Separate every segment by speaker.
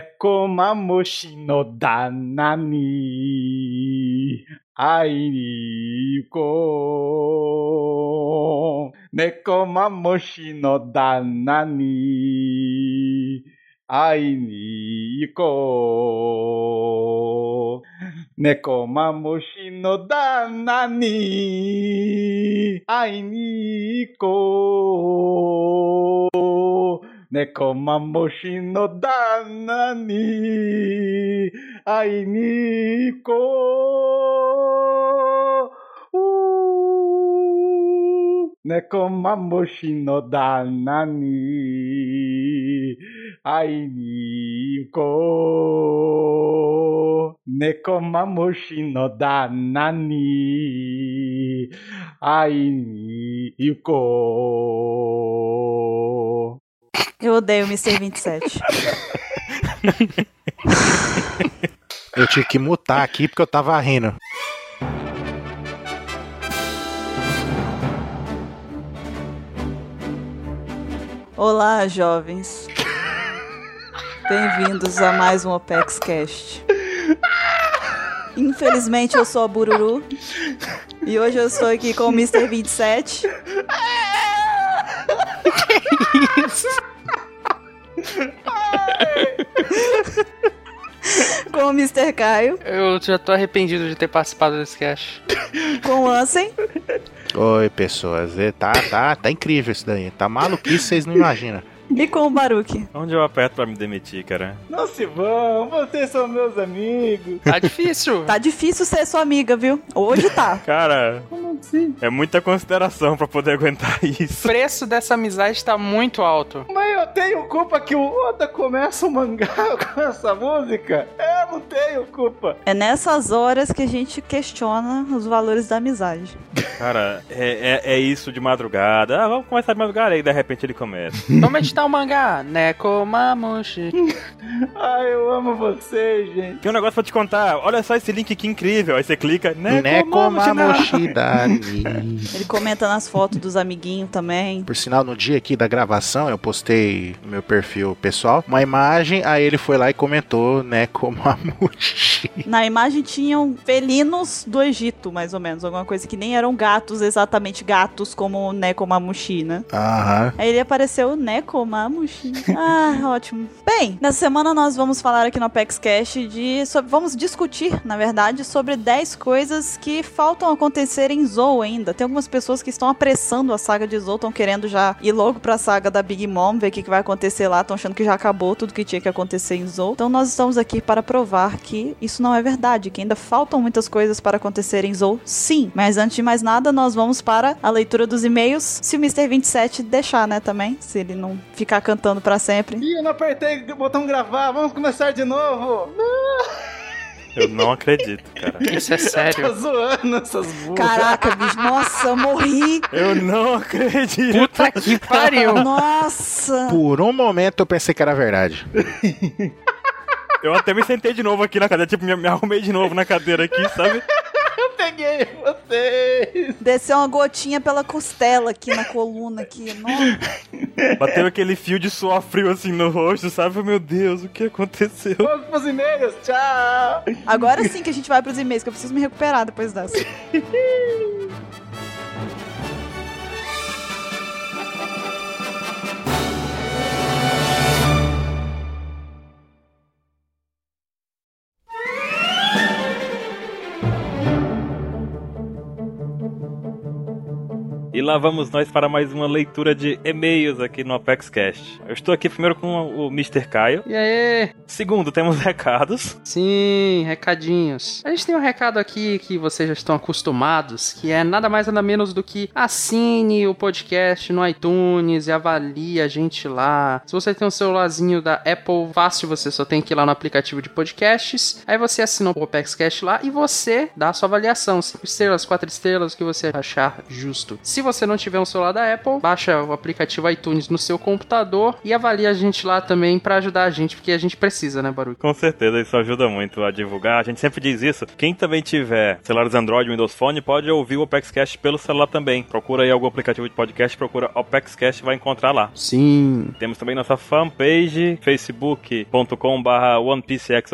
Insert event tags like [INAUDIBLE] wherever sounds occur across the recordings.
Speaker 1: Nekomamoshi no danani airiko. Nekomamoshi no danani airiko. Nekomamoshi no danani airiko. 猫まもしの旦那に会いに行こう。うー猫まもしの旦那に会いに行こう。猫まもしの旦那に会いに行こう。
Speaker 2: Eu odeio o Mr. 27.
Speaker 3: Eu tive que mutar aqui porque eu tava rindo.
Speaker 2: Olá, jovens. Bem-vindos a mais um OPEX Cast. Infelizmente, eu sou a Bururu. E hoje eu estou aqui com o Mr. 27. Com o Mr. Caio,
Speaker 4: Eu já tô arrependido de ter participado desse cast.
Speaker 2: com o Ansem
Speaker 3: Oi, pessoas. E Tá, tá, tá incrível isso daí. Tá maluquice, vocês não imaginam.
Speaker 2: e com o Baruque.
Speaker 5: Onde eu aperto pra me demitir, cara?
Speaker 1: Não se vão, vocês são meus amigos.
Speaker 4: Tá difícil.
Speaker 2: Tá difícil ser sua amiga, viu? Hoje tá.
Speaker 5: Cara,
Speaker 1: Como assim?
Speaker 5: é muita consideração pra poder [LAUGHS] aguentar
Speaker 4: O
Speaker 5: isso.
Speaker 4: preço dessa amizade tá muito alto.
Speaker 1: Mas eu tenho culpa que o Oda começa o mangá [LAUGHS] com essa música? Eu não tenho culpa.
Speaker 2: É nessas horas que a gente questiona os valores da amizade.
Speaker 5: Cara, é, é, é isso de madrugada. Ah, vamos começar de madrugada. Aí de repente ele começa.
Speaker 4: Vamos editar o tá um mangá. né? Nekomamushi.
Speaker 1: Ai, eu amo vocês, gente.
Speaker 5: Tem um negócio pra te contar. Olha só esse link que incrível. Aí você clica.
Speaker 4: Né,
Speaker 5: "Né,
Speaker 3: Né,
Speaker 5: Nekomamushi.
Speaker 3: Nekomamoshidani.
Speaker 2: Ele comenta nas fotos dos amiguinhos também.
Speaker 3: Por sinal, no dia aqui da gravação, eu postei no meu perfil pessoal uma imagem, aí ele foi lá e comentou né, [LAUGHS] Nekomamushi.
Speaker 2: Na imagem tinham felinos do Egito, mais ou menos. Alguma coisa que nem eram gatos, exatamente gatos, como o Nekomamushi, né?
Speaker 3: Aham.
Speaker 2: Aí ele apareceu o Nekomamushi. Ah, ótimo. Bem, nessa semana nós vamos falar aqui no Apex Cash de. sobre- vamos discutir, na verdade, sobre 10 coisas que faltam acontecer em Zou ainda. Tem algumas pessoas que estão apressando a saga de Zou, estão querendo já ir logo pra saga da Big Mom, ver o que, que vai acontecer lá, estão achando que já acabou tudo que tinha que acontecer em Zou. Então nós estamos aqui para provar que isso não é verdade, que ainda faltam muitas coisas para acontecer em Zou, sim. Mas antes de mais nada, nós vamos para a leitura dos e-mails, se o Mr. 27 deixar, né, também, se ele não ficar cantando pra sempre.
Speaker 1: Ih, eu não apertei o botão gravar, vamos começar de novo.
Speaker 5: Eu não acredito, cara.
Speaker 4: Isso é
Speaker 1: Tô [LAUGHS]
Speaker 4: sério.
Speaker 1: zoando essas músicas.
Speaker 2: Caraca, bicho, nossa, eu morri!
Speaker 5: Eu não [LAUGHS] acredito.
Speaker 4: Puta que pariu.
Speaker 2: Nossa!
Speaker 3: Por um momento eu pensei que era verdade.
Speaker 5: Eu até me sentei de novo aqui na cadeira. Tipo, me, me arrumei de novo na cadeira aqui, sabe?
Speaker 1: Eu peguei vocês.
Speaker 2: Desceu uma gotinha pela costela aqui na coluna aqui. Nossa.
Speaker 5: Bateu aquele fio de suor frio assim no rosto, sabe? Meu Deus, o que aconteceu?
Speaker 1: Vamos pros e-mails, tchau.
Speaker 2: Agora sim que a gente vai pros e-mails, que eu preciso me recuperar depois dessa.
Speaker 5: E lá vamos nós para mais uma leitura de e-mails aqui no ApexCast. Eu estou aqui primeiro com o Mr. Caio.
Speaker 4: E aí?
Speaker 5: Segundo, temos [LAUGHS] recados.
Speaker 4: Sim, recadinhos. A gente tem um recado aqui que vocês já estão acostumados, que é nada mais nada menos do que assine o podcast no iTunes e avalie a gente lá. Se você tem um celularzinho da Apple, fácil, você só tem que ir lá no aplicativo de podcasts. Aí você assina o Opex Cash lá e você dá a sua avaliação. 5 estrelas, 4 estrelas, o que você achar justo. Se você não tiver um celular da Apple, baixa o aplicativo iTunes no seu computador e avalia a gente lá também pra ajudar a gente, porque a gente precisa, né, Baruque?
Speaker 5: Com certeza, isso ajuda muito a divulgar. A gente sempre diz isso. Quem também tiver celulares Android, Windows Phone, pode ouvir o OpexCast pelo celular também. Procura aí algum aplicativo de podcast, procura OpexCast, vai encontrar lá.
Speaker 4: Sim.
Speaker 5: Temos também nossa fanpage, facebook.com.br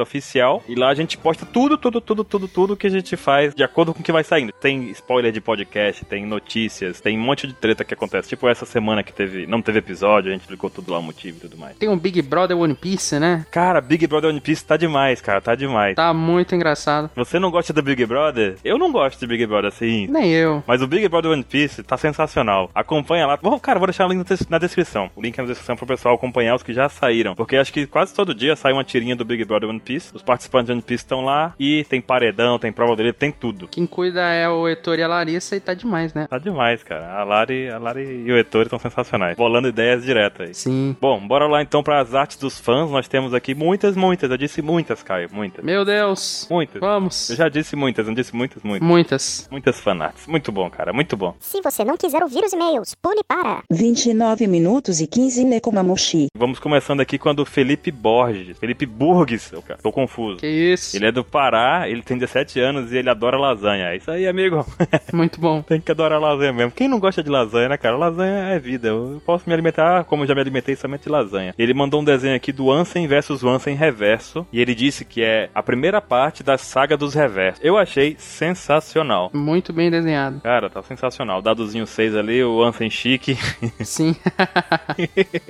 Speaker 5: oficial E lá a gente posta tudo, tudo, tudo, tudo, tudo que a gente faz de acordo com o que vai saindo. Tem spoiler de podcast, tem notícias, tem um monte de treta que acontece. Tipo essa semana que teve, não teve episódio, a gente explicou tudo lá o motivo e tudo mais.
Speaker 4: Tem um Big Brother One Piece, né?
Speaker 5: Cara, Big Brother One Piece tá demais, cara, tá demais.
Speaker 4: Tá muito engraçado.
Speaker 5: Você não gosta do Big Brother? Eu não gosto de Big Brother, assim.
Speaker 4: Nem eu.
Speaker 5: Mas o Big Brother One Piece tá sensacional. Acompanha lá. Bom, cara, vou deixar o link na des- na descrição. O link na descrição pro pessoal acompanhar os que já saíram. Porque acho que quase todo dia sai uma tirinha do Big Brother One Piece. Os participantes do One Piece estão lá. E tem paredão, tem prova dele, tem tudo.
Speaker 4: Quem cuida é o Heitor e a Larissa e tá demais, né?
Speaker 5: Tá demais, cara. A Lari, a Lari e o Ettore estão sensacionais. Bolando ideias direto aí.
Speaker 4: Sim.
Speaker 5: Bom, bora lá então para as artes dos fãs. Nós temos aqui muitas, muitas. Eu disse muitas, Caio. Muitas.
Speaker 4: Meu Deus.
Speaker 5: Muitas.
Speaker 4: Vamos.
Speaker 5: Eu já disse muitas, não disse muitas, muitas.
Speaker 4: Muitas.
Speaker 5: Muitas fanarts. Muito bom, cara. Muito bom.
Speaker 6: Se você não quiser ouvir os e-mails, pule para.
Speaker 7: 29 minutos e né, 15 Nekomamushi.
Speaker 5: Vamos começando aqui quando o Felipe Borges. Felipe Burgues, eu, cara, tô confuso.
Speaker 4: Que isso.
Speaker 5: Ele é do Pará, ele tem 17 anos e ele adora lasanha. É isso aí, amigo. [LAUGHS] é-
Speaker 4: Muito bom.
Speaker 5: tem que adorar lasanha mesmo. Quem não gosta de lasanha, né, cara? Lasanha é vida. Eu posso me alimentar como eu já me alimentei somente de lasanha. Ele mandou um desenho aqui do Ansem versus Ansem Reverso. E ele disse que é a primeira parte da saga dos reversos. Eu achei sensacional.
Speaker 4: Muito bem
Speaker 5: [LAUGHS]
Speaker 4: desenhado.
Speaker 5: Cara, tá sensacional. Dadozinho 6 ali, o Ansem chique.
Speaker 4: Sim. [LAUGHS]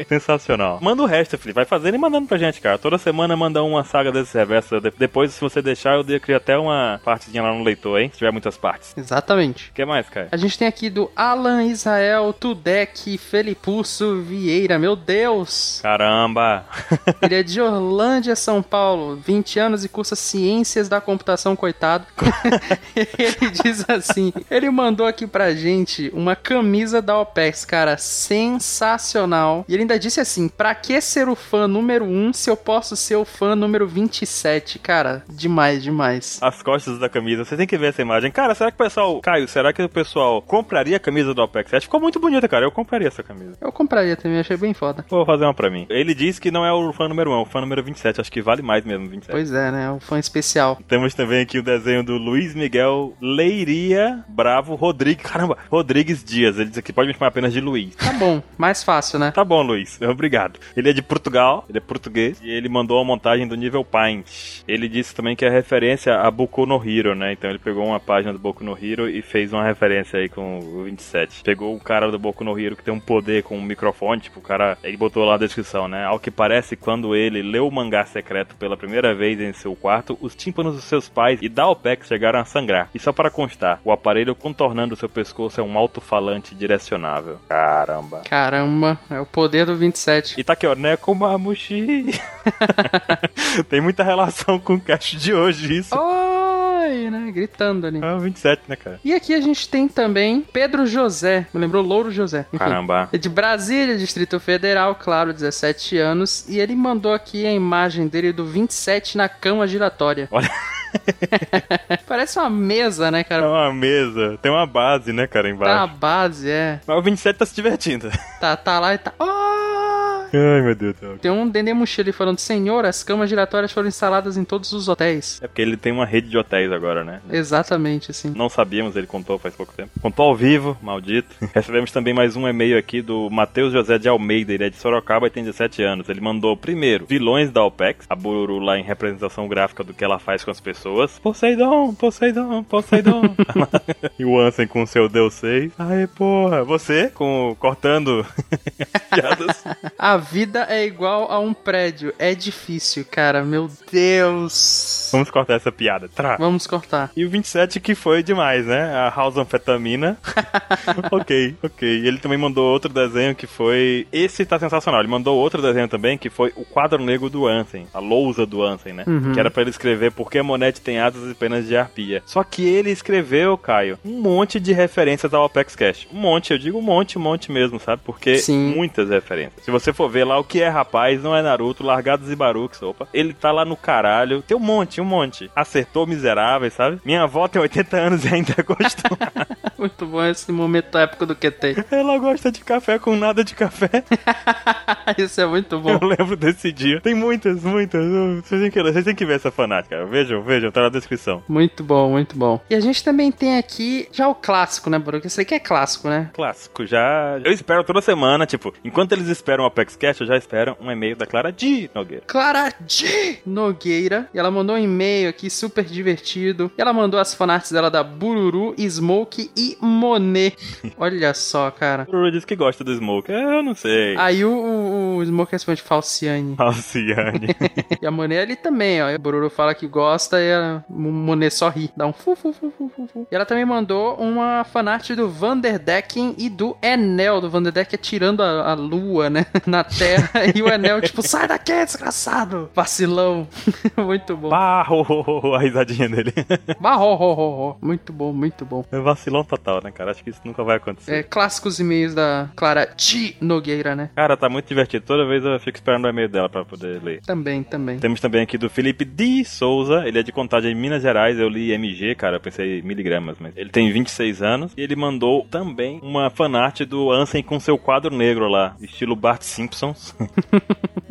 Speaker 5: Sensacional. Manda o resto, Felipe. Vai fazendo e mandando pra gente, cara. Toda semana manda uma saga desses reversos. De- Depois, se você deixar, eu de- crio até uma partezinha lá no leitor, hein? Se tiver muitas partes.
Speaker 4: Exatamente.
Speaker 5: O que mais, cara?
Speaker 4: A gente tem aqui do Alan Israel Tudek Felipusso Vieira. Meu Deus!
Speaker 5: Caramba!
Speaker 4: Ele é de Orlândia, São Paulo, 20 anos e cursa Ciências da Computação, coitado. [LAUGHS] ele diz assim: ele mandou aqui pra gente uma camisa da OPEX, cara, sensacional. E ele ainda disse assim: pra que ser o fã número 1 se eu posso ser o fã número 27? Cara, demais, demais.
Speaker 5: As costas da camisa, você tem que ver essa imagem. Cara, será que o pessoal. Caio, será que o pessoal compraria a camisa do Apex? Acho que ficou muito bonita, cara. Eu compraria essa camisa.
Speaker 4: Eu compraria também, achei bem foda.
Speaker 5: Vou fazer uma pra mim. Ele disse que não é o fã número 1, é o fã número 27. Acho que vale mais mesmo, 27.
Speaker 4: Pois é, né? Um fã especial.
Speaker 5: Temos também aqui o desenho do Luiz Miguel Leiria Bravo Rodrigues. Caramba, Rodrigues Dias. Ele diz aqui, pode me chamar apenas de Luiz.
Speaker 4: Tá bom, mais fácil, né?
Speaker 5: Tá bom, Luiz. [LAUGHS] Obrigado. Ele é de Portugal, ele é português, e ele mandou a montagem do nível Paint. Ele disse também que é referência a Boku no Hero, né? Então ele pegou uma página do Boku no Hero e fez uma referência aí com o 27. Pegou o cara do Boku no Hero que tem um poder com um microfone, tipo, o cara... Ele botou lá na descrição, né? Ao que parece, quando ele leu o mangá secreto pela primeira vez em seu quarto, os tímpanos dos seus pais e da OPEX chegaram a sangrar. E só para constar, o aparelho contornando seu pescoço é um alto-falante direcionável. Caramba.
Speaker 4: Caramba, é o poder do 27.
Speaker 5: E tá aqui, ó, Nekomamushi. [LAUGHS] Tem muita relação com o cast de hoje, isso.
Speaker 4: Oi, né? Gritando ali.
Speaker 5: É o 27, né, cara?
Speaker 4: E aqui a gente tem também Pedro José. Me lembrou Louro José. Enfim.
Speaker 5: Caramba.
Speaker 4: É de Brasília, Distrito Federal, claro, 17 anos. E ele mandou aqui a imagem dele do 27 na cama giratória.
Speaker 5: Olha.
Speaker 4: [LAUGHS] Parece uma mesa, né,
Speaker 5: É
Speaker 4: cara?
Speaker 5: uma mesa, tem uma base, né, cara,
Speaker 4: Tá na
Speaker 5: embaixo.
Speaker 4: base, é.
Speaker 5: Mas o 27 tá se divertindo.
Speaker 4: Tá, tá lá e tá. Oh!
Speaker 5: Ai, meu Deus do céu.
Speaker 4: Tem um Dendê Mochila falando: Senhor, as camas giratórias foram instaladas em todos os hotéis.
Speaker 5: É porque ele tem uma rede de hotéis agora, né?
Speaker 4: Exatamente, assim.
Speaker 5: Não sabíamos, ele contou faz pouco tempo. Contou ao vivo, maldito. Recebemos também mais um e-mail aqui do Matheus José de Almeida, ele é de Sorocaba e tem 17 anos. Ele mandou primeiro vilões da OPEX, a Bururu lá em representação gráfica do que ela faz com as pessoas. Poseidon, Poseidon, Poseidon. e o Ansem com seu Deus 6. Aê, porra. Você com cortando [LAUGHS] piadas.
Speaker 4: A vida é igual a um prédio. É difícil, cara. Meu Deus.
Speaker 5: Vamos cortar essa piada. Tra.
Speaker 4: Vamos cortar.
Speaker 5: E o 27 que foi demais, né? A House Anfetamina. ok, ok. Ele também mandou outro desenho que foi. Esse tá sensacional. Ele mandou outro desenho também que foi o quadro negro do Ansem. A lousa do Ansem, né?
Speaker 4: Uhum.
Speaker 5: Que era pra ele escrever Por que Monete tem asas e penas de arpia. Só que ele escreveu, Caio, um monte de referências ao Apex Cash. Um monte, eu digo um monte, um monte mesmo, sabe? Porque
Speaker 4: Sim.
Speaker 5: muitas referências. Se você for ver lá o que é rapaz, não é Naruto, Largados e Baruques, opa. Ele tá lá no caralho. Tem um [LAUGHS] monte, um monte. Acertou miserável, sabe? Minha avó tem 80 anos e ainda gostou.
Speaker 4: Muito bom esse momento épico do [LAUGHS] QT.
Speaker 5: Ela gosta de café com nada de café.
Speaker 4: Isso é muito bom.
Speaker 5: Eu lembro desse dia. Tem muitas, muitas. Vocês têm que, vocês têm que ver essa fanática. Vejam, vejam, tá na descrição.
Speaker 4: Muito bom, muito bom. E a gente também tem aqui já o clássico, né, Baruque? Esse aqui é clássico, né?
Speaker 5: Clássico, já. Eu espero toda semana, tipo, enquanto eles esperam o Apex Cash, eu já espero um e-mail da Clara de Nogueira.
Speaker 4: Clara G. Nogueira. E ela mandou um e-mail aqui super divertido. E ela mandou as fanarts dela da Bururu, Smoke e Monet. [LAUGHS] Olha só, cara.
Speaker 5: O Rui diz que gosta do Smoke. É, Eu não sei.
Speaker 4: Aí o, o, o Smoke responde Falciane.
Speaker 5: Alciane.
Speaker 4: E a Monet ali também, ó. E o Bururu fala que gosta e a Mo- Monet só ri. Dá um fu, fu, fu, fu, fu, fu. E ela também mandou uma fanart do Vanderdecken e do Enel. Do Vanderdecken atirando a, a lua, né? [LAUGHS] Na terra. E o Enel, tipo, sai daqui, desgraçado. Vacilão. [LAUGHS] Muito
Speaker 5: Tipo,
Speaker 4: bom.
Speaker 5: [LAUGHS] Barro! A risadinha dele. [LAUGHS]
Speaker 4: Barro, ro, ro, ro. Muito bom, muito bom.
Speaker 5: É vacilão total, né, cara? Acho que isso nunca vai acontecer.
Speaker 4: É, clássicos e-mails da Clara T. Nogueira, né?
Speaker 5: Cara, tá muito divertido. Toda vez eu fico esperando o e-mail dela pra poder ler.
Speaker 4: Também, também.
Speaker 5: Temos também aqui do Felipe de Souza. Ele é de Contagem, Minas Gerais. Eu li MG, cara. Eu pensei miligramas, mas ele tem 26 anos. E ele mandou também uma fanart do Ansem com seu quadro negro lá, estilo Bart Simpsons. [LAUGHS]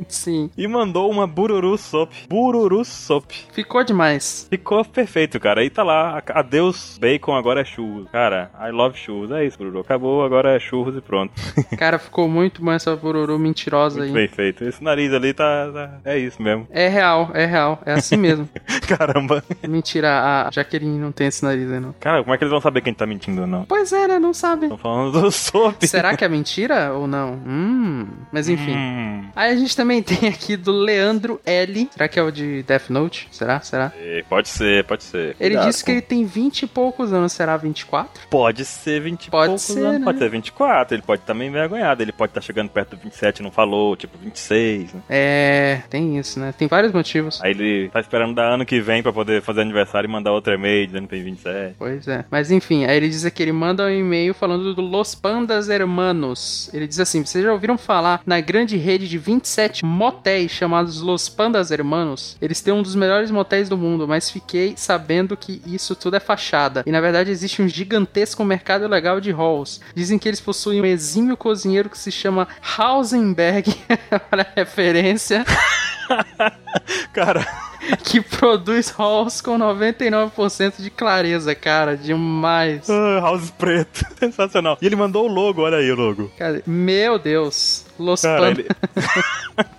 Speaker 4: Sim.
Speaker 5: E mandou uma Bururu Sop. Bururu Sop.
Speaker 4: Ficou demais.
Speaker 5: Ficou perfeito, cara. E tá lá. a- Adeus, bacon, agora é churros. Cara, I love churros. É isso, Bururu. Acabou, agora é churros e pronto.
Speaker 4: Cara, ficou muito bom essa bururu mentirosa
Speaker 5: Muito
Speaker 4: aí.
Speaker 5: bem feito. Esse nariz ali tá- tá é isso mesmo. [LAUGHS]
Speaker 4: É real, é real. É assim mesmo.
Speaker 5: Caramba.
Speaker 4: Mentira, a Jaqueline não tem esse nariz aí, não.
Speaker 5: Cara, como é que eles vão saber quem tá mentindo ou não?
Speaker 4: Pois é, né? Não sabe.
Speaker 5: Estão falando do [LAUGHS] Sop.
Speaker 4: Será que é mentira ou não? Hum. Mas enfim.
Speaker 5: Hum.
Speaker 4: Aí a gente também [LAUGHS] tem aqui do Leandro L. Será que é o de Death Note? Será? Será?
Speaker 5: É, Pode ser, pode ser.
Speaker 4: Ele
Speaker 5: Cuidado
Speaker 4: disse que ele tem 20 e poucos anos. Será 24?
Speaker 5: com- Pode ser 20 e
Speaker 4: Pode
Speaker 5: poucos
Speaker 4: ser,
Speaker 5: anos,
Speaker 4: né?
Speaker 5: pode ser 24, ele pode estar meio envergonhado, ele pode estar chegando perto do 27 e não falou, tipo 26, né?
Speaker 4: É. Tem isso, né? Tem vários motivos.
Speaker 5: Aí ele tá esperando dar ano que vem pra poder fazer aniversário e mandar outro e-mail dizendo que tem 27.
Speaker 4: Pois é. Mas enfim, aí ele diz aqui, ele manda um e-mail falando do Los Pandas Hermanos. Ele diz assim: vocês já ouviram falar na grande rede de 27 motéis chamados Los Pandas Hermanos? Eles têm um dos melhores motéis do mundo, mas fiquei sabendo que isso tudo é fachada. E na verdade existe um gigantesco mercado legal de halls. Dizem que eles possuem um exímio cozinheiro que se chama Hausenberg, [LAUGHS] para referência
Speaker 5: Cara,
Speaker 4: que produz halls com 99% de clareza, cara. Demais.
Speaker 5: ah, House Preto, [LAUGHS] sensacional. E ele mandou o logo, olha aí o logo.
Speaker 4: Cara, meu Deus. Los
Speaker 5: Cara,
Speaker 4: Pandas.
Speaker 5: ele,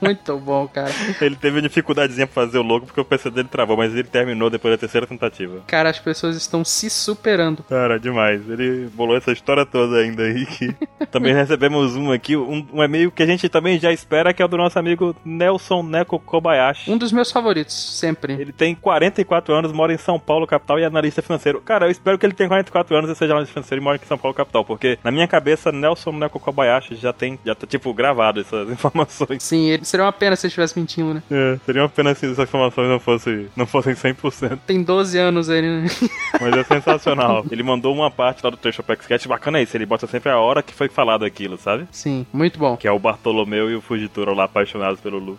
Speaker 4: Muito bom, cara.
Speaker 5: ele teve uma dificuldadezinha pra fazer o logo porque o PC dele travou, mas ele terminou depois da terceira tentativa.
Speaker 4: Cara, as pessoas estão se superando.
Speaker 5: Cara, demais. Ele bolou essa história toda ainda aí. Que... também recebemos um aqui, um, um e-mail que a gente também já espera, que é o do nosso amigo Nelson Neko Kobayashi.
Speaker 4: Um dos meus favoritos, sempre.
Speaker 5: Ele tem 44 anos, mora em São Paulo, capital, e é analista financeiro. Cara, eu espero que ele tenha 44 anos e seja analista financeiro e mora em São Paulo, capital, porque na minha cabeça, Nelson Neko Kobayashi já tem, já tá, tipo, gravado essas [LAUGHS] informações.
Speaker 4: Sim, ele seria uma pena se ele estivesse mentindo, né?
Speaker 5: É, seria uma pena se essas informações não fossem, não fossem 100%.
Speaker 4: Tem 12 anos ele, né?
Speaker 5: Mas
Speaker 4: [LAUGHS]
Speaker 5: é sensacional. ele mandou uma parte lá do trecho Apex Cat. Bacana é isso, ele bota sempre a hora que foi falado aquilo, sabe?
Speaker 4: Sim, muito bom.
Speaker 5: Que é o Bartolomeu e o Fugitoro lá apaixonados pelo
Speaker 4: [LAUGHS]
Speaker 5: Lu.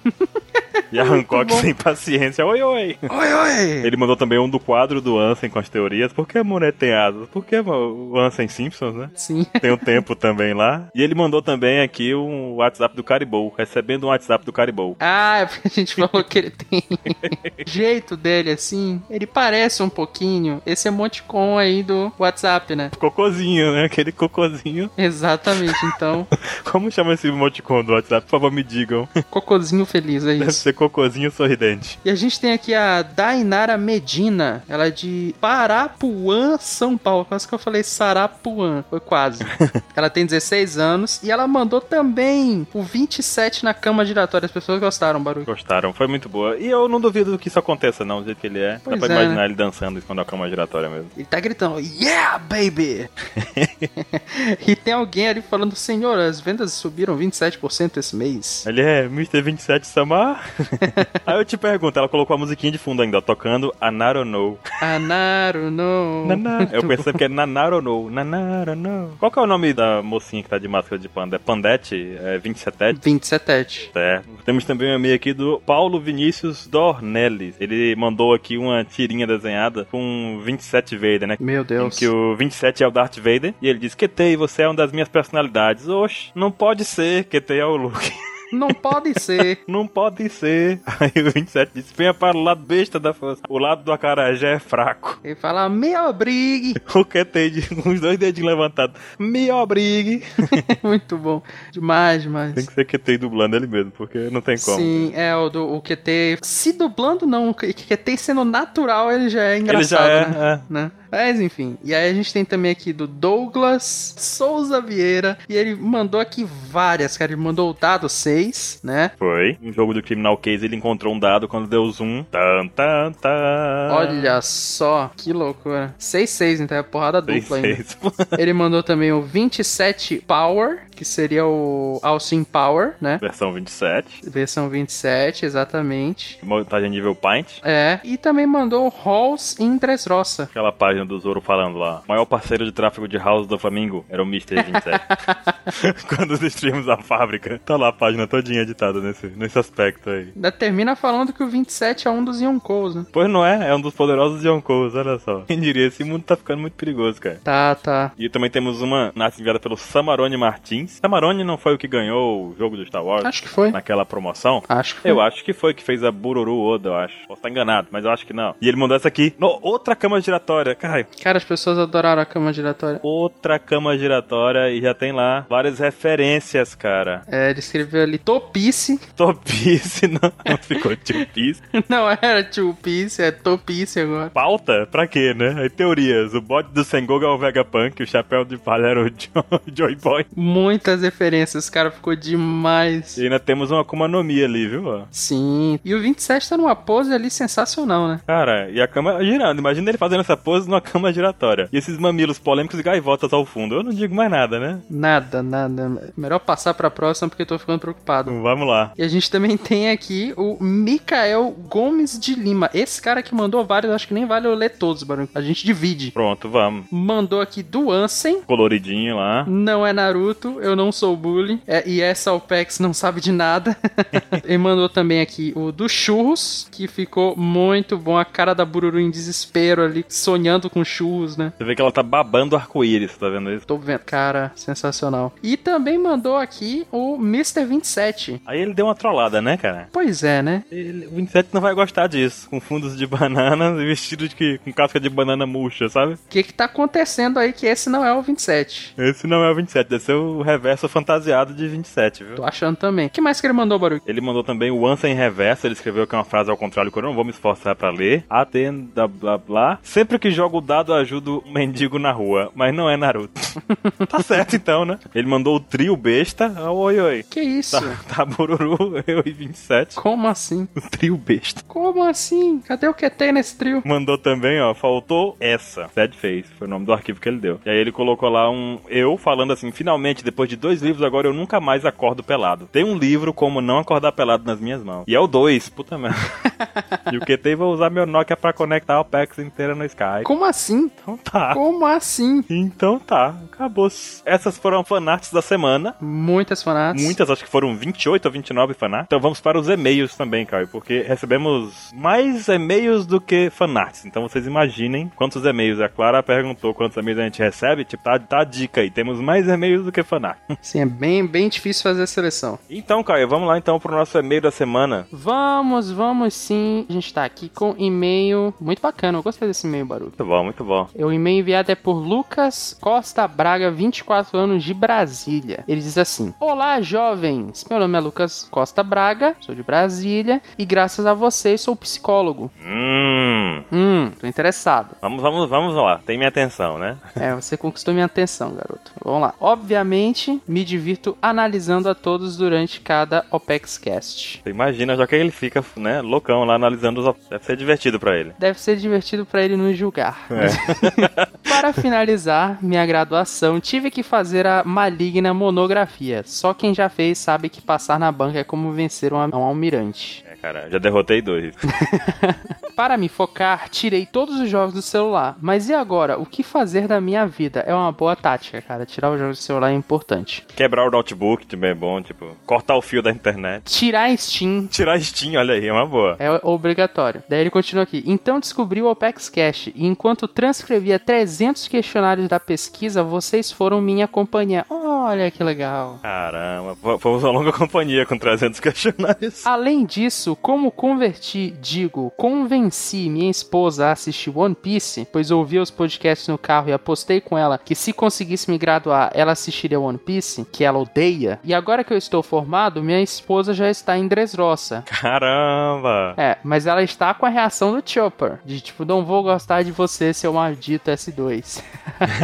Speaker 5: E a Hancock
Speaker 4: bom.
Speaker 5: sem paciência. Oi, oi!
Speaker 4: Oi, oi!
Speaker 5: Ele mandou também um do quadro do Ansem com as teorias. Por que a mulher tem asas? Por que o Ansem Simpsons, né?
Speaker 4: Sim, [LAUGHS]
Speaker 5: Tem o tempo também lá. E ele mandou também aqui um WhatsApp do Caribou. Recebendo um WhatsApp do Caribou.
Speaker 4: Ah, é porque a gente falou que ele tem [LAUGHS] o jeito dele assim. Ele parece um pouquinho esse emoticon aí do WhatsApp, né?
Speaker 5: Cocôzinho, né? Aquele cocôzinho.
Speaker 4: Exatamente, então,
Speaker 5: Como chama esse emoticon do WhatsApp? Por favor, me
Speaker 4: [LAUGHS]
Speaker 5: digam.
Speaker 4: cocôzinho feliz, é
Speaker 5: Deve
Speaker 4: isso.
Speaker 5: ser cocôzinho sorridente.
Speaker 4: E a gente tem aqui a Dainara Medina, ela é de Parapuã, São Paulo. Quase que eu falei Sarapuã, foi
Speaker 5: [LAUGHS]
Speaker 4: quase. ela tem 16 anos e ela mandou também o 27 na cama giratória. As pessoas gostaram, barulho.
Speaker 5: Gostaram, foi muito boa. E eu não duvido que isso aconteça, não, do jeito que ele é.
Speaker 4: Pois
Speaker 5: Dá pra
Speaker 4: é,
Speaker 5: imaginar ele dançando quando a cama giratória mesmo.
Speaker 4: Ele tá gritando, yeah,
Speaker 5: [LAUGHS]
Speaker 4: baby! e tem alguém ali falando, senhor, as vendas subiram 27% esse mês. [LAUGHS]
Speaker 5: Ele é Mr. 27 Samar? Aí eu te pergunto, ela colocou a musiquinha de fundo ainda, ó, tocando a Naronou.
Speaker 4: Anaru, Ah, não.
Speaker 5: Eu pensei que é Nanaronou. Nanaronou. Qual que é o nome da mocinha que tá de máscara de panda? É Pandete? É 27?
Speaker 4: 27.
Speaker 5: Certo. Temos também um e-mail aqui do Paulo Vinícius Dornelles. Ele mandou aqui uma tirinha desenhada com 27 Vader, né?
Speaker 4: Meu
Speaker 5: Em
Speaker 4: Deus.
Speaker 5: que o 27 é o Darth Vader. E ele diz: Ketei, você é uma das minhas personalidades. Oxe, não pode ser. Ketei é o Luke. [LAUGHS]
Speaker 4: Não pode ser.
Speaker 5: Não pode ser. [LAUGHS] Aí o 27 diz: Venha para o lado besta da força. O lado do acarajé é fraco. [LAUGHS]
Speaker 4: Ele fala, me obrigue.
Speaker 5: O Ketei diz, [LAUGHS] com os dois dedinhos levantados: Me obrigue.
Speaker 4: [LAUGHS] Muito bom. Demais, demais.
Speaker 5: Tem que ser Ketei dublando ele mesmo, porque não tem como.
Speaker 4: Sim, é o do o QT. Se dublando, não. O QT sendo natural, ele já é
Speaker 5: Ele
Speaker 4: engraçado.
Speaker 5: já é.
Speaker 4: Né?
Speaker 5: é.
Speaker 4: né? Mas enfim, e aí a gente tem também aqui do Douglas Souza Vieira, e ele mandou aqui várias, cara, ele mandou o dado 6, né?
Speaker 5: Foi. No jogo do Criminal Case, ele encontrou um dado quando deu zoom. Tan, tan, tan.
Speaker 4: Olha só, que loucura. 6-6, então é porrada
Speaker 5: Seis,
Speaker 4: dupla ainda.
Speaker 5: seis. Pô,
Speaker 4: Ele mandou também o 27 Power, que seria o Austin Power, né?
Speaker 5: [LAUGHS] Versão 27.
Speaker 4: Versão 27, exatamente.
Speaker 5: Montagem nível Pint.
Speaker 4: É, e também mandou o Halls em Dressrosa.
Speaker 5: Aquela página do Zoro falando lá. O maior parceiro de tráfego de House do Flamengo era o
Speaker 4: [LAUGHS]
Speaker 5: Mr. 27. [LAUGHS] Quando destruímos a fábrica, tá lá a página todinha editada nesse, nesse aspecto aí.
Speaker 4: Ainda termina falando que o 27 é um dos Yonkous, né?
Speaker 5: Pois não é, é um dos poderosos Yonkous, olha só. [LAUGHS] Quem diria, esse mundo tá ficando muito perigoso, cara.
Speaker 4: Tá, tá.
Speaker 5: E também temos uma nasce enviada pelo Samarone Martins. Samarone não foi o que ganhou o jogo do Star Wars
Speaker 4: Acho que foi.
Speaker 5: naquela promoção?
Speaker 4: Acho que foi.
Speaker 5: Eu acho que foi que fez a Bururu Oda, eu acho. Posso estar enganado, mas eu acho que não. E ele mandou essa aqui. No, outra cama giratória. Caralho,
Speaker 4: Cara, as pessoas adoraram a cama giratória.
Speaker 5: outra cama giratória e já tem lá várias referências, cara. [LAUGHS]
Speaker 4: É, ele escreveu ali Topice. [LAUGHS]
Speaker 5: Topice, não, [LAUGHS] não ficou topice.
Speaker 4: Não era Tupice, é Topice agora.
Speaker 5: Pauta? Pra quê, né? Aí teorias. O bode do Sengoku é o Vegapunk, o chapéu de palha era o Jo- [LAUGHS] Joy Boy.
Speaker 4: Muitas referências, cara, ficou demais.
Speaker 5: E ainda temos uma Akuma no Mi ali, viu? ó?
Speaker 4: Sim. E o 27 tá numa pose ali sensacional, né?
Speaker 5: Cara, e a cama girando. Imagina ele fazendo essa pose numa cama giratória. E esses mamilos polêmicos e gaivotas ao fundo. Eu não digo mais nada, né?
Speaker 4: Nada, nada. Melhor passar pra próxima porque eu tô ficando preocupado.
Speaker 5: Vamos lá.
Speaker 4: E a gente também tem aqui o Micael Gomes de Lima. Esse cara que mandou vários, acho que nem vale eu ler todos, Barulho. A gente divide.
Speaker 5: Pronto, vamos.
Speaker 4: Mandou aqui do Ansem.
Speaker 5: Coloridinho lá.
Speaker 4: Não é Naruto, eu não sou bully. É, e essa OPEX não sabe de nada. Ele mandou também aqui o do Churros, que ficou muito bom. A cara da Bururu em desespero ali, sonhando com churros, né?
Speaker 5: Você vê que ela tá babando arco-íris, tá vendo isso?
Speaker 4: Tô vendo. Cara, sensacional. E também mandou aqui o Mr. 27.
Speaker 5: Aí ele deu uma trollada, né, cara?
Speaker 4: Pois é, né?
Speaker 5: Ele- o 27 não vai gostar disso. Com fundos de [LAUGHS] banana e vestido de que, com casca de banana murcha, sabe?
Speaker 4: O que que tá acontecendo aí que esse não é o 27?
Speaker 5: Esse não é o 27, deve ser o reverso fantasiado de 27, viu?
Speaker 4: Tô achando também. O que mais que ele mandou, Barulho?
Speaker 5: Ele mandou também o Ansem Reverso, ele escreveu aqui uma frase ao contrário que eu não vou me esforçar pra ler. Aten, blá blá blá. Sempre que jogo o dado, ajudo um mendigo na rua, mas não é Naruto. [LAUGHS] tá certo então, né? Ele mandou o trio besta. Ah, Oi, oi.
Speaker 4: Que isso?
Speaker 5: Tá, tá Bururu, [LAUGHS] eu e 27.
Speaker 4: Como assim?
Speaker 5: O trio besta.
Speaker 4: Como assim? Cadê o que tem nesse trio?
Speaker 5: Mandou também, ó, faltou essa. Sad Face, foi o nome do arquivo que ele deu. E aí ele colocou lá um eu falando assim: finalmente, depois de dois livros, agora eu nunca mais acordo pelado. Tem um livro como não acordar pelado nas minhas mãos. E é o dois puta merda. e o QT vou usar meu Nokia pra conectar a OPEX inteira no Sky.
Speaker 4: Como assim?
Speaker 5: Então tá.
Speaker 4: Como assim?
Speaker 5: Então tá, acabou. Essas foram fanarts da semana.
Speaker 4: Muitas fanáticas.
Speaker 5: Muitas, acho que foram 28 ou 29 fanarts. Então vamos para os e-mails também, Caio, porque recebemos mais e-mails do que fanarts. Então vocês imaginem quantos e-mails. A Clara perguntou quantos e-mails a gente recebe. Tipo, tá, tá a dica aí. Temos mais e-mails do que fanarts.
Speaker 4: Sim, é bem, bem difícil fazer a seleção.
Speaker 5: [LAUGHS] Então, Caio, vamos lá então pro nosso e-mail da semana.
Speaker 4: Vamos, vamos sim. A gente tá aqui com e-mail muito bacana. Eu gostei desse e-mail, Barulho.
Speaker 5: Muito bom, muito bom.
Speaker 4: O e-mail enviado é por Lucas Costa Braga, 24 anos, de Brasília. Ele diz assim: Olá, jovens! Meu nome é Lucas Costa Braga, sou de Brasília e graças a vocês sou psicólogo.
Speaker 5: Hum,
Speaker 4: Hum, tô interessado.
Speaker 5: vamos, vamos, vamos lá. Tem minha atenção, né?
Speaker 4: É, você conquistou minha atenção, garoto. Vamos lá. Obviamente, me divirto analisando a todos durante cada OpexCast.
Speaker 5: Você imagina, já que ele fica, né, loucão lá analisando os. op- Deve ser divertido pra ele.
Speaker 4: Deve ser divertido pra ele nos julgar.
Speaker 5: É.
Speaker 4: [LAUGHS] Para finalizar minha graduação, tive que fazer a maligna monografia. Só quem já fez sabe que passar na banca é como vencer um, um almirante.
Speaker 5: É, cara, já derrotei dois. [LAUGHS]
Speaker 4: Para me focar, tirei todos os jogos do celular. Mas e agora? O que fazer da minha vida? É uma boa tática, cara. Tirar os jogos do celular é importante.
Speaker 5: Quebrar o notebook também é bom, tipo, cortar o fio da internet.
Speaker 4: Tirar a Steam
Speaker 5: Tirar Steam, olha aí, é uma boa.
Speaker 4: É obrigatório. Daí ele continua aqui. Então descobri o Opex Cash e enquanto transcrevia 300 questionários da pesquisa, vocês foram minha companhia. Olha que legal.
Speaker 5: Caramba, fo- fomos uma longa companhia com 300 questionários. [LAUGHS]
Speaker 4: Além disso, como converti, digo, convenci minha esposa a assistir One Piece, pois ouvia os podcasts no carro e apostei com ela que se conseguisse me graduar, ela assistiria One Piece, que ela odeia. E agora que eu estou formado, minha esposa já está em Dressrosa.
Speaker 5: Caramba.
Speaker 4: É, mas ela está com a reação do Chopper. De tipo, não vou gostar de você, seu maldito S2. [LAUGHS]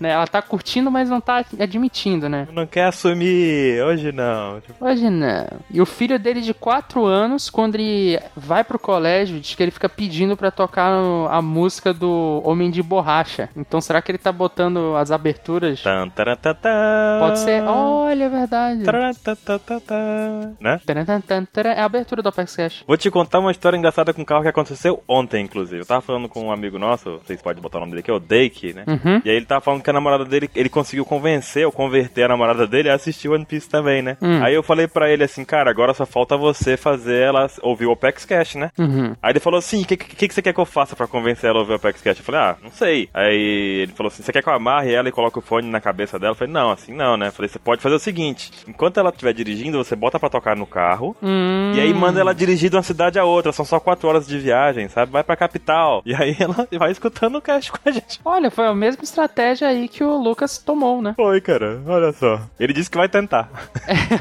Speaker 4: Né, ela tá curtindo, mas não tá admitindo, né?
Speaker 5: Não quer assumir, hoje não. Tipo,
Speaker 4: Hoje não. E o filho dele de 4 anos, quando ele vai pro colégio, diz que ele fica pedindo pra tocar no- a música do Homem de Borracha. Então será que ele tá botando as aberturas?
Speaker 5: tan, taran, tan, tan.
Speaker 4: Pode ser. Olha, é verdade.
Speaker 5: Taran, tan, tan, tan, tan. Né?
Speaker 4: Taran, taran, taran, taran. É a abertura do Apex Cash.
Speaker 5: Vou te contar uma história engraçada com um carro que aconteceu ontem, inclusive. Eu tava falando com um amigo nosso, vocês podem botar o nome dele aqui, é o Dake, né?
Speaker 4: Uhum.
Speaker 5: E aí ele tava falando que a namorada dele, ele conseguiu convencer ou converter a namorada dele a assistir One Piece também, né?
Speaker 4: Hum.
Speaker 5: Aí eu falei pra ele assim, cara, agora só falta você fazer ela ouvir o Opex Cash, né?
Speaker 4: Uhum.
Speaker 5: Aí ele falou assim, o que, que, que você quer que eu faça pra convencer ela a ouvir o Apex Cash? Eu falei, ah, não sei. Aí ele falou assim, você quer que eu amarre ela e coloque o fone na cabeça dela? Eu falei, não, assim não, né? Eu falei, você pode fazer o seguinte, enquanto ela estiver dirigindo, você bota pra tocar no carro,
Speaker 4: Hum.
Speaker 5: e aí manda ela dirigir de uma cidade a outra, são só quatro horas de viagem, sabe? Vai pra capital. E aí [LAUGHS] ela vai escutando o cast com a gente.
Speaker 4: Olha, foi a mesma estratégia aí que o Lucas tomou, né?
Speaker 5: Foi, cara, olha só. Ele disse que vai tentar.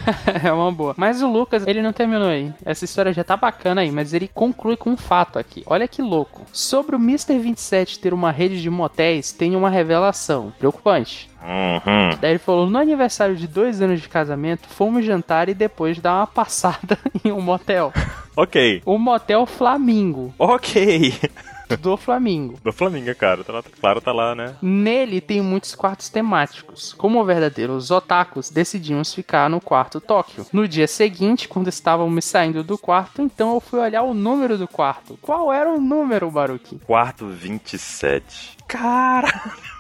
Speaker 4: [LAUGHS] É uma boa. Mas o Lucas, ele não terminou aí. Essa história já tá bacana aí, mas ele conclui com um fato aqui. Olha que louco. Sobre o Mr. 27 ter uma rede de motéis, tem uma revelação. Preocupante.
Speaker 5: Uhum.
Speaker 4: Daí ele falou: no aniversário de dois anos de casamento, fomos jantar e depois dar uma [LAUGHS] passada em um motel.
Speaker 5: Ok.
Speaker 4: O motel Flamingo,
Speaker 5: Ok.
Speaker 4: do Flamingo.
Speaker 5: Do Flamengo, cara. Tá lá- claro, tá lá, né?
Speaker 4: Nele tem muitos quartos temáticos. Como verdadeiros otakus, decidimos ficar no quarto Tóquio. No dia seguinte, quando estávamos saindo do quarto, então eu fui olhar o número do quarto. Qual era o número, Baruki?
Speaker 5: Quarto 27.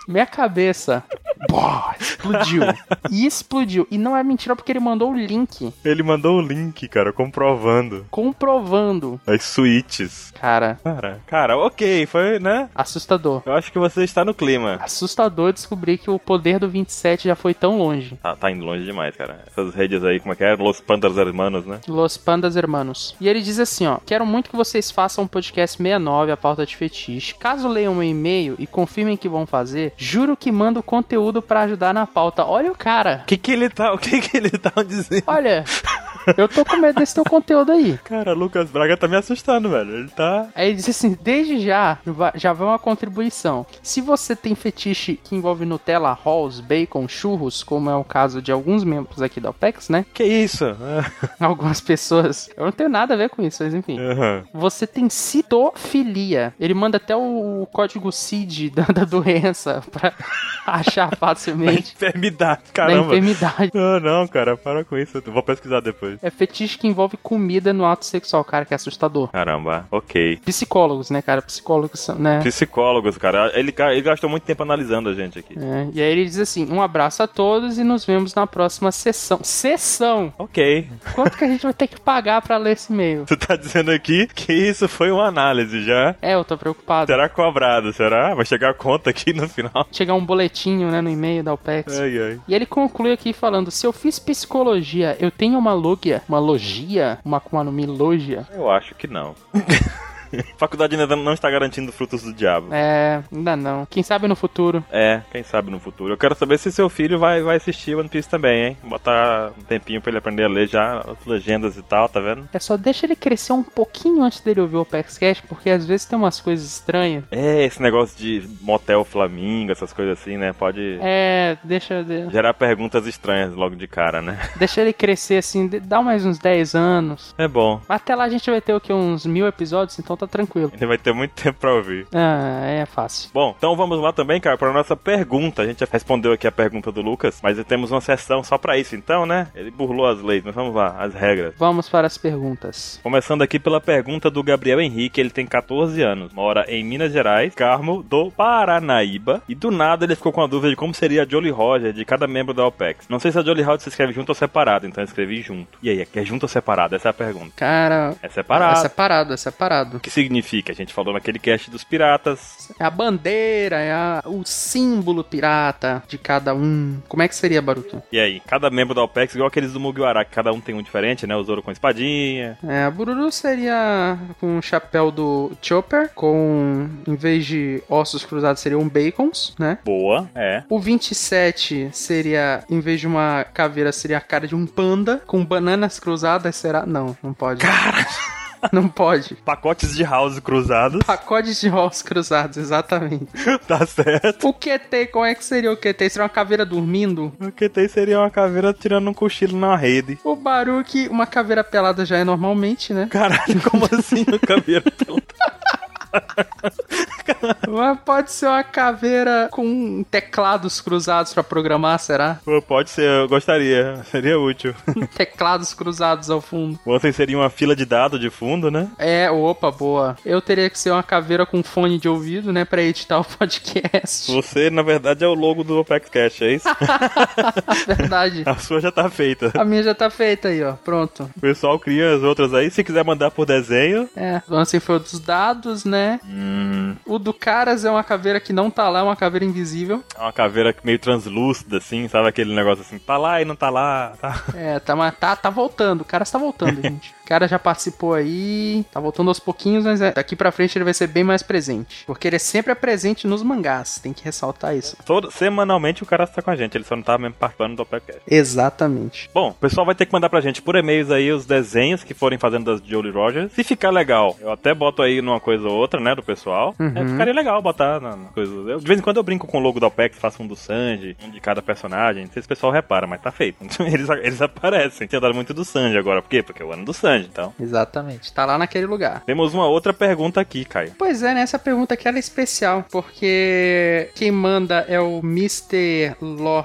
Speaker 4: Minha cabeça boah, explodiu. E explodiu. E não é mentira porque ele mandou o link
Speaker 5: Ele mandou o link, cara, comprovando.
Speaker 4: comprovando.
Speaker 5: As suítes.
Speaker 4: Cara,
Speaker 5: Cara, cara, ok, foi, né?
Speaker 4: assustador.
Speaker 5: Eu acho que você está no clima.
Speaker 4: Assustador descobrir que o poder do 27 já foi tão longe.
Speaker 5: Tá, tá indo longe demais, cara. Essas redes aí, como é que é? Los Pandas Hermanos, né?
Speaker 4: Los Pandas Hermanos. E ele diz assim, ó: "Quero muito que vocês façam um podcast 69 a pauta de fetiche. Caso leiam um e-mail e confirmem que vão fazer, juro que mando conteúdo pra ajudar na pauta. Olha o cara.
Speaker 5: O que que ele tá, o que que ele tá [LAUGHS] dizendo?
Speaker 4: Olha. Eu tô com medo desse teu conteúdo aí.
Speaker 5: Cara, Lucas Braga tá me assustando, velho. Ele tá...
Speaker 4: Aí ele diz assim: desde já, va- já vai uma contribuição. Se você tem fetiche que envolve Nutella, rolls, bacon, churros, como é o caso de alguns membros aqui da OPEX, né? [LAUGHS]
Speaker 5: Que isso?
Speaker 4: Algumas pessoas. Eu não tenho nada a ver com isso, mas enfim.
Speaker 5: [LAUGHS] Aham.
Speaker 4: Você tem citofilia. Ele manda até o, o código CID da, da doença [LAUGHS] pra achar facilmente
Speaker 5: Enfermidade,
Speaker 4: na
Speaker 5: [LAUGHS] caramba.
Speaker 4: enfermidade.
Speaker 5: Ah, não, cara, para com isso. Eu vou pesquisar depois.
Speaker 4: É fetiche que envolve comida no ato sexual, cara, que é assustador.
Speaker 5: Caramba, ok.
Speaker 4: Psicólogos, né, cara? Psicólogos são, né?
Speaker 5: Psicólogos, cara. Ele, ele gastou muito tempo analisando a gente aqui.
Speaker 4: É, e aí ele diz assim: um abraço a todos e nos vemos na próxima sessão. Sessão!
Speaker 5: Ok.
Speaker 4: Quanto que a gente vai ter que pagar pra ler esse e-mail?
Speaker 5: [LAUGHS] Tu tá dizendo aqui que isso foi uma análise já?
Speaker 4: É, eu tô preocupado.
Speaker 5: Será cobrado, será? Vai chegar a conta aqui no [LAUGHS] final?
Speaker 4: Chegar um boletinho, né, no e-mail da OPEX.
Speaker 5: Ai, ai.
Speaker 4: E ele conclui aqui falando: se eu fiz psicologia, eu tenho uma logia, uma logia, uma Akuma no Mi logia.
Speaker 5: Eu acho que não. [LAUGHS] Faculdade ainda não está garantindo frutos do diabo.
Speaker 4: É, ainda não. Quem sabe no futuro.
Speaker 5: É, quem sabe no futuro. Eu quero saber se seu filho vai, vai assistir One Piece também, hein? Botar um tempinho pra ele aprender a ler já as legendas e tal, tá vendo?
Speaker 4: É só deixa ele crescer um pouquinho antes dele ouvir o Opex Cash, porque às vezes tem umas coisas estranhas.
Speaker 5: É, esse negócio de motel flamingo, essas coisas assim, né? Pode
Speaker 4: É, deixa, de-
Speaker 5: gerar perguntas estranhas logo de cara, né?
Speaker 4: deixa ele crescer assim, de- dá mais uns 10 anos.
Speaker 5: É bom.
Speaker 4: Até lá a gente vai ter o que? Uns mil episódios, então tá tranquilo.
Speaker 5: Ainda vai ter muito [LAUGHS] tempo pra ouvir.
Speaker 4: Ah, é fácil.
Speaker 5: Bom, então vamos lá também, cara, para nossa pergunta. A gente já respondeu aqui a pergunta do Lucas, mas temos uma sessão só pra isso, então, né? Ele burlou as leis, mas vamos lá, as regras.
Speaker 4: Vamos para as perguntas.
Speaker 5: Começando aqui pela pergunta do Gabriel Henrique, ele tem 14 anos, mora em Minas Gerais, Carmo do Paranaíba, e do nada ele ficou com a dúvida de como seria a Jolly Roger de cada membro da OPEX. Não sei se a Jolly Roger se escreve junto ou separado, então eu escrevi junto. E aí, é junto ou separado? Essa é a pergunta.
Speaker 4: Cara,
Speaker 5: É separado.
Speaker 4: é separado, é separado.
Speaker 5: O que significa? A gente falou naquele cast dos piratas.
Speaker 4: É a bandeira, é a- o símbolo pirata de cada um. Como é que seria, Baruto?
Speaker 5: E aí, cada membro da OPEX, igual aqueles do Mugiwara, que cada um tem um diferente, né? O Zoro com espadinha.
Speaker 4: É, a Bururu seria com o chapéu do Chopper, com, em vez de ossos cruzados, seriam bacons, né?
Speaker 5: Boa, é.
Speaker 4: O 27 seria, em vez de uma caveira, seria a cara de um panda. Com bananas cruzadas, será. Não, não pode. Cara! [LAUGHS] Não pode.
Speaker 5: Pacotes de house cruzados. [LAUGHS]
Speaker 4: Pacotes de ossos cruzados, exatamente.
Speaker 5: tá certo.
Speaker 4: O QT, como é que seria o QT? Seria uma caveira dormindo?
Speaker 5: O QT seria uma caveira tirando um cochilo na rede.
Speaker 4: O Baruque, uma caveira pelada já é normalmente, né?
Speaker 5: Caralho, [LAUGHS] como assim uma caveira pelada?
Speaker 4: Mas pode ser uma caveira com teclados cruzados pra programar, será? [LAUGHS]
Speaker 5: Pô, Pode ser, eu gostaria. Seria útil.
Speaker 4: Teclados cruzados ao fundo.
Speaker 5: Vocês seriam uma fila de dado de fundo, né?
Speaker 4: É, opa, boa. Eu teria que ser uma caveira com fone de ouvido, né, pra editar o [LAUGHS] podcast.
Speaker 5: Você, na verdade, é o logo do Opex Cash, é [LAUGHS] isso?
Speaker 4: Verdade.
Speaker 5: A sua já tá feita.
Speaker 4: A minha já tá feita aí, ó. Pronto.
Speaker 5: O pessoal cria as outras aí. Se quiser mandar por desenho.
Speaker 4: É. O Ansem foi o dos dados, né?
Speaker 5: Hum.
Speaker 4: O do Caras é uma caveira que não tá lá, é uma caveira invisível.
Speaker 5: É uma caveira meio translúcida, assim, sabe? Aquele negócio assim, tá lá e não tá lá. Tá.
Speaker 4: É, tá, mas tá, tá voltando. O Caras tá [LAUGHS] voltando, gente. O cara já participou aí, tá voltando aos pouquinhos, mas é, daqui pra frente ele vai ser bem mais presente. Porque ele sempre é presente nos mangás, tem que ressaltar isso.
Speaker 5: Todo, semanalmente o cara tá com a gente, ele só não tá mesmo participando do Opex Cash.
Speaker 4: Exatamente.
Speaker 5: Bom, o pessoal vai ter que mandar pra gente por e-mails aí os desenhos que forem fazendo das Jolie Rogers. Se ficar legal, eu até boto aí numa coisa ou outra, né, do pessoal. É, ficaria legal botar na, na coisa. Eu, de vez em quando eu brinco com o logo da OPEX, faço um do Sanji, um de cada personagem. Não sei se o pessoal repara, mas tá feito. [LAUGHS] Eles, eles aparecem. Tinha dado muito do Sanji agora. Por quê? Porque é o ano do Sanji, então.
Speaker 4: Exatamente. Tá lá naquele lugar.
Speaker 5: Temos uma outra pergunta aqui, Caio.
Speaker 4: Pois é, né? Essa pergunta aqui ela é especial, porque quem manda é o Mr.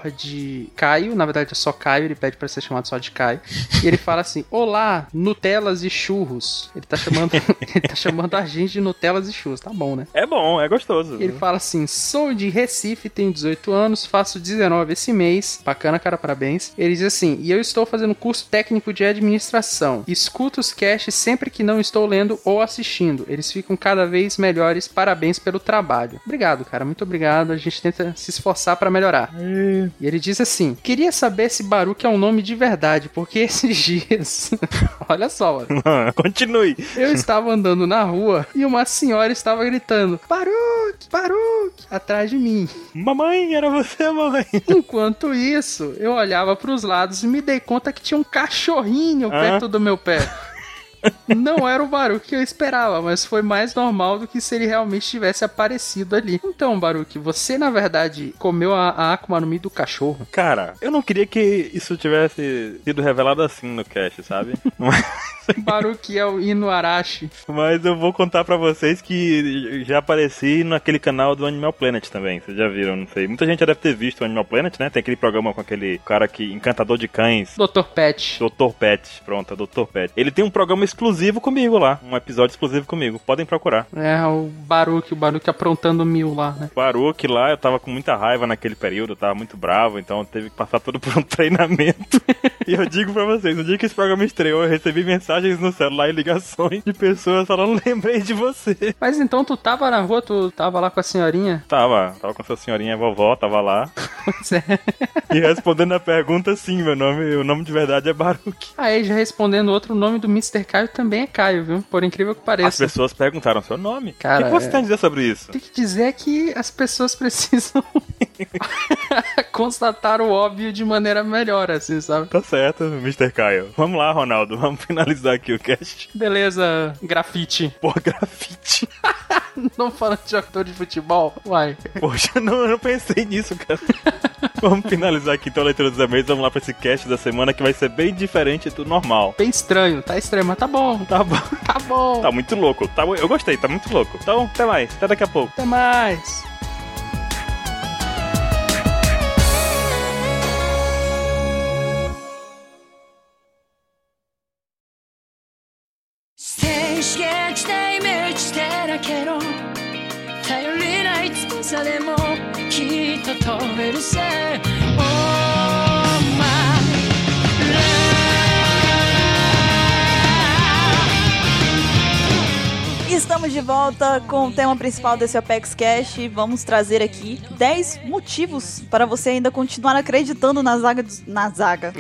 Speaker 4: Lord Caio. Na verdade é só Caio, ele pede pra ser chamado só de Caio. E ele fala assim: Olá, Nutelas e churros. Ele tá chamando, [LAUGHS] ele tá chamando a gente de Nutelas e churros, tá bom, né?
Speaker 5: É bom, é gostoso.
Speaker 4: E
Speaker 5: [LAUGHS]
Speaker 4: Ele fala assim: sou de Recife, tenho 18 anos, faço 19 esse mês. Bacana, cara, parabéns. Ele diz assim: e eu estou fazendo curso técnico de administração. Escuto os casts sempre que não estou lendo ou assistindo. Eles ficam cada vez melhores. Parabéns pelo trabalho. Obrigado, cara. Muito obrigado. A gente tenta se esforçar para melhorar. E ele diz assim: queria saber se Baruque é um nome de verdade, porque [LAUGHS] esses dias. [LAUGHS] Olha só, mano.
Speaker 5: Continue.
Speaker 4: Eu estava andando na rua e uma senhora estava gritando: Baruque, Baruque, atrás de mim. [LAUGHS]
Speaker 5: Mamãe, era você, mamãe.
Speaker 4: Enquanto isso, eu olhava para os lados e me dei conta que tinha um cachorrinho
Speaker 5: Ah.
Speaker 4: perto do meu pé. Não era o Baruque que eu esperava, mas foi mais normal do que se ele realmente tivesse aparecido ali. Então, Baruque, você na verdade comeu a, a Akuma no Mi do
Speaker 5: [LAUGHS]
Speaker 4: cachorro?
Speaker 5: Cara, eu não queria que isso tivesse sido revelado assim no cast, sabe?
Speaker 4: Baruque é o Inuarashi.
Speaker 5: Mas eu vou contar pra vocês que já apareci naquele canal do Animal Planet também. Vocês já viram, não sei. Muita gente já deve ter visto o Animal Planet, né? Tem aquele programa com aquele cara que encantador de cães.
Speaker 4: Dr. Pet.
Speaker 5: Dr. Pet, pronto, é Dr. Pet. Ele tem um programa exclusivo comigo lá, um episódio exclusivo comigo. Podem procurar.
Speaker 4: É, o Baruque, o Baruque aprontando mil lá, né?
Speaker 5: Parou que lá eu tava com muita raiva naquele período, eu tava muito bravo, então teve que passar tudo por um [LAUGHS] treinamento. e eu digo pra vocês, no dia que esse programa estreou, eu recebi mensagens no celular e ligações de pessoas falando, lembrei de você.
Speaker 4: Mas então tu tava na rua, tu tava lá com a senhorinha? [LAUGHS]
Speaker 5: Tava, tava com sua senhorinha vovó, tava lá.
Speaker 4: Pois é.
Speaker 5: E respondendo a pergunta, sim, meu nome, o nome de verdade é Baruque.
Speaker 4: Aí já respondendo outro o nome do Mr. Caio também é Caio, viu? Por incrível que
Speaker 5: As
Speaker 4: pareça.
Speaker 5: pessoas perguntaram seu nome.
Speaker 4: Cara,
Speaker 5: o que você
Speaker 4: é-
Speaker 5: tem a dizer sobre isso?
Speaker 4: Tem que dizer que as pessoas precisam [LAUGHS] constatar o óbvio de maneira melhor, assim, sabe?
Speaker 5: Tá certo, Mr. Caio. Vamos lá, Ronaldo, vamos finalizar aqui o cast.
Speaker 4: Beleza, grafite.
Speaker 5: Pô, grafite.
Speaker 4: Não falando de jogador de futebol? Uai.
Speaker 5: Poxa, não, eu não pensei nisso, cara. Vamos finalizar aqui então a leitura dos e-mails. Vamos lá pra esse cast da semana que vai ser bem diferente do normal.
Speaker 4: Bem estranho, tá estranho, mas tá bom.
Speaker 5: Tá bom.
Speaker 4: Tá bom.
Speaker 5: Tá muito louco. Tá, eu gostei, tá muito louco. Então, até mais. Até daqui a pouco.
Speaker 4: Até mais.
Speaker 2: Estamos de volta com o tema principal desse Apex Cash e vamos trazer aqui 10 motivos para você ainda continuar acreditando na zaga. dos- na zaga.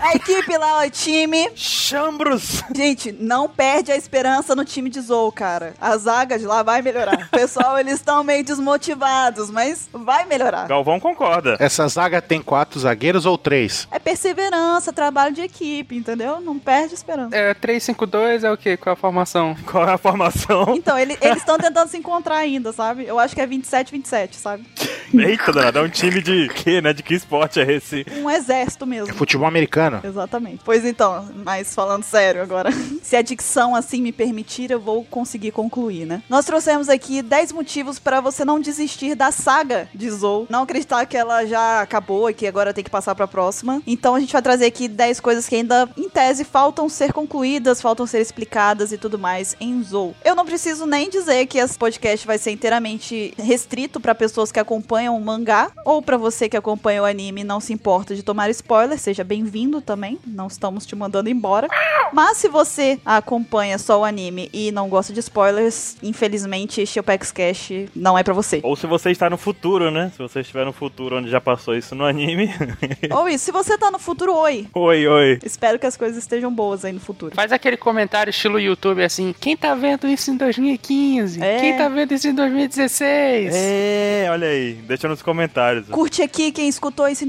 Speaker 2: A equipe lá, ó, time.
Speaker 5: Chambros!
Speaker 2: Gente, não perde a esperança no time de Zou, cara. A zaga de lá vai melhorar. O pessoal, eles estão meio desmotivados, mas vai melhorar.
Speaker 5: Galvão concorda.
Speaker 3: Essa zaga tem quatro zagueiros ou três?
Speaker 2: É perseverança, trabalho de equipe, entendeu? Não perde a esperança.
Speaker 4: É, 352 é o quê? Qual é a formação?
Speaker 5: Qual é a formação?
Speaker 2: Então, ele- eles estão tentando se encontrar ainda, sabe? Eu acho que é 27-27, sabe?
Speaker 5: Eita, danada, é um time de quê, né? De que esporte é esse?
Speaker 2: Um exército mesmo.
Speaker 3: É futebol americano.
Speaker 2: Exatamente. Pois então, mas falando sério agora, [LAUGHS] se a dicção assim me permitir, eu vou conseguir concluir, né? Nós trouxemos aqui 10 motivos pra você não desistir da saga de Zou, não acreditar que ela já acabou e que agora tem que passar pra próxima. Então a gente vai trazer aqui 10 coisas que ainda em tese faltam ser concluídas, faltam ser explicadas e tudo mais em Zou. Eu não preciso nem dizer que esse podcast vai ser inteiramente restrito pra pessoas que acompanham o mangá ou pra você que acompanha o anime e não se importa de tomar spoiler, seja bem-vindo também. Não estamos te mandando embora. Mas se você acompanha só o anime e não gosta de spoilers, infelizmente este Opex Cash não é pra
Speaker 5: [LAUGHS]
Speaker 2: você.
Speaker 5: Ou se você está no futuro, né? Se você estiver no futuro onde já passou isso no anime. [LAUGHS]
Speaker 2: Ou isso, se você tá no futuro, oi.
Speaker 5: oi, oi.
Speaker 2: Espero que as coisas estejam boas aí no futuro.
Speaker 4: Faz aquele comentário estilo YouTube assim: quem tá vendo isso em 2015?
Speaker 2: É.
Speaker 4: Quem tá vendo isso em 2016?
Speaker 5: É, olha aí. Deixa nos comentários.
Speaker 2: Curte aqui quem escutou isso em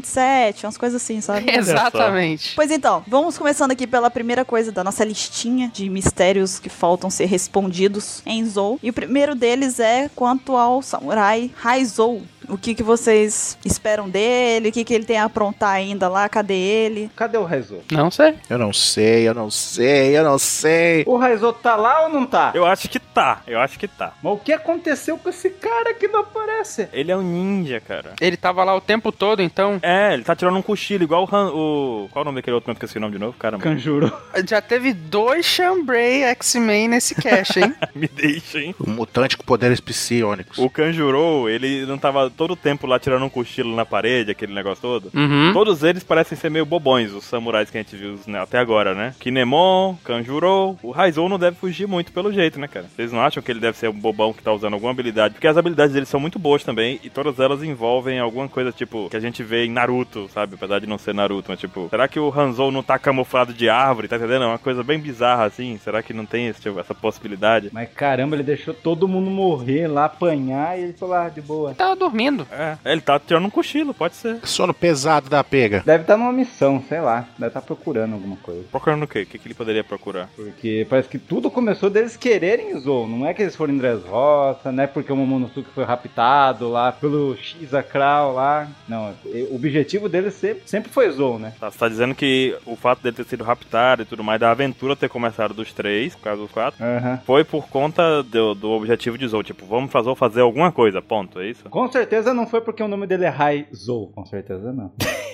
Speaker 2: 2027, umas coisas assim, sabe?
Speaker 4: [LAUGHS] É. Exatamente.
Speaker 2: Pois então, vamos começando aqui pela primeira coisa da nossa listinha de mistérios que faltam ser respondidos em Zou. E o primeiro deles é quanto ao samurai Raizou. O que, que vocês esperam dele? O que, que ele tem a aprontar ainda lá? Cadê ele?
Speaker 1: Cadê o Rezo?
Speaker 4: Não sei.
Speaker 3: Eu não sei, eu não sei, eu não sei.
Speaker 1: O Rezo tá lá ou não tá?
Speaker 5: Eu acho que tá, eu acho que tá.
Speaker 1: Mas o que aconteceu com esse cara que não aparece?
Speaker 5: Ele é um ninja, cara.
Speaker 4: Ele tava lá o tempo todo, então.
Speaker 5: É, ele tá tirando um cochilo, igual o. Han- o... Qual o nome daquele outro mesmo que eu esqueci o nome de novo? Caramba.
Speaker 1: Kanjuro.
Speaker 4: Já teve dois Chambray X-Men nesse cache, hein?
Speaker 5: [LAUGHS] Me deixa, hein?
Speaker 3: O mutante com poderes psionicos.
Speaker 5: O Kanjuro, ele não tava todo o tempo lá tirando um cochilo na parede, aquele negócio todo?
Speaker 4: [LAUGHS] uhum.
Speaker 5: Todos eles parecem ser meio bobões, os samurais que a gente viu né, até agora, né? Kinemon, Kanjuro, o Raizou não deve fugir muito pelo jeito, né, cara? Vocês não acham que ele deve ser um bobão que tá usando alguma habilidade? Porque as habilidades dele são muito boas também, e todas elas envolvem alguma coisa, tipo, que a gente vê em Naruto, sabe? Apesar de não ser Naruto, mas tipo, será que o Hanzou não tá camuflado de árvore, tá entendendo? É uma coisa bem bizarra, assim, será que não tem esse, tipo, essa possibilidade?
Speaker 1: Mas caramba, ele deixou todo mundo morrer lá, apanhar e ele falou, ah, de boa.
Speaker 4: Tava dormindo.
Speaker 5: É, ele tá tirando um cochilo, pode ser.
Speaker 3: Sono pesado da pega.
Speaker 1: Deve estar numa missão, sei lá. Deve estar procurando alguma coisa.
Speaker 5: Procurando o quê? O que, que ele poderia procurar?
Speaker 1: Porque parece que tudo começou deles quererem Zou. Não é que eles foram em Dressrosa, não é porque o Momonosuke foi raptado lá pelo Shiza Crow lá. Não, é, o objetivo deles sempre, sempre foi Zou, né?
Speaker 5: Tá, você tá dizendo que o fato dele ter sido raptado e tudo mais, da aventura ter começado dos três, por causa dos quatro,
Speaker 1: Aham.
Speaker 5: foi por conta do, do objetivo de Zou. Tipo, vamos fazer, fazer alguma coisa, ponto, é isso?
Speaker 1: Com certeza não foi porque o nome dele é Rai Zou. Com certeza não.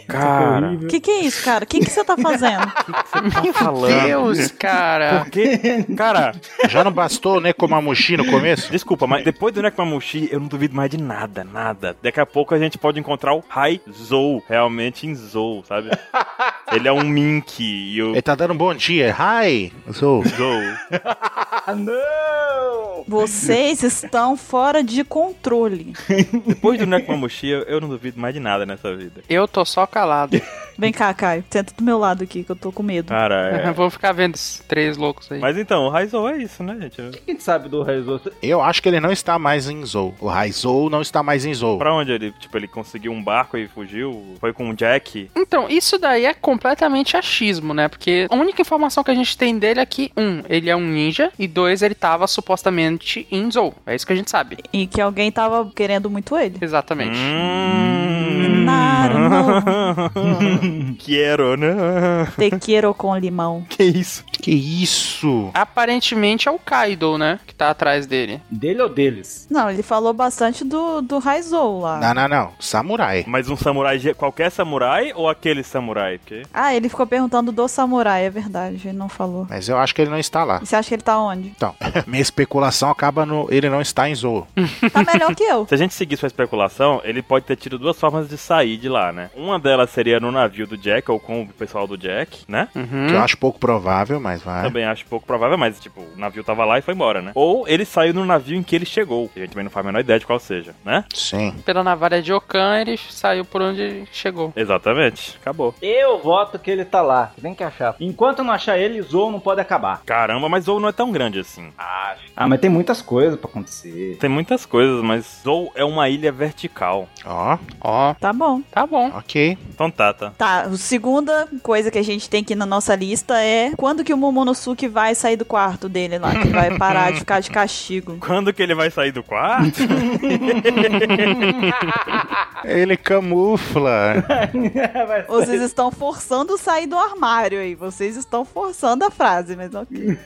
Speaker 5: Cara,
Speaker 2: O que, que é isso, cara? O que, que você tá fazendo?
Speaker 5: tá falando.
Speaker 4: Deus, cara.
Speaker 5: Porque, cara,
Speaker 3: Já não bastou né, o Nekomamushi no começo?
Speaker 5: desculpa, mas depois do Nekomamushi, eu não duvido mais de nada, nada. Daqui a pouco a gente pode encontrar o Hai Zou, realmente em Zou, sabe? Ele é um Mink e o
Speaker 3: Ele tá dando um bom dia. Hi! Eu sou.
Speaker 5: Zou.
Speaker 1: Ah, não!
Speaker 2: Vocês estão fora de controle.
Speaker 5: Depois do Nekomamushi, eu eu não duvido mais de nada nessa vida.
Speaker 4: Eu tô só calado.
Speaker 2: Vem cá, Caio. Senta do meu lado aqui, que eu tô com medo.
Speaker 5: Cara, [LAUGHS]
Speaker 4: [LAUGHS]
Speaker 5: é.
Speaker 4: Vou ficar vendo esses três loucos aí.
Speaker 5: Mas então, o Raizou é isso, né, gente?
Speaker 1: O que a gente sabe do Raizou?
Speaker 3: Eu acho que ele não está mais em Zou. O Raizou não está mais em Zou.
Speaker 5: Pra onde ele, tipo, ele conseguiu um barco e fugiu? Foi com o Jack?
Speaker 4: Então, isso daí é completamente achismo, né? Porque a única informação que a gente tem dele é que, um, ele é um ninja, e dois, ele tava supostamente em Zou. É isso que a gente sabe.
Speaker 2: E que alguém tava querendo muito ele.
Speaker 4: Exatamente.
Speaker 5: Hum.
Speaker 2: Naruto.
Speaker 5: [LAUGHS] Quero, né?
Speaker 2: Tequero com limão.
Speaker 5: Que isso?
Speaker 3: Que isso?
Speaker 4: Aparentemente é o Kaido, né? Que tá atrás dele.
Speaker 1: Dele ou deles?
Speaker 2: Não, ele falou bastante do, do Raizou lá.
Speaker 3: Não, não, não. Samurai.
Speaker 5: Mas um samurai, ge- qualquer samurai ou aquele samurai? Porque
Speaker 2: Ah, ele ficou perguntando do samurai, é verdade, ele não falou.
Speaker 3: Mas eu acho que ele não está lá.
Speaker 2: E você acha que ele tá onde?
Speaker 3: Então, [LAUGHS] minha especulação acaba no. Ele não está em Zou.
Speaker 2: Tá melhor que eu. [LAUGHS]
Speaker 5: se a gente seguir sua especulação, ele pode ter tido duas formas de sair de lá, né? Uma delas seria no navio do Jack ou com o pessoal do Jack, né?
Speaker 4: Uhum.
Speaker 3: Que eu acho pouco provável, mas vai.
Speaker 5: Também acho pouco provável, mas tipo, o navio tava lá e foi embora, né? Ou ele saiu no navio em que ele chegou. A gente também não faz a menor ideia de qual seja, né?
Speaker 3: Sim.
Speaker 4: Pela navalha de Okan, ele saiu por onde chegou.
Speaker 5: Exatamente. Acabou.
Speaker 1: Eu voto que ele tá lá. Tem que achar. Enquanto não achar ele, Zou não pode acabar.
Speaker 5: Caramba, mas Zou não é tão grande assim.
Speaker 1: Ah, mas tem muitas coisas pra acontecer.
Speaker 5: Tem muitas coisas, mas Zou é uma ilha vertical.
Speaker 3: Ó,
Speaker 4: Ó,
Speaker 2: Tá bom.
Speaker 4: tá bom.
Speaker 3: ok.
Speaker 5: Então tá, tá. [LAUGHS]
Speaker 2: Tá, a segunda coisa que a gente tem aqui na nossa lista é quando que o Momonosuke vai sair do quarto dele lá, que vai parar de ficar de castigo.
Speaker 5: Quando que ele vai sair do quarto?
Speaker 3: Ele camufla.
Speaker 1: Vai ser.
Speaker 2: Vocês estão forçando sair do armário aí, vocês estão forçando a frase, mas ok.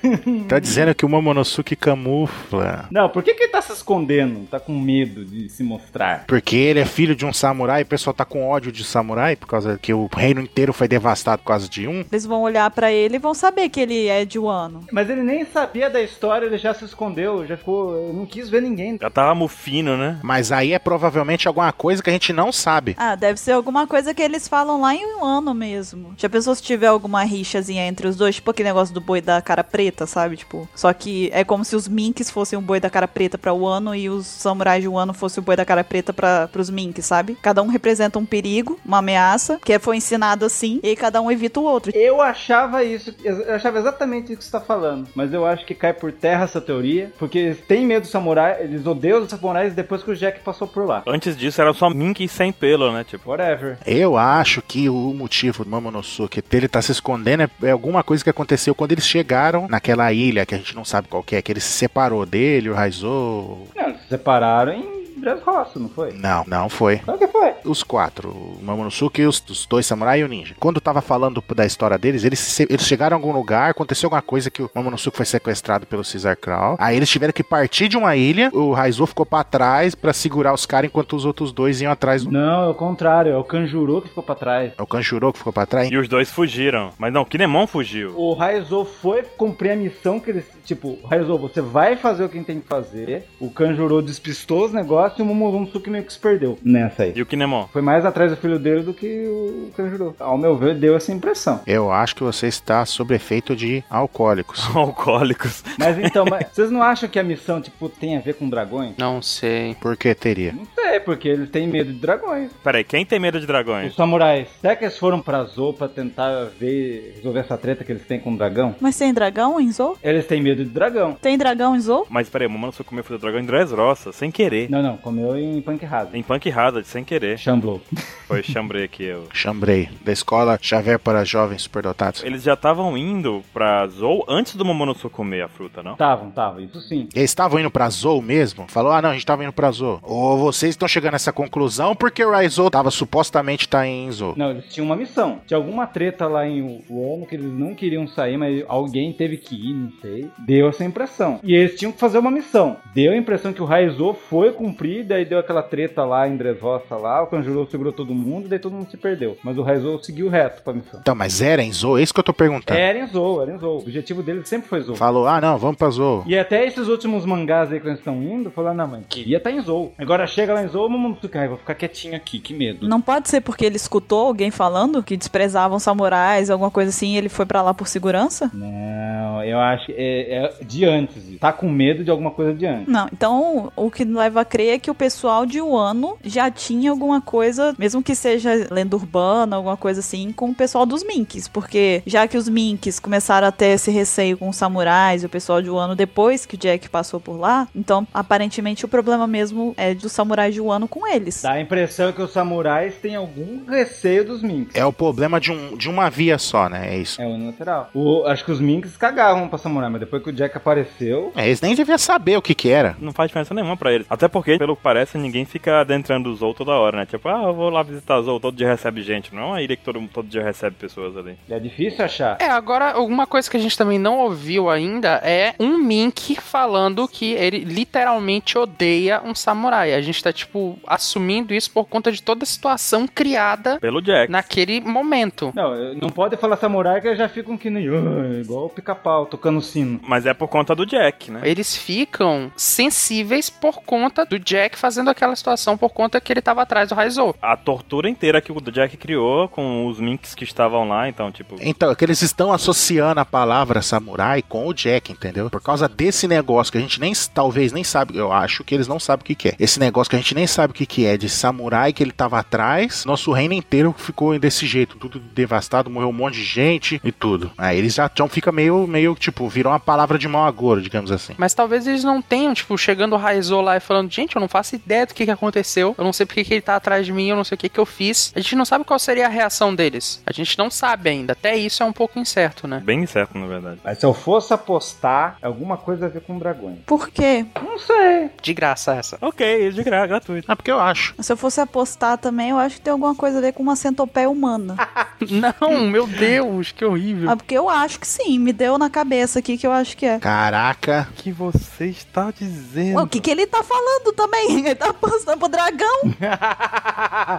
Speaker 3: tá dizendo que o Momonosuke camufla.
Speaker 1: Não, por que, que ele tá se escondendo? Tá com medo de se mostrar.
Speaker 3: Porque ele é filho de um samurai, o pessoal tá com ódio de samurai, por causa que o reino inteiro foi devastado por causa de um.
Speaker 2: Eles vão olhar pra ele e vão saber que ele é de Wano.
Speaker 1: Mas ele nem sabia da história, ele já se escondeu, já ficou. Não quis ver ninguém.
Speaker 5: Já tava mufino, né?
Speaker 3: Mas aí é provavelmente alguma coisa que a gente não sabe.
Speaker 2: Ah, deve ser alguma coisa que eles falam lá em Wano mesmo. Já pensou se tiver alguma rixazinha entre os dois? Tipo aquele negócio do boi da cara preta, sabe? Tipo, só que é como se os minks fossem o boi da cara preta pra Wano e os samurais de Wano fossem o boi da cara preta pra, pros minks, sabe? Cada um representa um perigo, uma ameaça, que foi ensinado assim, e aí cada um evita o outro.
Speaker 1: Eu achava isso, eu achava exatamente isso que você tá falando. Mas eu acho que cai por terra essa teoria, porque eles têm medo do samurai, eles odeiam os samurais depois que o Jack passou por lá.
Speaker 5: Antes disso era só mink sem pelo, né? Tipo,
Speaker 1: Whatever.
Speaker 3: Eu acho que o motivo do Momonosuke dele tá se escondendo é- é alguma coisa que aconteceu quando eles chegaram naquela ilha, que a gente não sabe qual que é, que ele se separou dele, o Raizou.
Speaker 1: Não, eles se separaram em Dressrosa, não foi?
Speaker 3: Não, não foi.
Speaker 1: Sabe o que foi?
Speaker 3: Os quatro, o Momonosuke, os, os dois samurai e o ninja. Quando tava falando da história deles, eles, se- eles chegaram a algum lugar, aconteceu alguma coisa que o Momonosuke foi sequestrado pelo Caesar Crow. Aí eles tiveram que partir de uma ilha, o Raizou ficou pra trás pra segurar os caras enquanto os outros dois iam atrás do.
Speaker 1: Não, é o contrário, é o Kanjuro que ficou pra trás.
Speaker 3: É o Kanjuro que ficou pra trás.
Speaker 5: E os dois fugiram. Mas não, Kinemon fugiu.
Speaker 1: O Raizou foi cumprir a missão que eles. Tipo, Raizou, você vai fazer o que tem que fazer. O Kanjuro despistou os negócios e o Momonosuke meio que se perdeu nessa aí.
Speaker 5: E o Kinemon? [LAUGHS]
Speaker 1: Foi mais atrás do filho dele do que o Kanjuro. Ao meu ver, deu essa impressão.
Speaker 3: Eu acho que você está sob efeito de alcoólicos.
Speaker 5: Alcoólicos.
Speaker 1: Mas então, mas vocês não acham que a missão, tipo, tem a ver com dragões?
Speaker 4: Não sei.
Speaker 3: Por que teria?
Speaker 1: Não sei, porque eles têm medo de dragões.
Speaker 5: Peraí, quem tem medo de dragões?
Speaker 1: Os samurais. Será que eles foram pra Zou pra tentar ver, resolver essa treta que eles têm com o dragão?
Speaker 2: Mas tem dragão em Zou?
Speaker 1: Eles têm medo de dragão.
Speaker 2: Tem dragão em Zou?
Speaker 5: Mas peraí, o Momonosuke comeu fruta do dragão em Dressrosa, sem querer.
Speaker 1: Não, não, comeu em Punk Hazard.
Speaker 5: Em Punk Hazard, sem querer.
Speaker 1: Shamblow.
Speaker 5: Foi chambrei aqui eu.
Speaker 3: Chambrei, da escola Xavier para Jovens Superdotados.
Speaker 5: Eles já estavam indo pra Zou antes do Momonosuke comer a fruta, não?
Speaker 1: Tavam, tavam, isso sim.
Speaker 3: Eles estavam indo pra Zou mesmo? Falou, ah não, a gente tava indo pra Zou. Ou vocês estão chegando a essa conclusão porque o Raizou tava supostamente tá em Zou.
Speaker 1: Não, eles tinham uma missão. Tinha alguma treta lá em Wano que eles não queriam sair, mas alguém teve que ir, não sei. Deu essa impressão. E eles tinham que fazer uma missão. Deu a impressão que o Raizou foi cumprir, daí deu aquela treta lá em Dressrosa lá, o Kanjuro segurou todo mundo, daí todo mundo se perdeu. Mas o Raizou seguiu reto pra missão.
Speaker 3: Então, mas era em Zou? É isso que eu tô perguntando.
Speaker 1: Era em Zou, era em Zou. O objetivo dele sempre foi Zou.
Speaker 3: Falou, ah não, vamos pra Zou.
Speaker 1: E até esses últimos mangás aí que eles estão indo, falaram, não, mas queria estar em Zou. tá Agora chega lá em ou o Momonosuke, ai, vou ficar quietinho aqui, que medo.
Speaker 2: Não pode ser porque ele escutou alguém falando que desprezavam samurais, alguma coisa assim, e ele foi pra lá por segurança?
Speaker 1: Não, eu acho que é, é de antes. isso. Tá com medo de alguma coisa de antes.
Speaker 2: Não, então o que leva a crer é que o pessoal de Wano já tinha alguma coisa, mesmo que seja lenda urbana, alguma coisa assim, com o pessoal dos Minks, porque já que os Minks começaram a ter esse receio com os samurais e o pessoal de Wano depois que o Jack passou por lá, então aparentemente o problema mesmo é dos samurais de Wano com eles.
Speaker 1: Dá a impressão que os samurais têm algum receio dos minks.
Speaker 3: É o problema de, um, de uma via só, né? É isso.
Speaker 1: É unilateral. O, acho que os minks cagavam pra samurai, mas depois que o Jack apareceu,
Speaker 3: É, eles nem deviam saber o que que era.
Speaker 5: Não faz diferença nenhuma pra eles. Até porque, pelo que parece, ninguém fica adentrando o Zou toda hora, né? Tipo, ah, eu vou lá visitar o Zou, todo dia recebe gente. Não é uma ilha que todo, todo dia recebe pessoas ali.
Speaker 1: é difícil achar.
Speaker 4: É, agora, alguma coisa que a gente também não ouviu ainda é um Mink falando que ele literalmente odeia um samurai. A gente tá, tipo, assumindo isso por conta de toda a situação criada
Speaker 5: Pelo Jack.
Speaker 4: naquele momento.
Speaker 1: Não, eu- não pode falar samurai que eles já ficam que nem "Ah", igual o pica-pau tocando sino.
Speaker 5: Mas é por conta do Jack, né?
Speaker 4: Eles ficam sensíveis por conta do Jack fazendo aquela situação, por conta que ele tava atrás do Raizou.
Speaker 5: A tortura inteira que o Jack criou com os minks que estavam lá, então, tipo.
Speaker 3: Então, é que eles estão associando a palavra samurai com o Jack, entendeu? Por causa desse negócio que a gente nem, talvez nem sabe, eu acho que eles não sabem o que, que é. Esse negócio que a gente nem sabe o que, que é de samurai que ele tava atrás, nosso reino inteiro ficou desse jeito, tudo devastado, morreu um monte de gente e tudo. Aí eles já então fica meio, meio tipo, virou uma palavra de mau agouro, digamos assim.
Speaker 4: Mas talvez eles não tenham, tipo, chegando o Raizou lá e falando, gente, eu não faço ideia do que, que aconteceu, eu não sei porque que ele tá atrás de mim, eu não sei o que, que eu fiz. A gente não sabe qual seria a reação deles. A gente não sabe ainda. Até isso é um pouco incerto, né?
Speaker 5: Bem certo, na verdade.
Speaker 1: Mas se eu fosse apostar, alguma coisa a ver com dragões.
Speaker 2: Por quê?
Speaker 1: Não sei.
Speaker 4: De graça essa.
Speaker 5: Ok, isso de graça, gratuito.
Speaker 3: É porque eu acho.
Speaker 2: Se eu fosse apostar também, eu acho que tem alguma coisa a ver com uma centopeia humana.
Speaker 4: [LAUGHS] Não, meu Deus, que horrível.
Speaker 2: Ah, porque eu acho que sim, me deu na cabeça aqui que eu acho que é.
Speaker 3: Caraca.
Speaker 5: O que você está dizendo?
Speaker 2: Ué, o que, que ele tá falando também? [LAUGHS] Ele tá apostando pro dragão?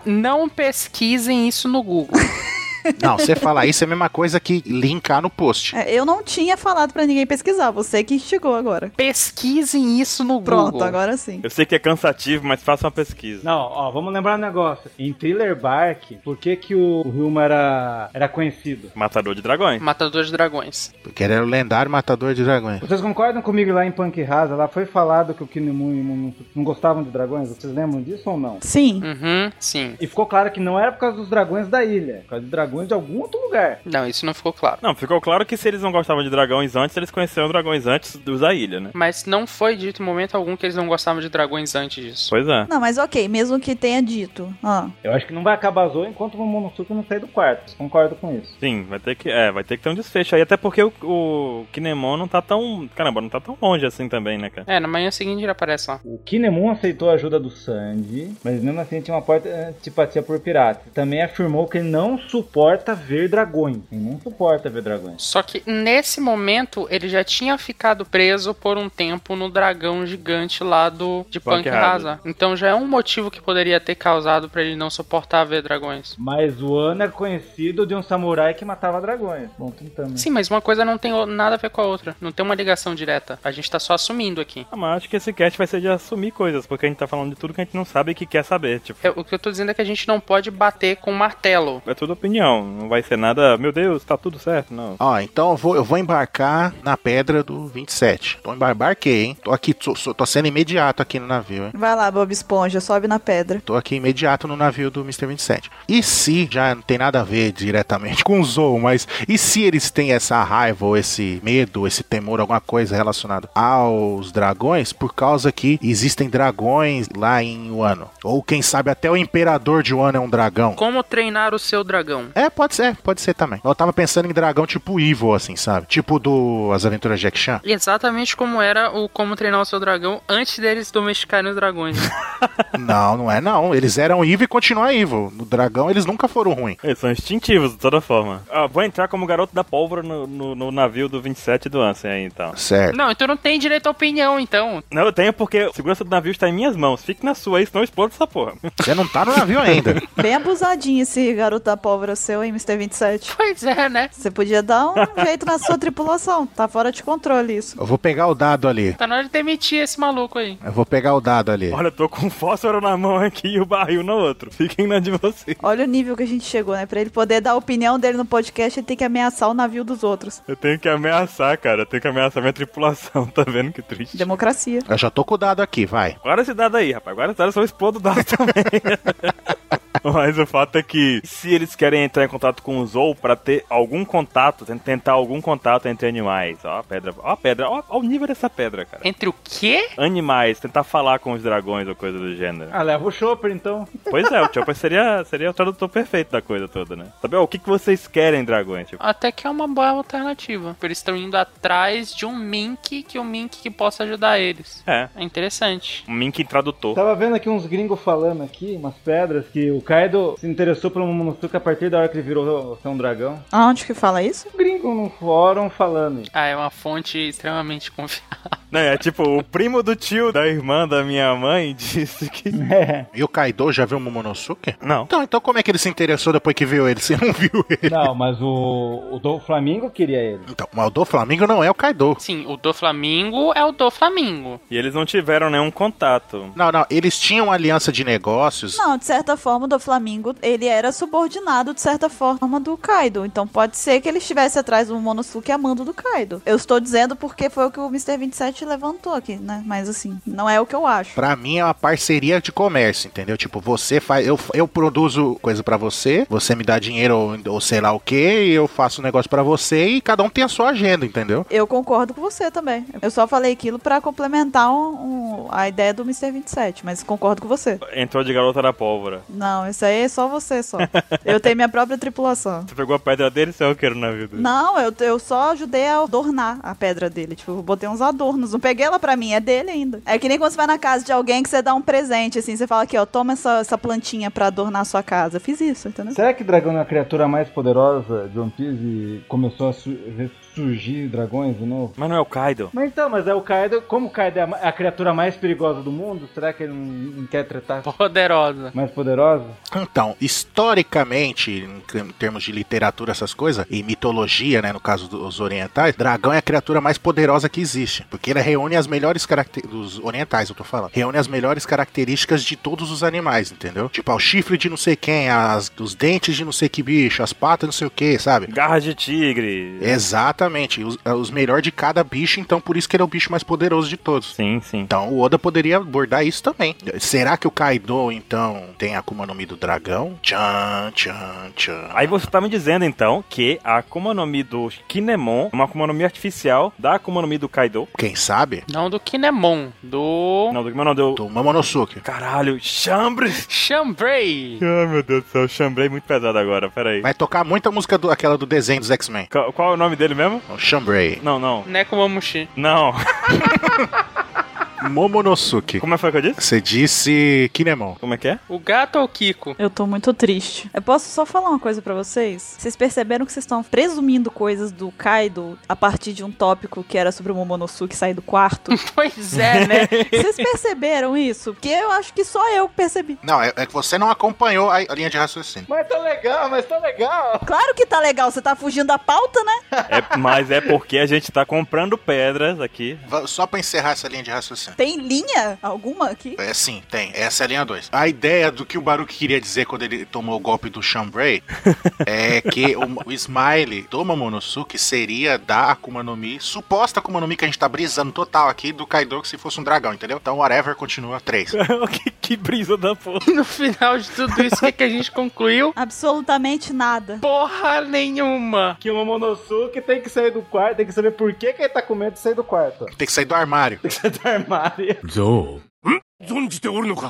Speaker 4: Não pesquisem isso no Google.
Speaker 3: Não, você falar isso é a mesma coisa que linkar no post.
Speaker 2: É, eu não tinha falado pra ninguém pesquisar, você que instigou agora.
Speaker 4: Pesquisem isso no
Speaker 2: Pronto,
Speaker 4: Google.
Speaker 2: agora sim.
Speaker 5: Eu sei que é cansativo, mas faça uma pesquisa.
Speaker 1: Não, ó, vamos lembrar um negócio. Em Thriller Bark, por que que o Ryuma era, era conhecido?
Speaker 5: Matador de dragões.
Speaker 4: Matador de dragões.
Speaker 3: Porque ele era o lendário matador de dragões.
Speaker 1: Vocês concordam comigo lá em Punk Rasa? Lá foi falado que o Kinemon e o Momonosuke não gostavam de dragões? Vocês lembram disso ou não?
Speaker 2: Sim.
Speaker 4: Uhum, sim.
Speaker 1: E ficou claro que não era por causa dos dragões da ilha, por causa de dragões de algum outro lugar.
Speaker 4: Não, isso não ficou claro.
Speaker 5: Não, ficou claro que se eles não gostavam de dragões antes, eles conheceram dragões antes dos da ilha, né?
Speaker 4: Mas não foi dito em momento algum que eles não gostavam de dragões antes disso.
Speaker 5: Pois é.
Speaker 2: Não, mas ok, mesmo que tenha dito. Ah,
Speaker 1: Eu acho que não vai acabar Zou enquanto o Momonosuke não sair do quarto. Vocês concordam com isso?
Speaker 5: Sim, vai ter que. É, vai ter que ter um desfecho aí. Até porque o, o Kinemon não tá tão. Caramba, não tá tão longe assim também, né, cara?
Speaker 4: É, na manhã seguinte ele aparece lá.
Speaker 1: O Kinemon aceitou a ajuda do Sandy, mas mesmo assim tinha uma porta antipatia por pirata. Também afirmou que ele não suporta ver dragões. Ele não suporta ver dragões.
Speaker 4: Só que nesse momento ele já tinha ficado preso por um tempo no dragão gigante lá do de
Speaker 5: Punk
Speaker 4: Punk Hazard. Então já é um motivo que poderia ter causado pra ele não suportar ver dragões.
Speaker 1: Mas o Ano é conhecido de um samurai que matava dragões. Bom, tentando.
Speaker 4: Sim, mas uma coisa não tem o- nada a ver com a outra. Não tem uma ligação direta. A gente tá só assumindo aqui.
Speaker 5: Ah, mas acho que esse cast vai ser de assumir coisas, porque a gente tá falando de tudo que a gente não sabe e que quer saber. Tipo,
Speaker 4: É, o que eu tô dizendo é que a gente não pode bater com martelo.
Speaker 5: é tudo opinião. Não vai ser nada, meu Deus, tá tudo certo, não.
Speaker 3: Ó, então eu vou, eu vou embarcar na pedra do 27. Tô Então, embarquei, hein? Tô aqui, tô, sou- tô sendo imediato aqui no navio, hein?
Speaker 2: vai lá, Bob Esponja, sobe na pedra.
Speaker 3: Tô aqui imediato no navio do Mr. 27. E se, já não tem nada a ver diretamente [LAUGHS] com o Zou, mas e se eles têm essa raiva ou esse medo, esse temor, alguma coisa relacionada aos dragões, por causa que existem dragões lá em Wano? Ou quem sabe até o imperador de Wano é um dragão?
Speaker 4: Como treinar o seu dragão?
Speaker 3: É, pode ser, pode ser também. Eu tava pensando em dragão tipo Evil, assim, sabe? Tipo do As Aventuras de Jack Chan.
Speaker 4: Exatamente como era o como treinar o seu dragão antes deles domesticarem os dragões.
Speaker 3: Não, não é não. Eles eram evil e continuam evil. No dragão eles nunca foram ruins.
Speaker 5: Eles são instintivos, de toda forma. Ah, vou entrar como garoto da pólvora no, no, no navio do 27 do Ansem aí, então.
Speaker 3: Certo.
Speaker 4: não, então não tem direito à opinião, então.
Speaker 5: Não, eu tenho porque a segurança do navio está em minhas mãos. Fique na sua aí, senão eu explodo essa porra.
Speaker 3: Você não tá no navio ainda.
Speaker 2: Bem abusadinho esse garoto da pólvora aconteceu, hein, Mr. 27?
Speaker 4: Pois é, né?
Speaker 2: Você podia dar um jeito na sua tripulação. Tá fora de controle isso.
Speaker 3: Eu vou pegar o dado ali.
Speaker 4: Tá na hora de demitir esse maluco aí.
Speaker 3: Eu vou pegar o dado ali.
Speaker 5: Olha, eu tô com um fósforo na mão aqui e o barril no outro. Fiquem na de vocês.
Speaker 2: Olha o nível que a gente chegou, né? Pra ele poder dar a opinião dele no podcast, ele tem que ameaçar o navio dos outros.
Speaker 5: Eu tenho que ameaçar, cara. Eu tenho que ameaçar minha tripulação. [LAUGHS] Tá vendo que triste?
Speaker 2: Democracia.
Speaker 3: Eu já tô com o dado aqui, vai.
Speaker 5: Guarda esse dado aí, rapaz. Guarda esse dado, só explodo o dado [LAUGHS] também. Mas o fato é que, se eles querem entrar em contato com o Zou pra ter algum contato, ten- tentar algum contato entre animais. Ó a pedra, ó a pedra, ó, ó o nível dessa pedra, cara.
Speaker 4: Entre o quê?
Speaker 5: Animais, tentar falar com os dragões ou coisa do gênero.
Speaker 1: Ah, leva o Chopper então.
Speaker 5: Pois é, o Chopper seria, seria o tradutor perfeito da coisa toda, né? Saber ó, o que, que vocês querem, dragões? Tipo,
Speaker 4: Até que é uma boa alternativa. porque Eles estão indo atrás de um Mink que o Mink que possa ajudar eles.
Speaker 5: é,
Speaker 4: É interessante.
Speaker 5: um Mink tradutor.
Speaker 1: Tava vendo aqui uns gringos falando aqui, umas pedras, que o Kaido se interessou pelo Momonosuke a partir da hora que ele virou ser um dragão.
Speaker 2: Aonde que fala isso?
Speaker 1: Um gringo no fórum falando.
Speaker 4: Ah, é uma fonte extremamente confiável.
Speaker 5: Não, é tipo, o primo do tio da irmã da minha mãe [LAUGHS] disse que.
Speaker 1: É.
Speaker 3: E o Kaido já viu o Momonosuke?
Speaker 5: Não.
Speaker 3: Então, então como é que ele se interessou depois que viu ele? Você não viu ele?
Speaker 1: Não, mas o, o do Flamingo queria ele.
Speaker 3: Então, mas o do Flamengo não é o Kaido.
Speaker 4: Sim, o do Flamingo é o do Flamingo.
Speaker 5: E eles não tiveram nenhum contato.
Speaker 3: Não, não, eles tinham aliança de negócios.
Speaker 2: Não, de certa forma, o do Flamingo, ele era subordinado, de certa forma, do Kaido. Então pode ser que ele estivesse atrás do Monosuke amando do Kaido. Eu estou dizendo porque foi o que o Mr. 27 levantou aqui, né? Mas assim, não é o que eu acho.
Speaker 3: Pra mim é uma parceria de comércio, entendeu? Tipo, você faz. Eu, eu produzo coisa pra você, você me dá dinheiro ou, ou sei lá o quê, e eu faço um negócio pra você e cada um tem a sua agenda, entendeu?
Speaker 2: Eu concordo com você também. Eu só falei aquilo pra complementar um- um- a ideia do Mr. 27, mas concordo com você.
Speaker 5: Entrou de garota da pólvora.
Speaker 2: Não, isso aí é só você só. Eu tenho minha própria tripulação.
Speaker 5: Você pegou a pedra dele, você é o que era na vida.
Speaker 2: Não, eu, eu só ajudei a adornar a pedra dele. Tipo, eu botei uns adornos. Não peguei ela pra mim, é dele ainda. É que nem quando você vai na casa de alguém que você dá um presente, assim. Você fala aqui, ó, toma essa, essa plantinha pra adornar a sua casa. Eu fiz isso, entendeu?
Speaker 1: Será que dragão é a criatura mais poderosa de One Piece e começou a su- surgir dragões de novo?
Speaker 5: Mas não é o Kaido.
Speaker 1: Mas então, mas é o Kaido. Como o Kaido é a ma- a criatura mais perigosa do mundo, será que ele não, não quer tratar
Speaker 4: Poderosa.
Speaker 1: mais poderosa?
Speaker 3: Então, historicamente, em cre- em termos de literatura, essas coisas, e mitologia, né, no caso dos orientais, dragão é a criatura mais poderosa que existe. Porque ele reúne as melhores características. Dos orientais, eu tô falando. Reúne as melhores características de todos os animais, entendeu? Tipo, ah, o chifre de não sei quem, as, os dentes de não sei que bicho, as patas de não sei o que, sabe?
Speaker 5: Garra de tigre.
Speaker 3: Exatamente. Os, ah, os melhores de cada bicho, então por isso que ele é o bicho mais poderoso de todos.
Speaker 5: Sim, sim.
Speaker 3: Então o Oda poderia abordar isso também. Será que o Kaido, então, tem a Akuma no Mi do dragão? Tchan, tchan, tchan.
Speaker 5: Aí você tá me dizendo então que a Akuma no Mi do Kinemon é uma Akuma no Mi artificial da Akuma no Mi do Kaido.
Speaker 3: Quem sabe?
Speaker 4: Não do Kinemon, do.
Speaker 5: Não, do meu não deu.
Speaker 3: Do Momonosuke.
Speaker 5: Caralho, chambre!
Speaker 4: Chambray.
Speaker 5: Ai meu Deus do céu, chambrei muito pesado agora, peraí.
Speaker 3: Vai tocar muita música do, aquela do desenho dos X-Men.
Speaker 5: Qual, qual é o nome dele mesmo?
Speaker 3: O Chambray.
Speaker 5: Não, não.
Speaker 4: Né, Nekomamushi.
Speaker 5: Não.
Speaker 3: Momonosuke.
Speaker 5: Como é que foi que eu disse?
Speaker 3: Você disse Kinemon.
Speaker 5: Como é que é?
Speaker 4: O gato ou o Kiko?
Speaker 2: Eu tô muito triste. Eu posso só falar uma coisa pra vocês? Vocês perceberam que vocês estão presumindo coisas do Kaido a partir de um tópico que era sobre o Momonosuke sair do [LAUGHS] quarto?
Speaker 4: [LAUGHS] Pois é, [LAUGHS] né?
Speaker 2: vocês perceberam isso? Porque eu acho que só eu percebi.
Speaker 3: Não, é, é que você não acompanhou a, a linha de raciocínio.
Speaker 1: Mas tá legal, mas tá legal.
Speaker 2: Claro que tá legal, você tá fugindo da pauta, né?
Speaker 5: É- mas é porque a gente tá comprando pedras [LAUGHS] aqui.
Speaker 3: Va- Só pra encerrar essa linha de raciocínio.
Speaker 2: Tem linha alguma aqui?
Speaker 3: É sim, tem. Essa é a linha 2. A ideia do que o Baruch queria dizer quando ele tomou o golpe
Speaker 1: [LAUGHS]
Speaker 3: do Chambray é que o, o Smile do Momonosuke seria da Akuma no Mi, suposta Akuma no Mi que a gente tá brisando total aqui, do Kaido que se fosse um dragão, entendeu? Então, whatever, continua
Speaker 1: [LAUGHS]
Speaker 3: 3.
Speaker 5: que, que brisa da porra.
Speaker 4: No final de tudo isso, o que, que a gente concluiu?
Speaker 2: Absolutamente nada.
Speaker 4: Porra nenhuma.
Speaker 1: Que o Momonosuke tem que sair do quarto, tem que saber por que, que ele tá com medo de sair do quarto.
Speaker 3: Tem que sair do armário.
Speaker 1: [LAUGHS] Do armário.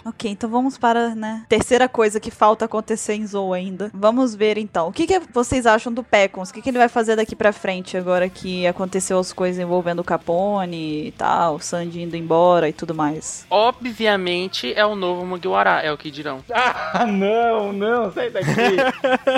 Speaker 2: Ok, então vamos para, né? Terceira coisa que falta acontecer em Zou ainda. Vamos ver então. O que, que vocês acham do Pecons? O que, que ele vai fazer daqui pra frente agora que aconteceu as coisas envolvendo o Capone e tal, o Sandy indo embora e tudo mais?
Speaker 4: Obviamente é o novo Mugiwara, é o que dirão.
Speaker 1: Ah, não, não, sai daqui.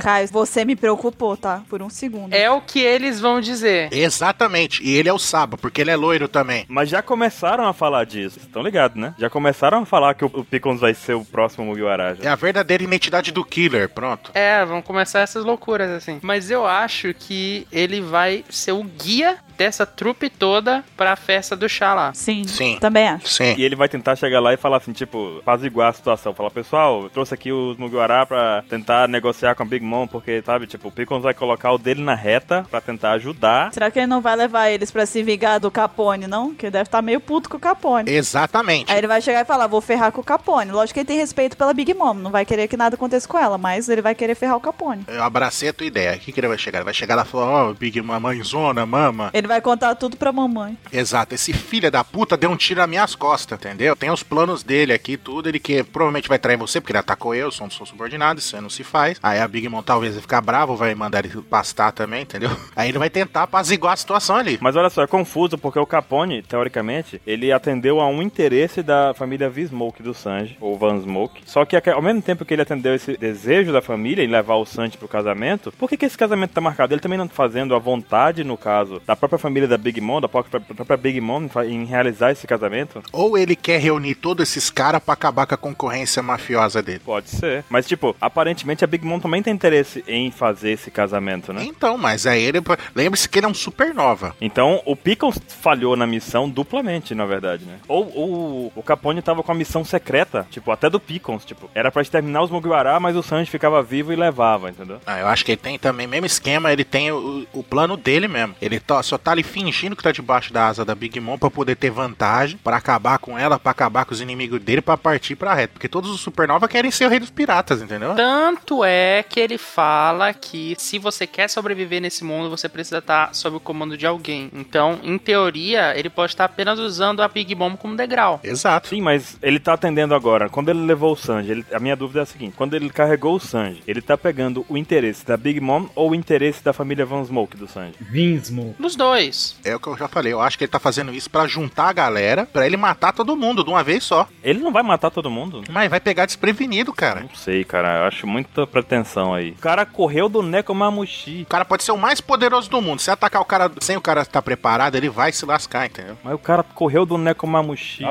Speaker 2: Caio, você me preocupou, tá? Por um segundo.
Speaker 4: É o que eles vão dizer.
Speaker 3: Exatamente. E ele é o Saba, porque ele é loiro também.
Speaker 5: Mas já começaram a falar disso. Estão ligados, né? Já começaram a falar que o- o Pickles vai ser o próximo Mugiwara.
Speaker 3: É
Speaker 5: já.
Speaker 3: a verdadeira identidade do killer, pronto.
Speaker 4: É, vão começar essas loucuras assim. Mas eu acho que ele vai ser o guia dessa trupe toda pra festa do chá lá.
Speaker 2: Sim,
Speaker 3: Sim.
Speaker 2: também acho.
Speaker 3: Sim.
Speaker 5: E ele vai tentar chegar lá e falar assim, tipo, faz igual a situação. Falar, pessoal, eu trouxe aqui os Mugiwara pra tentar negociar com a Big Mom, porque, sabe, tipo, o Pickles vai colocar o dele na reta pra tentar ajudar.
Speaker 2: Será que ele não vai levar eles pra se vingar do Capone, não? Que ele deve estar meio puto com o
Speaker 1: é
Speaker 2: Capone.
Speaker 3: Exatamente.
Speaker 2: Aí ele vai chegar e falar, vou ferrar com o Capone. Lógico que ele tem respeito pela Big Mom, não vai querer que nada aconteça com ela, mas ele vai querer ferrar o Capone.
Speaker 3: Eu abracei a tua ideia. O que, que ele vai chegar? Ele vai chegar lá e falar, ó, Big Mamãezona, mama.
Speaker 2: Ele vai contar tudo pra mamãe.
Speaker 3: Exato, esse filho da puta deu um tiro nas minhas costas, entendeu? Tem os planos dele aqui, tudo. Ele que provavelmente vai trair você, porque ele atacou eu, sou um sou subordinado, isso aí não se faz. Aí a Big Mom talvez vai ficar bravo, vai mandar ele pastar também, entendeu? [LAUGHS] Aí ele vai tentar apaziguar a situação ali.
Speaker 5: Mas olha só, é confuso porque o Capone, teoricamente, ele atendeu a um interesse da família V-Smoke do Sanji, ou Van Smoke. Só que aque- ao mesmo tempo que ele atendeu esse desejo da família em levar o Sanji pro casamento, por que, que esse casamento tá marcado? Ele também não tá fazendo a vontade, no caso, da própria família da Big Mom, da própria, da própria Big Mom em fa- em realizar esse casamento?
Speaker 3: Ou ele quer reunir todos esses caras pra acabar com a concorrência mafiosa dele.
Speaker 5: Pode ser. Mas, tipo, aparentemente a Big Mom também tem interesse em fazer esse casamento, né?
Speaker 3: Então, mas aí ele. Lembre-se que ele é um supernova.
Speaker 5: Então, o Pickles falhou na missão duplamente, na verdade, né? Ou, ou o Capone tava com a missão secreta, tipo, até do Pickles, tipo. Era pra exterminar os Mugiwara, mas o Sanji ficava vivo e levava, entendeu?
Speaker 3: Ah, eu acho que ele tem também mesmo esquema, ele tem o, o plano dele mesmo. Ele tá- só tá ali fingindo que tá debaixo da asa da Big Mom pra poder ter vantagem, pra acabar com ela, pra acabar com os inimigos dele, pra partir pra reta. Porque todos os Supernova querem ser o rei dos piratas, entendeu?
Speaker 4: Tanto é que ele fala que se você quer sobreviver nesse mundo, você precisa estar sob o comando de alguém. Então, em teoria, ele pode estar apenas usando a Big Bomb como degrau.
Speaker 3: Exato.
Speaker 5: Sim, mas ele tá atendendo agora. Quando ele levou o Sanji, ele- a minha dúvida é a seguinte: quando ele carregou o Sanji, ele tá pegando o interesse da Big Mom ou o interesse da família Van Smoke do Sanji?
Speaker 1: Vinsmo.
Speaker 4: Dos dois.
Speaker 3: É o que eu já falei, eu acho que ele tá fazendo isso pra juntar a galera, pra ele matar todo mundo de uma vez só.
Speaker 5: Ele não vai matar todo mundo?
Speaker 3: Mas vai pegar desprevenido, cara.
Speaker 5: Não sei, cara. Eu acho muita pretensão aí. O cara correu do Nekomamushi.
Speaker 3: O cara pode ser o mais poderoso do mundo. Se atacar o cara sem o cara estar preparado, ele vai se lascar, entendeu?
Speaker 5: Mas o cara correu do Nekomamushi.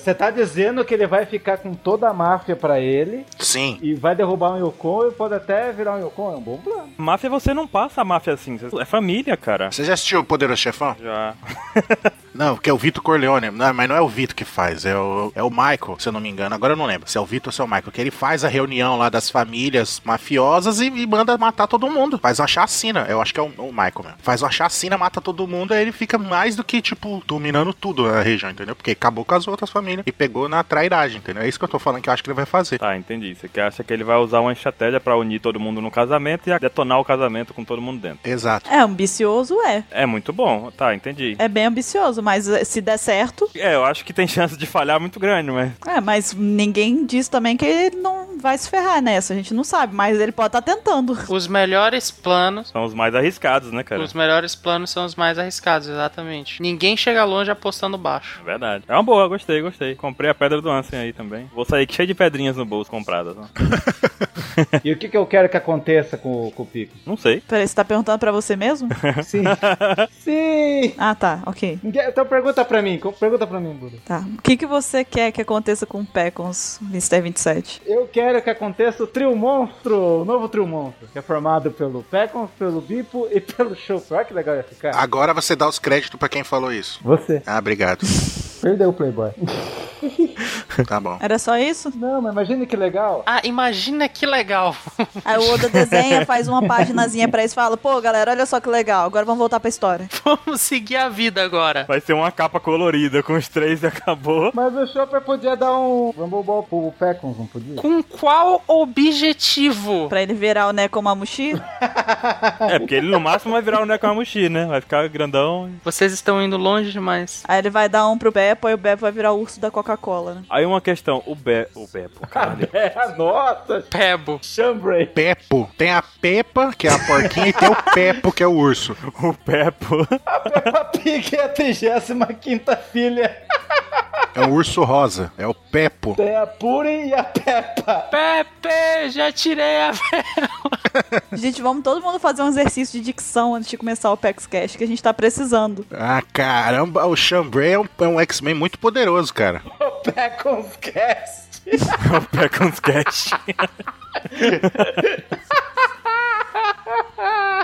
Speaker 1: Você tá dizendo que ele vai ficar com toda a máfia pra ele
Speaker 3: Sim.
Speaker 1: e vai derrubar um Yokon e pode até virar um Yokon? É um bom plano.
Speaker 5: Máfia, você não passa a máfia assim. Você- É família, cara.
Speaker 3: Você já assistiu o Poderoso Chefão?
Speaker 5: Já.
Speaker 3: Não, porque é o Vitor Corleone. Não, mas não é o Vitor que faz, é o, é o Michael, se eu não me engano. Agora eu não lembro se é o Vitor ou se é o Michael. Que ele faz a reunião lá das famílias mafiosas e, e manda matar todo mundo. Faz uma chacina. Eu acho que é o, o Michael mesmo. Faz uma chacina, mata todo mundo. Aí ele fica mais do que, tipo, dominando tudo na região, entendeu? Porque acabou com as outras famílias e pegou na trairagem, entendeu? É isso que eu tô falando que eu acho que ele vai fazer.
Speaker 5: Tá, entendi. Você que acha que ele vai usar uma estratégia pra unir todo mundo no casamento e detonar o casamento com todo mundo dentro.
Speaker 3: Exato.
Speaker 2: É ambicioso, é.
Speaker 5: É muito bom. Tá, entendi.
Speaker 2: É bem ambicioso, mas eh, se der certo.
Speaker 5: É, eu acho que tem chance de falhar muito grande, mas.
Speaker 2: É, mas ninguém diz também que ele não vai se ferrar nessa. A gente não sabe, mas ele pode estar tentando.
Speaker 4: Os melhores planos.
Speaker 5: São os mais arriscados, né, cara?
Speaker 4: Os melhores planos são os mais arriscados, exatamente. Ninguém chega longe apostando baixo.
Speaker 5: É Verdade. É uma boa, gostei, gostei. Comprei a pedra do Ansem aí também. Vou sair cheio de pedrinhas no bolso compradas. né? ó.
Speaker 1: E o que, que eu quero que aconteça com, o- com o Pico?
Speaker 5: Não sei.
Speaker 2: Peraí, você tá perguntando pra você mesmo?
Speaker 1: Sim. Sim.
Speaker 2: Ah, tá, ok.
Speaker 1: Ninguém- Então pergunta pra mim. co- Pergunta pra mim, Buda.
Speaker 2: Tá. O que, que você quer que aconteça com o Pecons, Mr. 27?
Speaker 1: Eu quero que aconteça o trio monstro, o novo trio monstro, que é formado pelo Pecon, pelo Bipo e pelo Chopper. Olha que legal ia ficar.
Speaker 3: Agora você dá os créditos pra quem falou isso.
Speaker 1: Você.
Speaker 3: Ah, obrigado.
Speaker 1: Perdeu o Playboy.
Speaker 3: Tá bom.
Speaker 2: Era só isso?
Speaker 1: Não, mas imagine que legal.
Speaker 4: Ah, imagina que legal. [LAUGHS]
Speaker 2: Aí o Oda desenha, faz uma paginazinha pra isso e fala: pô, galera, olha só que legal, agora vamos voltar pra história.
Speaker 4: Vamos seguir a vida agora.
Speaker 5: Vai ser uma capa colorida com os três e acabou.
Speaker 1: Mas o Chopper podia dar um Rumble Ball pro Pecons, não podia?
Speaker 4: Com qual objetivo?
Speaker 2: Pra ele virar né, o Nekomamushi?
Speaker 5: É, porque ele no máximo vai virar o Nekomamushi, né? Vai ficar grandão.
Speaker 4: Vocês estão indo longe demais.
Speaker 2: Aí ele vai dar um pro Beppo e o Beppo vai virar o urso da Coca-Cola, né?
Speaker 5: Aí uma questão, o Be... O Beppo, caralho.
Speaker 1: É, nossa,
Speaker 4: Pebo.
Speaker 1: Chambray.
Speaker 3: Pepo. Tem a Pepa, que é a porquinha, e tem o Pepo, que é o urso.
Speaker 5: o Beppo.
Speaker 1: Peppa Pig é a 35 filha.
Speaker 3: É o urso rosa. É o Pepo.
Speaker 1: Tem a Purim e a Peppa.
Speaker 4: Pepe, já tirei a. [LAUGHS]
Speaker 2: Gente, vamos todo mundo fazer um exercício de dicção antes de começar o PEX Cash, que a gente tá precisando.
Speaker 3: Ah, caramba, o Chambray é um, é um X-Men muito poderoso, cara.
Speaker 1: O Peconscast.
Speaker 5: É o Pecans Cash.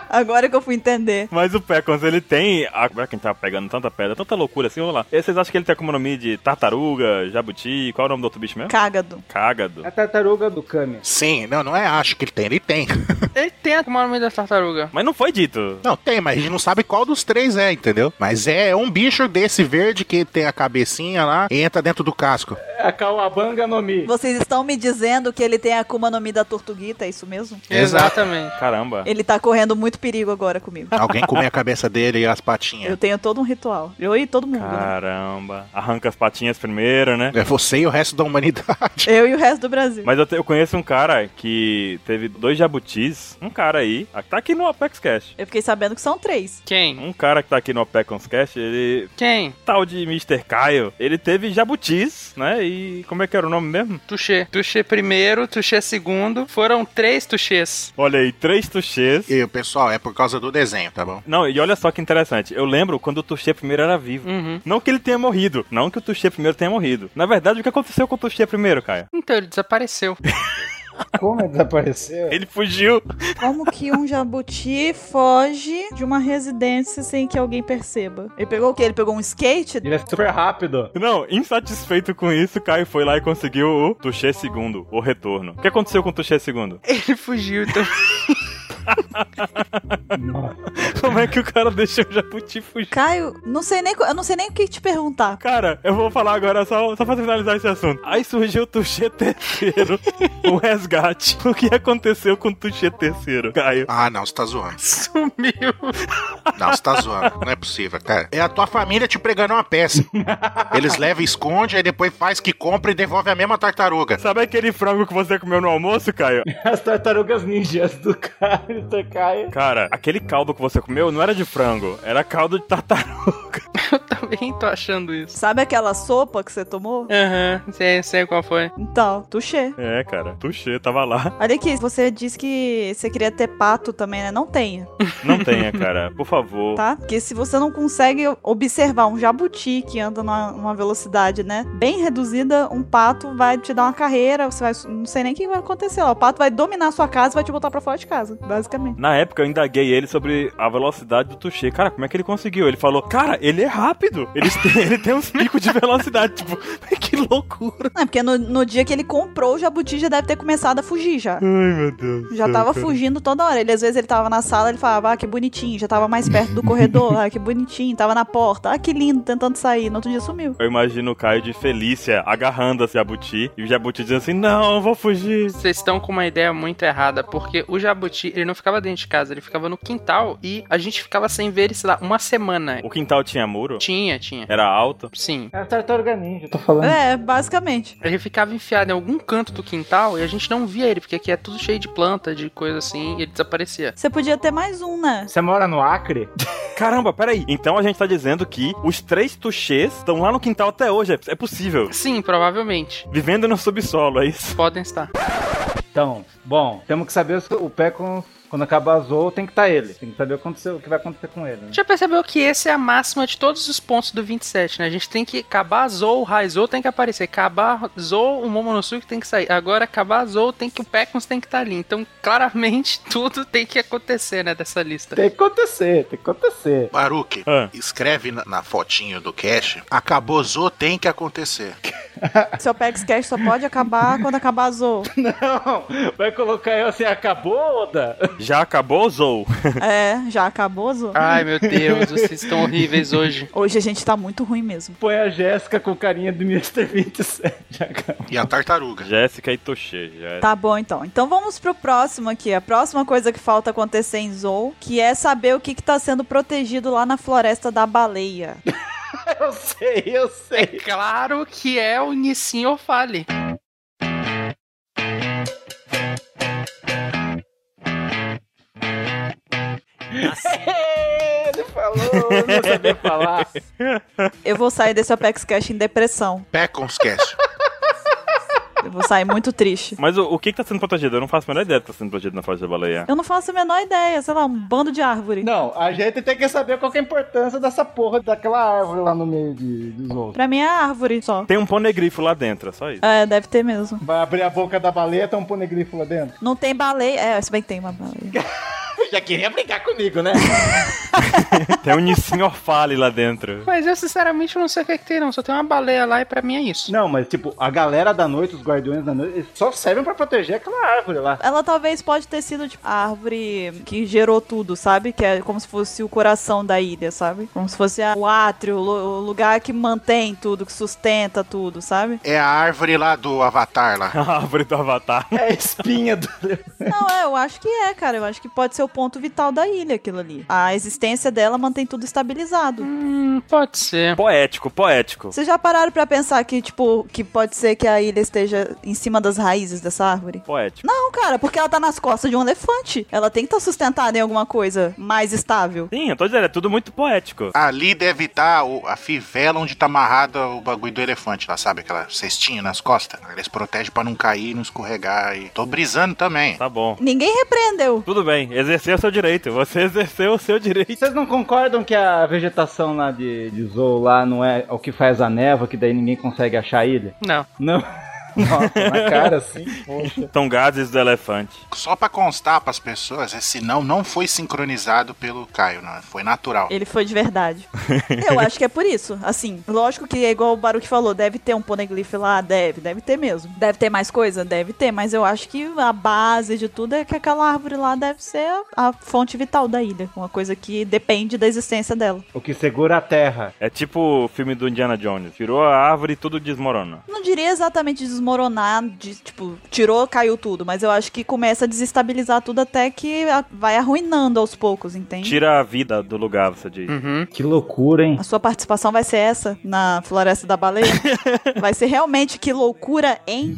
Speaker 2: Agora que eu fui entender.
Speaker 5: Mas o Pecans, ele tem. A... Agora quem tá pegando tanta pedra, tanta loucura assim, vamos lá. E vocês acham que ele tem como nome de tartaruga, jabuti? Qual é o nome do outro bicho mesmo?
Speaker 2: Cágado.
Speaker 5: Cágado.
Speaker 1: A tartaruga do Kami.
Speaker 3: Sim, não, não é acho que ele tem, ele tem. [LAUGHS]
Speaker 4: Ele tem a nome da tartaruga.
Speaker 5: Mas não foi dito.
Speaker 3: Não, tem, mas a gente não sabe qual dos três é, entendeu? Mas é um bicho desse verde que tem a cabecinha lá e entra dentro do casco.
Speaker 1: É a Kawabanga no Mi.
Speaker 2: Vocês estão me dizendo que ele tem a Akuma no Mi da Tortuguita, é isso mesmo?
Speaker 4: Exatamente.
Speaker 5: Caramba.
Speaker 2: Ele tá correndo muito perigo agora comigo.
Speaker 3: Alguém come a cabeça dele e as
Speaker 2: Eu
Speaker 3: patinhas.
Speaker 2: tenho todo um ritual. Eu e todo mundo. né?
Speaker 5: Caramba. Arranca as patinhas primeiro, né?
Speaker 3: É você e o resto da humanidade. [LAUGHS]
Speaker 2: Eu e o resto do Brasil.
Speaker 5: Mas eu, te- eu conheço um cara que teve dois jabutis. Um cara aí, a- tá aqui no Apex Cash.
Speaker 2: Eu fiquei sabendo que são três.
Speaker 4: Quem?
Speaker 5: Um cara que tá aqui no Apex Cash, ele.
Speaker 4: Quem?
Speaker 5: Tal de Mr. Caio, ele teve jabutis, né? E como é que era o nome mesmo?
Speaker 4: Tuxê. Tuxê primeiro, Tuxê segundo. Foram três Tuxês.
Speaker 5: Olha aí, três tuxês.
Speaker 3: E, pessoal, é por causa do desenho, tá bom?
Speaker 5: Não, e olha só que interessante. Eu lembro quando o Tuxê primeiro era vivo.
Speaker 4: Uhum.
Speaker 5: Não que ele tenha morrido. Não que o Tuxê primeiro tenha morrido. Na verdade, o que aconteceu com o Tuxê primeiro, Caio?
Speaker 4: Então ele desapareceu. [LAUGHS]
Speaker 1: Como ele desapareceu?
Speaker 5: Ele fugiu.
Speaker 2: Como que um jabuti foge de uma residência sem que alguém perceba? Ele pegou o quê? Ele pegou um skate?
Speaker 1: Ele é super rápido.
Speaker 5: Não, insatisfeito com isso, Caio foi lá e conseguiu o Tuxê segundo, o retorno. O que aconteceu com o Tuxê segundo?
Speaker 4: Ele [LAUGHS] fugiu. Então...
Speaker 5: Como é que o cara deixou o Jabuti fugir?
Speaker 2: Caio, não sei nem, co- eu não sei nem o que te perguntar.
Speaker 5: Cara, eu vou falar agora só, só pra finalizar esse assunto. Aí surgiu o Tuxê terceiro, o resgate. O que aconteceu com o Tuxê terceiro, Caio?
Speaker 3: Ah, não, você tá zoando.
Speaker 4: Sumiu.
Speaker 3: Não, você tá zoando. Não é possível, cara. É a tua família te pregando uma peça. Eles levam, esconde, aí depois faz que compra e devolve a mesma tartaruga.
Speaker 5: Sabe aquele frango que você comeu no almoço, Caio?
Speaker 1: As tartarugas ninjas do Caio, do Caio.
Speaker 5: Cara, aquele caldo que você comeu não era de frango, era caldo de tartaruga.
Speaker 4: Eu também tô achando isso.
Speaker 2: Sabe aquela sopa que você tomou?
Speaker 4: Aham. Sei, sei qual foi.
Speaker 2: Então, tuxê.
Speaker 5: [LAUGHS] É, cara, Tuxê tava lá.
Speaker 2: Olha aqui, você disse que você queria ter pato também, né? Não tenha,
Speaker 5: Não tenha, cara, por favor.
Speaker 2: tá? Porque se você não consegue observar um jabuti que anda numa, numa velocidade, né? Bem reduzida, um pato vai te dar uma carreira, você vai. Não sei nem o que vai acontecer lá. O pato vai dominar a sua casa e vai te botar pra fora de casa, basicamente.
Speaker 5: Na época eu indaguei ele sobre a velocidade do Tuxê. Cara, como é que ele conseguiu? Ele falou, cara, ele é rápido. Ele [LAUGHS] tem, ele tem uns picos de velocidade. tipo, [LAUGHS] que loucura.
Speaker 2: É, porque no, no dia que ele comprou, o jabuti já deve ter começado a fugir já.
Speaker 5: Ai, meu Deus.
Speaker 2: Já tava fugindo toda hora. Ele às vezes ele tava na sala, ele falava, ah, que bonitinho. Já tava mais perto do corredor, ah, que bonitinho. Tava na porta, ah, que lindo, tentando sair. No outro dia sumiu.
Speaker 5: Eu imagino o Caio de Felícia agarrando a Jabuti e o Jabuti dizendo assim: Não, eu vou fugir.
Speaker 4: Vocês estão com uma ideia muito errada, porque o jabuti, ele não ficava dentro de casa, ele ficava no quintal e a gente ficava sem ver ele, sei lá, uma semana.
Speaker 5: O quintal tinha muro?
Speaker 4: Tinha, tinha.
Speaker 5: Era alto?
Speaker 4: Sim.
Speaker 1: É a tartaruga ninja, tô falando.
Speaker 2: É, basicamente.
Speaker 4: Ele ficava enfiado em algum canto do quintal e a gente não via ele, porque aqui é tudo cheio de planta, de coisa assim, e ele desaparecia.
Speaker 2: Você podia ter mais um, né?
Speaker 1: Você mora no Acre?
Speaker 5: Caramba, peraí. Então a gente tá dizendo que os três Tuxês estão lá no quintal até hoje. É- É possível.
Speaker 4: Sim, provavelmente.
Speaker 5: Vivendo no subsolo, é [LAUGHS] isso?
Speaker 4: Podem estar.
Speaker 1: Então, bom, temos que saber se o Pecons, quando acabar a Zou, tem que estar ele. Tem que saber o que, aconteceu, o que vai acontecer com ele. né?
Speaker 4: Já percebeu que esse é a máxima de todos os pontos do 27, né? A gente tem que acabar Zou, Raizou tem que aparecer, acabar Zou, um o Momonosuke tem que sair. Agora acabar Zou tem que o Pecons tem que estar ali. Então, claramente [LAUGHS] tudo tem que acontecer, né, dessa lista.
Speaker 1: Tem que acontecer, tem que acontecer.
Speaker 3: Baruque,
Speaker 5: Ah.
Speaker 3: escreve na, na fotinho do cash. Acabou, zo, tem que acontecer.
Speaker 2: Seu Pex Cash só pode acabar [LAUGHS] quando acabar a Zo.
Speaker 1: [LAUGHS] Não, vai colocar eu assim, acabou, Oda?
Speaker 5: Já acabou, Zou?
Speaker 2: É, já acabou a Zo.
Speaker 4: Ai, meu Deus, vocês estão horríveis hoje.
Speaker 2: Hoje a gente tá muito ruim mesmo.
Speaker 1: Põe a Jéssica com carinha do Mr. 27. Já acabou.
Speaker 3: E a tartaruga.
Speaker 5: Jéssica e Tuxê, Jéssica.
Speaker 2: Tá bom, então. Então vamos pro próximo aqui. A próxima coisa que falta acontecer em Zou, que é saber o que, que tá sendo protegido lá na floresta da baleia.
Speaker 1: Eu sei, eu sei.
Speaker 4: É Claro que é o Nissin Ofale.
Speaker 1: Ele falou, eu não sabia falar.
Speaker 2: Eu vou sair desse Apex Cash em depressão.
Speaker 3: Pecons cash.
Speaker 2: Eu vou sair muito triste.
Speaker 5: Mas o, o que, que tá sendo protegido? Eu não faço a menor ideia do que tá sendo protegido na faixa da baleia.
Speaker 2: Eu não faço a menor ideia, sei lá, um bando de árvore.
Speaker 1: Não, a gente tem que saber qual que é a importância dessa porra daquela árvore lá no meio de, dos outros.
Speaker 2: Pra mim é árvore só.
Speaker 5: Tem um ponegrifo lá dentro, é [LAUGHS] só isso.
Speaker 2: É, deve ter mesmo.
Speaker 1: Vai abrir a boca da baleia, tem um ponegrifo lá dentro.
Speaker 2: Não tem baleia. É, se bem que tem uma baleia.
Speaker 1: Já queria brincar comigo, né?
Speaker 5: Tem um Nissin Orfale lá dentro. [LAUGHS]
Speaker 4: Mas eu sinceramente não sei o que, é que tem, não. Só tem uma baleia lá e pra mim é
Speaker 1: [LAUGHS]
Speaker 4: isso.
Speaker 1: Não, mas tipo, a galera da noite, os guardiões da noite, eles só servem pra proteger aquela árvore lá.
Speaker 2: Ela talvez pode ter sido tipo, a árvore que gerou tudo, sabe? Que é como se fosse o coração da ilha, sabe? Como se fosse a- o átrio, o lu- o lugar que mantém tudo, que sustenta tudo, sabe?
Speaker 3: É a árvore lá do Avatar lá.
Speaker 5: A árvore do Avatar.
Speaker 1: É a espinha do.
Speaker 2: Não, é, eu acho que é, cara. Eu acho que pode ser o ponto vital da ilha, aquilo ali. A existência dela mantém tudo estabilizado.
Speaker 4: Hum, pode ser.
Speaker 5: Poético, poético.
Speaker 2: Vocês já pararam pra pensar que, tipo, que pode ser que a ilha esteja em cima das raízes dessa árvore?
Speaker 5: Poético.
Speaker 2: Não, cara, porque ela tá nas costas de um elefante. Ela tem que estar sustentada em alguma coisa mais estável.
Speaker 5: Sim, eu tô dizendo, é tudo muito poético.
Speaker 3: Ali deve estar a fivela onde tá amarrada o bagulho do elefante lá, sabe? Aquela cestinha nas costas. Eles protegem pra não cair, não escorregar. E... Tô brisando também.
Speaker 5: Tá bom.
Speaker 2: Ninguém repreendeu.
Speaker 5: Tudo bem, exerceu o seu direito. Você [LAUGHS] exerceu o seu
Speaker 1: E
Speaker 5: direito.
Speaker 1: vocês não concordam que a vegetação lá de, de Zou lá não é o que faz a névoa, que daí ninguém consegue achar a ilha?
Speaker 4: Não.
Speaker 1: Não. [LAUGHS] Nossa, na cara assim, poxa.
Speaker 5: São gases do elefante.
Speaker 3: Só pra constar pras pessoas, esse não não foi sincronizado pelo Caio, não. Foi natural.
Speaker 2: Ele foi de verdade. Eu acho que é por isso. Assim, lógico que é igual o Baruch falou, deve ter um poneglyph lá, deve, deve ter mesmo. Deve ter mais coisa? Deve ter, mas eu acho que a base de tudo é que aquela árvore lá deve ser a, a fonte vital da ilha. Uma coisa que depende da existência dela.
Speaker 1: O que segura a terra.
Speaker 5: É tipo o filme do Indiana Jones. Tirou a árvore e tudo desmorona.
Speaker 2: Não diria exatamente desmoronar, de, tipo, tirou, caiu tudo, mas eu acho que começa a desestabilizar tudo até que a- vai arruinando aos poucos, entende?
Speaker 5: Tira a vida do lugar, você diz.
Speaker 4: Uhum.
Speaker 1: Que loucura, hein?
Speaker 2: A sua participação vai ser essa na Floresta da Baleia? vai ser realmente que loucura, hein?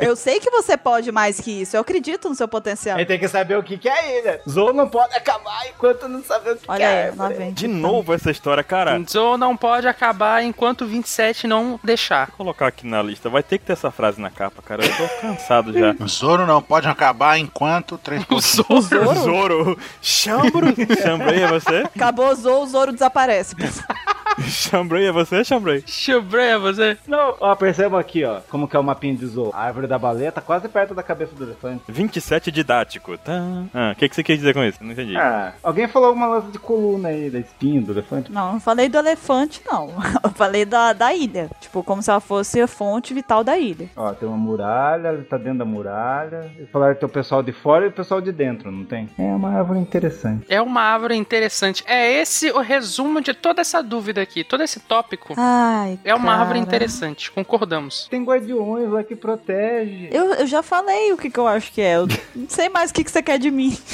Speaker 2: eu sei que você pode mais que isso. Eu acredito no seu potencial.
Speaker 1: Aí tem que saber o que, que é ilha. Zou não pode acabar enquanto não saber o que, que
Speaker 2: Olha
Speaker 1: é.
Speaker 2: aí, lá vem.
Speaker 5: De novo essa história, cara. Vou
Speaker 4: Zou não pode acabar enquanto 27 não deixar.
Speaker 5: colocar aqui na lista. Vai ter que ter essa frase na capa, cara. Eu tô cansado já.
Speaker 3: O Zoro não pode acabar enquanto três pontos.
Speaker 4: Zou.
Speaker 5: Zoro? Chambro? [LAUGHS] Chambrei é você?
Speaker 2: Acabou, Zou, o Zoro desaparece. [LAUGHS]
Speaker 5: Chambrei é você, Chambrei?
Speaker 4: Chubreia, você.
Speaker 1: Não, ó, percebam aqui, ó, como que é o mapinha de Zou. A árvore da baleia tá quase perto da cabeça do elefante.
Speaker 5: 27 didático. Tá. Ah, o que, que você quer dizer com isso? Não entendi.
Speaker 1: Ah, alguém falou alguma lança de coluna aí, da espinha do elefante?
Speaker 2: não, não falei do elefante, não. [LAUGHS] Eu falei da, da ilha. Tipo, como se ela fosse a fonte vital da ilha.
Speaker 1: Ó, tem uma muralha, ele tá dentro da muralha. Eles falaram que tem o pessoal de fora e o pessoal de dentro, não tem? É uma árvore interessante.
Speaker 4: É uma árvore interessante. É esse o resumo de toda essa dúvida aqui, todo esse tópico.
Speaker 2: Ai,
Speaker 4: É uma árvore
Speaker 2: cara.
Speaker 4: interessante, concordamos. [LAUGHS]
Speaker 1: Tem guardiões lá que protege.
Speaker 2: Eu, eu já falei o que, que eu acho que é. Eu não sei mais o que, que você quer de mim. [LAUGHS]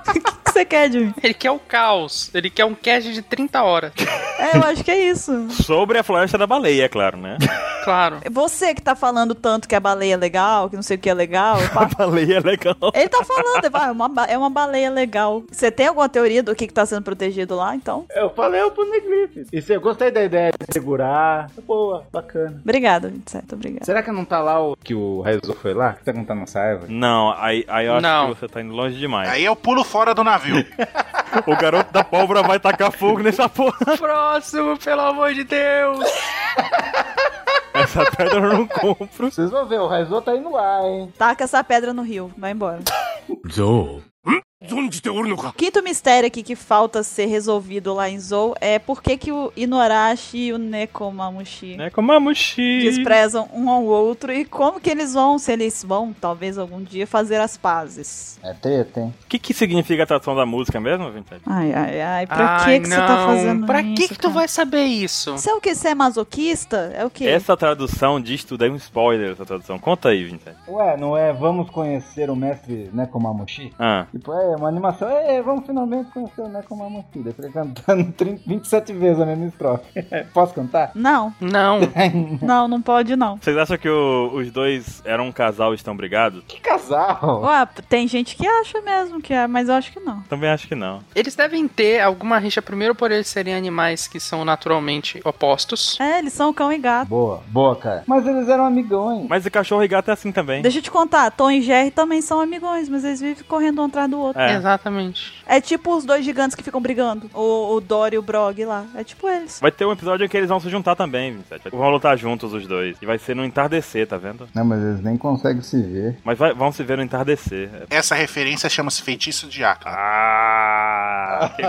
Speaker 2: O que, que você quer de mim?
Speaker 4: Ele quer o caos, ele quer um cash de 30 horas.
Speaker 2: É, eu acho que é isso.
Speaker 5: Sobre a floresta da baleia, é claro, né?
Speaker 4: [LAUGHS] Claro.
Speaker 2: Você que tá falando tanto que a baleia é legal, que não sei o que é legal.
Speaker 5: [LAUGHS]
Speaker 2: pá.
Speaker 5: A baleia é legal.
Speaker 2: Ele tá falando, ele fala, "Ah, é uma, ba- é uma baleia legal. Você tem alguma teoria do que, que tá sendo protegido lá, então?
Speaker 1: Eu falei é o Poneglyph. E se eu gostei da ideia de segurar. Boa, bacana.
Speaker 2: Obrigada, 27, obrigada.
Speaker 1: Será que não tá lá o que o Raizo foi lá? Será que não tá nessa árvore?
Speaker 5: Não, aí, aí eu acho
Speaker 4: Não.
Speaker 5: que você tá indo longe demais.
Speaker 3: Aí eu pulo fora do navio.
Speaker 5: O garoto da pólvora vai tacar fogo nessa porra.
Speaker 4: Próximo, pelo amor de Deus!
Speaker 5: [LAUGHS] Essa pedra eu não compro.
Speaker 1: Vocês vão ver, o Raizo tá indo lá, hein?
Speaker 2: Taca essa pedra no rio, vai embora.
Speaker 8: ゾウ。ん存じておるのか
Speaker 2: Quinto mistério aqui que falta ser resolvido lá em Zou é por que, que o Inorashi e o Nekomamushi
Speaker 5: Né, como a mochi.
Speaker 2: desprezam um ao outro e como que eles vão, se eles vão, talvez algum dia, fazer as pazes.
Speaker 1: É treta, hein?
Speaker 5: O que, que significa a tradução da música mesmo, Vintage?
Speaker 2: Ai, ai, ai, pra
Speaker 4: Ai,
Speaker 2: que que você tá
Speaker 4: não.
Speaker 2: fazendo
Speaker 4: Pra
Speaker 2: isso?
Speaker 4: que que tu
Speaker 2: cara?
Speaker 4: vai saber isso?
Speaker 2: Você é o que? Você é masoquista? É o que?
Speaker 5: Essa tradução diz tudo, é um spoiler essa tradução. Conta aí, Vintage.
Speaker 1: Ué, não é vamos conhecer o mestre Nekomamushi?
Speaker 5: Ah.
Speaker 1: Tipo, é, É, uma animação. É, vamos finalmente conhecer o Nekomamushi. Daí ele tá cantando [LAUGHS] 30, 27 vezes a mesma estrofe. [LAUGHS] Posso cantar?
Speaker 2: Não,
Speaker 4: [LAUGHS] Não.
Speaker 2: não, não pode não.
Speaker 5: Vocês acham que o- os dois eram um casal e estão brigados?
Speaker 1: Que casal!
Speaker 2: Ué, tem gente que acha mesmo que é, mas eu acho que não.
Speaker 5: Também acho que não.
Speaker 4: Eles devem ter alguma rixa, primeiro por eles serem animais que são naturalmente opostos.
Speaker 2: É, eles são cão e gato.
Speaker 1: Boa, boa, cara. Mas eles eram amigões.
Speaker 5: Mas o cachorro e gato é assim também.
Speaker 2: Deixa eu te contar, Tom e Jerry também são amigões, mas eles vivem correndo um atrás do outro.
Speaker 5: É.
Speaker 4: Exatamente.
Speaker 2: É tipo os dois gigantes que ficam brigando. O, o Dory e o Brog lá. É tipo eles.
Speaker 5: Vai ter um episódio em que eles vão se juntar também, 27. Vão lutar juntos os dois. E vai ser no entardecer, tá vendo?
Speaker 1: Não, mas eles nem conseguem se ver.
Speaker 5: Mas vai- vão se ver no entardecer. É-
Speaker 3: Essa referência chama-se Feitiço de Akra.
Speaker 5: Ah! Pegou,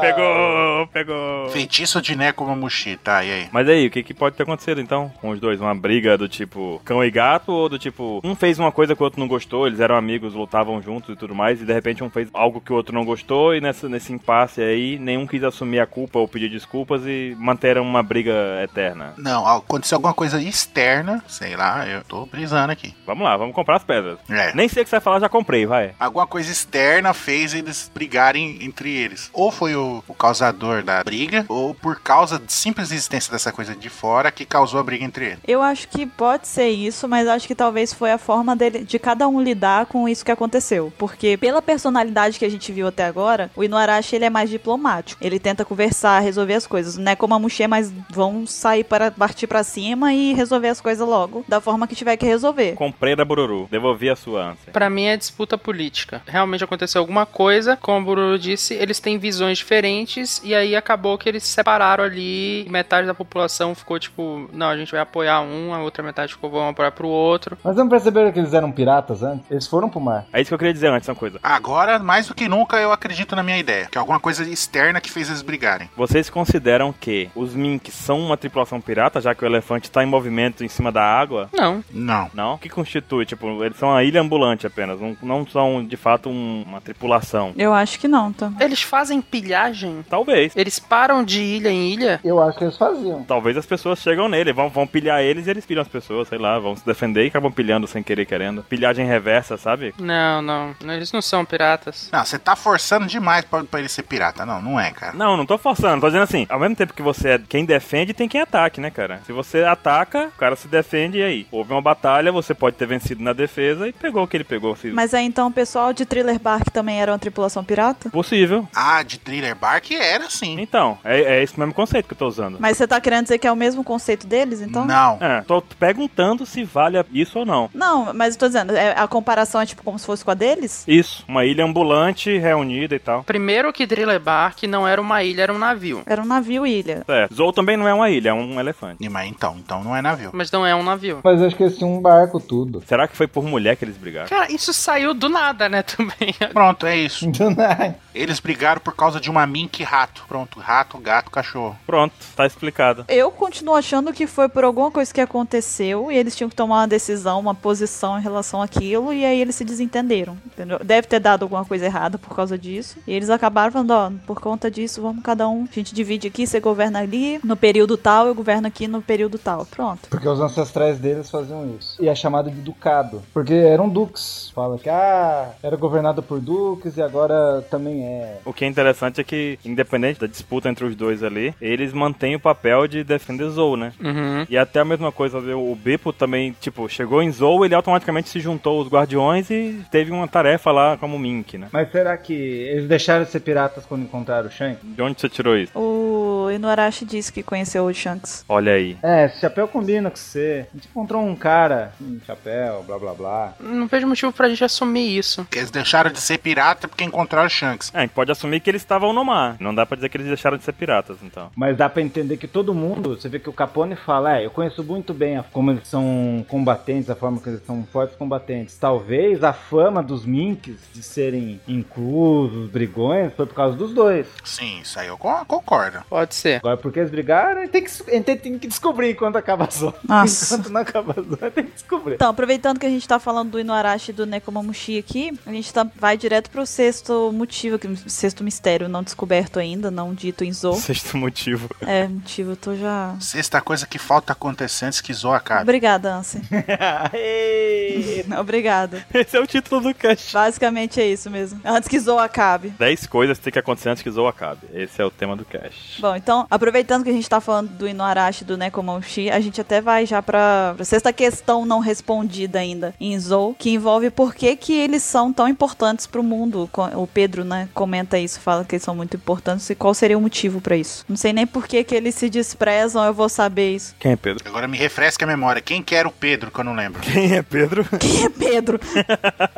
Speaker 5: pegou, pegou.
Speaker 3: Feitiço de Nekomamushi, tá? E aí?
Speaker 5: Mas aí, o que, que pode ter acontecido então com os dois? Uma briga do tipo cão e gato ou do tipo um fez uma coisa que o outro não gostou, eles eram amigos, lutavam juntos e tudo mais, e de repente um fez algo que o outro não gostou e nessa, nesse impasse aí nenhum quis assumir a culpa ou pedir desculpas e manteram uma briga eterna.
Speaker 3: Não, ó, aconteceu alguma coisa externa, sei lá, eu tô brisando aqui.
Speaker 5: Vamos lá, vamos comprar as pedras.
Speaker 3: É.
Speaker 5: Nem sei o que você vai falar, já comprei, vai.
Speaker 3: Alguma coisa externa fez eles brigarem entre eles. Ou foi o, o causador da briga, ou por causa de simples existência dessa coisa de fora que causou a briga entre eles.
Speaker 2: Eu acho que pode ser isso, mas acho que talvez foi a forma dele, de cada um lidar com isso que aconteceu. Porque pela personalidade que a gente viu até agora, o Inuarashi ele é mais diplomático. Ele tenta conversar, resolver as coisas. Não é como a Mushe, mas vão sair para partir pra cima e resolver as coisas logo, da forma que tiver que resolver.
Speaker 5: Comprei da Bururu, devolvi a sua ânsia.
Speaker 4: Pra mim é disputa política. Realmente aconteceu alguma coisa, como o Bruno disse, eles têm visões diferentes e aí acabou que eles se separaram ali. e Metade da população ficou tipo, não, a gente vai apoiar um, a outra metade ficou, vamos apoiar pro outro.
Speaker 1: Mas não perceberam que eles eram piratas antes? Eles foram pro mar.
Speaker 5: É isso que eu queria dizer antes, uma coisa.
Speaker 3: Agora, mais do que nunca, eu acredito na minha ideia. Que é alguma coisa externa que fez eles brigarem.
Speaker 5: Vocês consideram que os minks são uma tripulação pirata, já que o elefante tá em movimento em cima da água?
Speaker 4: Não,
Speaker 3: Não.
Speaker 5: Não? O que constitui? Tipo, eles são uma ilha ambulante apenas, não, não são de fato um- uma tripulação.
Speaker 2: Eu acho que não, tá?
Speaker 4: eles fazem pilhagem.
Speaker 5: Talvez.
Speaker 4: Eles param de ilha em ilha.
Speaker 1: Eu acho que eles faziam.
Speaker 5: Talvez as pessoas chegam nele, vão, vão pilhar eles e eles pilham as pessoas, sei lá, vão se defender e acabam pilhando sem querer querendo. Pilhagem reversa, sabe?
Speaker 4: Não, não, eles não são piratas.
Speaker 3: Não, você tá forçando demais pra, pra ele ser pirata. Não, não é, cara.
Speaker 5: Não, não tô forçando, tô dizendo assim, ao mesmo tempo que você é quem defende, tem quem ataque, né, cara? Se você ataca, o cara se defende e aí? Houve uma batalha, você pode ter vencido na defesa e pegou o que ele pegou. Se...
Speaker 2: Mas aí então o pessoal de Thriller Bark também era uma tripulação pirata?
Speaker 5: Possível.
Speaker 3: Ah, de Thriller Bark era sim.
Speaker 5: Então, é, é esse mesmo conceito que eu tô usando.
Speaker 2: Mas você tá querendo dizer que é o mesmo conceito deles, então?
Speaker 3: Não.
Speaker 5: É, tô perguntando se vale isso ou não.
Speaker 2: Não, mas eu tô dizendo, é- a comparação é tipo como se fosse com a deles?
Speaker 5: Isso, uma ilha ambulante reunida e tal.
Speaker 4: Primeiro que Drilebark não era uma ilha, era um navio.
Speaker 2: Era um navio ilha.
Speaker 5: É, Zou também não é uma ilha, é um elefante.
Speaker 3: E, Mas então, então não é navio.
Speaker 4: Mas não é um navio.
Speaker 1: Mas eu esqueci um barco tudo. [LAUGHS]
Speaker 5: Será que foi por mulher que eles brigaram?
Speaker 4: Cara, isso saiu do nada, né, [LAUGHS] também.
Speaker 3: Pronto, é isso.
Speaker 1: Do nada.
Speaker 3: Eles brigaram por causa de uma mink e rato. Pronto, rato, gato, cachorro.
Speaker 5: Pronto, tá explicado.
Speaker 2: Eu continuo achando que foi por alguma coisa que aconteceu e eles tinham que tomar uma decisão, uma posição em relação àquilo, e aí eles se desentenderam. Entendeu? Deve ter dado alguma coisa errada por causa disso. E eles acabaram falando, ó, por conta disso, vamos cada um. A gente divide aqui, você governa ali no período tal, eu governo aqui no período tal. Pronto.
Speaker 1: Porque os ancestrais deles faziam isso. E é chamado de ducado. Porque eram duques. Fala que, ah, era governado por duques e agora também é.
Speaker 5: O que é interessante é que, independente da disputa entre os dois ali, eles mantêm o papel de defender Zou, né?
Speaker 4: Uhum.
Speaker 5: E até a mesma coisa, o Bipo também, tipo, chegou em Zou, ele automaticamente se juntou aos guardiões e teve uma tarefa lá como Mink, né?
Speaker 1: Mas será que eles deixaram de ser piratas quando encontraram o Shanks?
Speaker 5: De onde você tirou isso?
Speaker 2: O Inuarashi disse que conheceu o Shanks.
Speaker 5: Olha aí.
Speaker 1: É, esse chapéu combina com você. A gente encontrou um cara, um chapéu, blá blá blá.
Speaker 4: Não vejo motivo pra gente assumir isso.
Speaker 3: Eles deixaram de ser pirata porque encontraram o Shanks.
Speaker 5: É, a gente pode assumir que eles estavam no mar. Não dá pra dizer que eles deixaram de ser piratas, então.
Speaker 1: Mas dá pra entender que todo mundo, você vê que o Capone fala, é, eu conheço muito bem a, como eles são combatentes, a forma que eles são fortes combatentes. Talvez a fama dos minks de serem inclusos, brigões, foi por causa dos dois.
Speaker 3: Sim, isso aí eu con- concordo.
Speaker 4: Pode ser.
Speaker 1: Agora, porque eles brigaram, tem que, a gente tem que descobrir enquanto acaba a zona.
Speaker 2: Nossa.
Speaker 1: Enquanto não acaba a zona, tem que
Speaker 2: [LAUGHS]
Speaker 1: descobrir.
Speaker 2: Então, aproveitando que a gente tá falando do Inuarashi e do Nekomamushi aqui, a gente tá, vai direto pro sexto motivo, que sexto mistério não descoberto ainda, não dito em Zou.
Speaker 5: Sexto motivo.
Speaker 2: É, motivo, eu tô já...
Speaker 3: Sexta coisa que falta acontecer antes que zoa acabe.
Speaker 2: Obrigada, Ansem. [LAUGHS]
Speaker 1: Ei!
Speaker 2: Obrigada.
Speaker 5: [LAUGHS] Esse é o título do cast.
Speaker 2: Basicamente é isso mesmo. Antes que Zou acabe.
Speaker 5: 10 coisas que tem que acontecer antes que o Zou acabe. Esse é o tema do cast.
Speaker 2: Bom, então, aproveitando que a gente tá falando do Inuarashi e do Nekomamushi, a gente até vai já pra, pra sexta questão não respondida ainda em Zou, que envolve por que que eles são tão importantes pro mundo. Co- O Pedro, né, comenta isso, fala que eles são muito importantes e qual seria o motivo pra isso. Não sei nem por que que eles se desprezam, eu vou saber isso. [LAUGHS]
Speaker 5: Quem é Pedro?
Speaker 3: Agora me refresca a memória. Quem que era o Pedro que eu não lembro?
Speaker 5: Quem é Pedro? [LAUGHS]
Speaker 2: Quem é Pedro?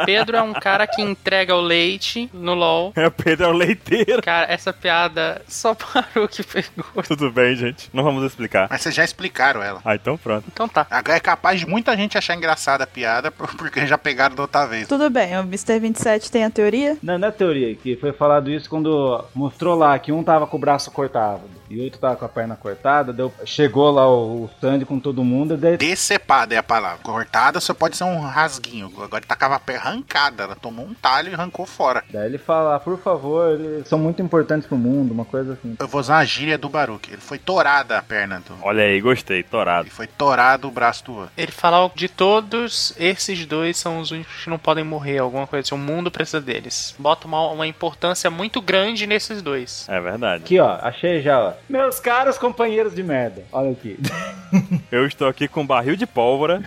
Speaker 4: Pedro é um cara que entrega o leite no LOL.
Speaker 5: É o Pedro é o leiteiro. [LAUGHS]
Speaker 4: Cara, essa piada só [LAUGHS] parou que pegou.
Speaker 5: Tudo bem, gente. Não vamos explicar.
Speaker 3: Mas vocês já explicaram ela.
Speaker 5: Ah, então pronto.
Speaker 4: Então tá.
Speaker 3: Agora é capaz de muita gente achar engraçada a piada [LAUGHS] por- porque já pegaram da outra vez.
Speaker 2: Tudo bem, o Mr. 27 tem a teoria?
Speaker 1: Não, não é teoria, que foi falado isso quando mostrou lá que um tava com o braço cortado e o outro tava com a perna cortada, deu, chegou lá o, o Sandy com todo mundo, daí
Speaker 3: Decepada é a palavra. Cortada só pode ser um rasguinho. Agora ele tacava a pé arrancada. Ela tomou um talho e arrancou fora.
Speaker 1: Daí ele fala, "Ah, por favor, eles são muito importantes pro mundo, uma coisa assim.
Speaker 3: Eu vou usar a gíria do Baruque. Ele foi torada a perna do.
Speaker 5: Olha aí, gostei, torado.
Speaker 3: Ele foi torado o braço do outro.
Speaker 9: Ele fala de todos, esses dois são os únicos que não podem morrer, alguma coisa assim. O mundo precisa deles. Bota uma, uma importância muito grande nesses dois.
Speaker 5: É verdade.
Speaker 1: Aqui, ó, achei já, ó. Meus caros companheiros de merda. Olha aqui. [LAUGHS]
Speaker 5: Eu estou aqui com um barril de pólvora.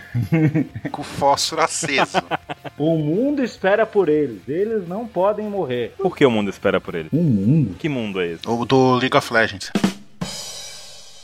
Speaker 3: Com o fósforo aceso.
Speaker 1: o mundo espera por eles. Eles não podem morrer.
Speaker 5: Por que o mundo espera por ele?
Speaker 1: O mundo?
Speaker 5: Que mundo é esse?
Speaker 3: Ou do League of Legends.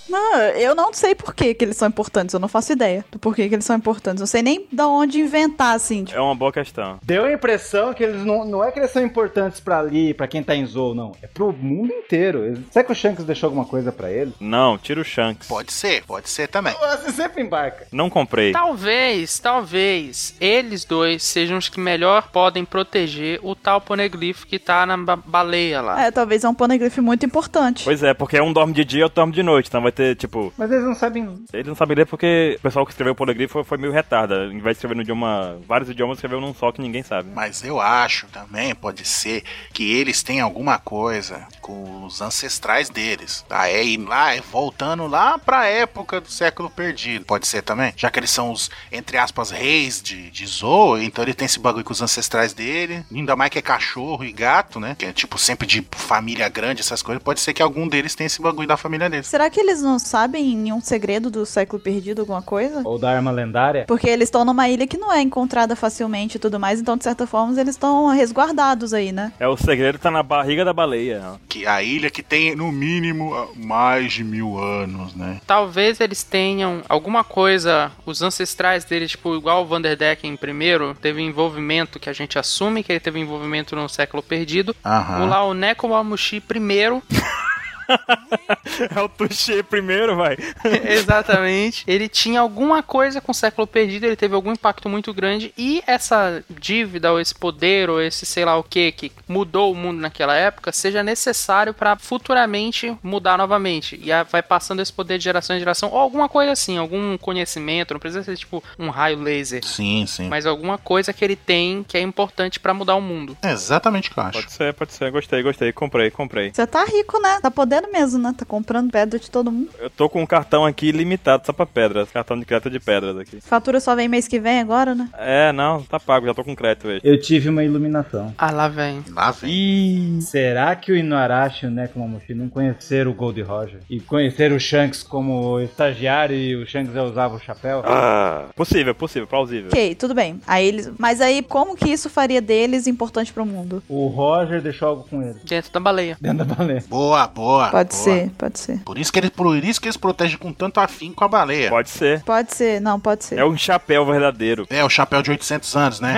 Speaker 2: Não, eu não sei por que, que eles são importantes, eu não faço ideia do porquê que eles são importantes. Não sei nem da onde inventar, assim. tipo,
Speaker 5: É uma boa questão.
Speaker 1: Deu a impressão que eles não. Não é que eles são importantes pra ali, pra quem tá em Zou, não. É pro mundo inteiro. Eles- Será que o Shanks deixou alguma coisa pra eles?
Speaker 5: Não, tira o Shanks.
Speaker 3: Pode ser, pode ser também.
Speaker 1: Você sempre embarca.
Speaker 5: Não comprei.
Speaker 4: Talvez, talvez, eles dois sejam os que melhor podem proteger o tal poneglyph que tá na ba- baleia lá.
Speaker 2: É, talvez é um poneglyph muito importante.
Speaker 5: Pois é, porque um dorme de dia e outro dorme de noite. Então vai ter, tipo.
Speaker 1: Mas eles não sabem.
Speaker 5: Ele não sabe ler porque o pessoal que escreveu o poligrifo foi, foi meio retarda. Em vez de escrever no idioma. vários idiomas, escreveu num só que ninguém sabe.
Speaker 3: Mas eu acho também, pode ser, que eles têm alguma coisa com os ancestrais deles. Tá? É ir lá, é voltando lá pra época do século perdido. Pode ser também. Já que eles são os, entre aspas, reis de, de Zoo, então ele tem esse bagulho com os ancestrais dele. Ainda mais que é cachorro e gato, né? Que é tipo sempre de família grande, essas coisas. Pode ser que algum deles tenha esse bagulho da família deles.
Speaker 2: Será que eles não sabem nenhum segredo do século perdido, alguma coisa?
Speaker 1: Ou da arma lendária?
Speaker 2: Porque eles estão numa ilha que não é encontrada facilmente e tudo mais, então de certa forma eles estão resguardados aí, né?
Speaker 5: É o segredo tá na barriga da baleia.
Speaker 3: Que a ilha que tem, no mínimo, ah, mais de mil anos, né?
Speaker 4: Talvez eles tenham alguma coisa, os ancestrais deles, tipo, igual o Vanderdecken primeiro, teve envolvimento, que a gente assume que ele teve envolvimento no século perdido.
Speaker 3: Aham.
Speaker 4: O lá o Nekomamushi primeiro,
Speaker 5: [LAUGHS] é o Tuxê primeiro, vai.
Speaker 4: [LAUGHS] exatamente. Ele tinha alguma coisa com o século perdido, ele teve algum impacto muito grande. E essa dívida, ou esse poder, ou esse sei lá o que, que mudou o mundo naquela época, seja necessário pra futuramente mudar novamente. E a- vai passando esse poder de geração em geração, ou alguma coisa assim, algum conhecimento, não precisa ser tipo um raio laser.
Speaker 3: Sim, sim.
Speaker 4: Mas alguma coisa que ele tem que é importante pra mudar o mundo.
Speaker 3: É exatamente o que eu acho.
Speaker 5: Pode ser, pode ser. Gostei, gostei. Comprei, comprei.
Speaker 2: Você tá rico, né? Tá podendo mesmo, né? Tá comprando pedra de todo mundo.
Speaker 5: Eu tô com um cartão aqui limitado só pra pedras. Cartão de crédito de pedras aqui.
Speaker 2: Fatura só vem mês que vem agora, né?
Speaker 5: É, não, tá pago, já tô com crédito hoje.
Speaker 1: Eu tive uma iluminação.
Speaker 4: Ah, lá vem.
Speaker 3: Lá vem.
Speaker 1: Será que o Inuarashi e o Nekomamushi não conheceram o Gold Roger? E conheceram o Shanks como estagiário e o Shanks já usava o chapéu?
Speaker 5: Ah, possível, possível, plausível.
Speaker 2: Ok, tudo bem. Aí eles. Mas aí, como que isso faria deles importante pro mundo?
Speaker 1: O Roger deixou algo com ele.
Speaker 4: Dentro da baleia.
Speaker 1: Dentro da baleia.
Speaker 3: Boa, boa.
Speaker 2: Pode
Speaker 3: Ah, boa.
Speaker 2: ser, pode ser.
Speaker 3: Por isso, que eles, por isso que eles protegem com tanto afinco a baleia.
Speaker 5: Pode ser.
Speaker 2: Pode ser, não, pode ser.
Speaker 5: É um chapéu [LAUGHS] verdadeiro.
Speaker 3: É, o chapéu de 800 anos, né?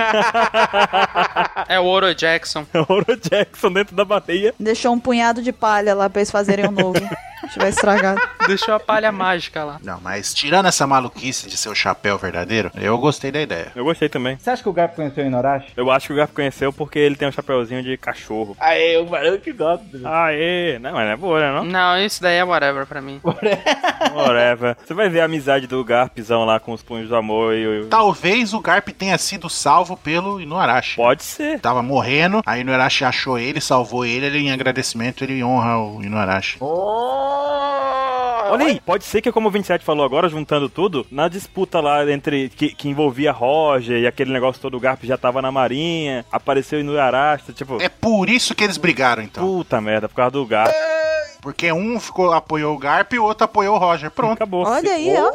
Speaker 4: É o Oro Jackson.
Speaker 5: É o Oro Jackson dentro da baleia.
Speaker 2: Deixou um punhado de palha lá pra eles fazerem um novo. A gente vai estragar.
Speaker 4: Deixou a palha mágica lá.
Speaker 3: Não, mas tirando essa maluquice de ser o chapéu verdadeiro, eu gostei da ideia.
Speaker 5: Eu gostei também.
Speaker 1: Você acha que o Garp conheceu o Inorashi?
Speaker 5: Eu acho que o Garp conheceu porque ele tem um chapeuzinho de cachorro.
Speaker 1: Aê, o barulho Ah, que gosta.
Speaker 5: Aê! Não, mas não é boa, né, não?
Speaker 4: Não, isso daí é whatever pra mim.
Speaker 5: Whatever. Você vai ver a amizade do Garpzão lá com os punhos do amor e o...
Speaker 3: Talvez o Garp tenha sido salvo pelo Inuarashi.
Speaker 5: Pode ser.
Speaker 3: Tava morrendo, aí Inuarashi achou ele, salvou ele, ele em agradecimento ele honra o Inuarashi.
Speaker 5: Olha aí, pode ser que, como o 27 falou agora, juntando tudo, na disputa lá entre que, que envolvia Roger e aquele negócio todo, o Garp já tava na marinha, apareceu Inuarashi, tipo,
Speaker 3: É por isso que eles brigaram então.
Speaker 5: puta merda, por causa do Garp.
Speaker 3: Porque um ficou apoiou o Garp e o outro apoiou o Roger. Pronto.
Speaker 5: Acabou.
Speaker 2: Olha aí, ó.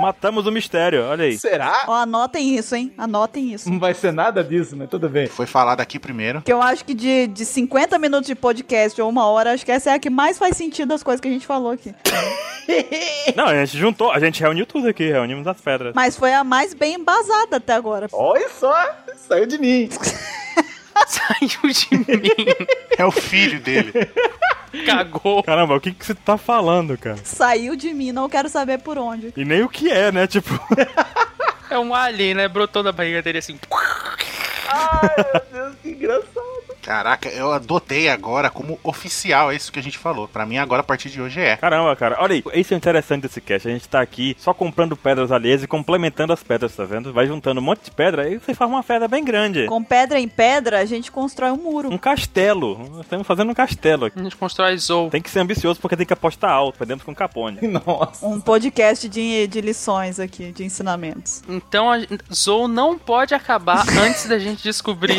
Speaker 5: Matamos o mistério, olha aí.
Speaker 1: Será?
Speaker 2: Ó, anotem isso, hein? Anotem isso.
Speaker 1: Não vai ser nada disso, mas tudo bem.
Speaker 3: Foi falado aqui primeiro.
Speaker 2: Que eu acho que de, de 50 minutos de podcast ou uma hora, acho que essa é a que mais faz sentido as coisas que a gente falou aqui.
Speaker 5: Não, a gente juntou, a gente reuniu tudo aqui, reunimos as pedras.
Speaker 2: Mas foi a mais bem embasada até agora.
Speaker 1: Olha só, saiu de mim. [LAUGHS]
Speaker 4: [LAUGHS] Saiu de mim.
Speaker 3: É o filho dele.
Speaker 4: Cagou.
Speaker 5: Caramba, o que, que você tá falando, cara?
Speaker 2: Saiu de mim, não quero saber por onde.
Speaker 5: E nem o que é, né? Tipo, [LAUGHS]
Speaker 4: É um alien, né? Brotou da barriga dele assim.
Speaker 1: que engraçado.
Speaker 3: Caraca, eu adotei agora como oficial, é isso que a gente falou. Pra mim agora a partir de hoje é.
Speaker 5: caramba, cara. Olha aí, esse é o interessante desse cast. A gente tá aqui só comprando pedras alheias e complementando as pedras, tá vendo? Vai juntando um monte de pedra aí você forma uma pedra bem grande.
Speaker 2: Com pedra em pedra, a gente constrói um muro.
Speaker 5: Um castelo. Estamos fazendo um castelo aqui.
Speaker 4: A gente constrói Zou.
Speaker 5: Tem que ser ambicioso porque tem que apostar alto, perdemos com Capone.
Speaker 1: Nossa.
Speaker 2: Um podcast de, de lições aqui, de ensinamentos.
Speaker 4: Então a Zou não pode acabar antes da gente descobrir.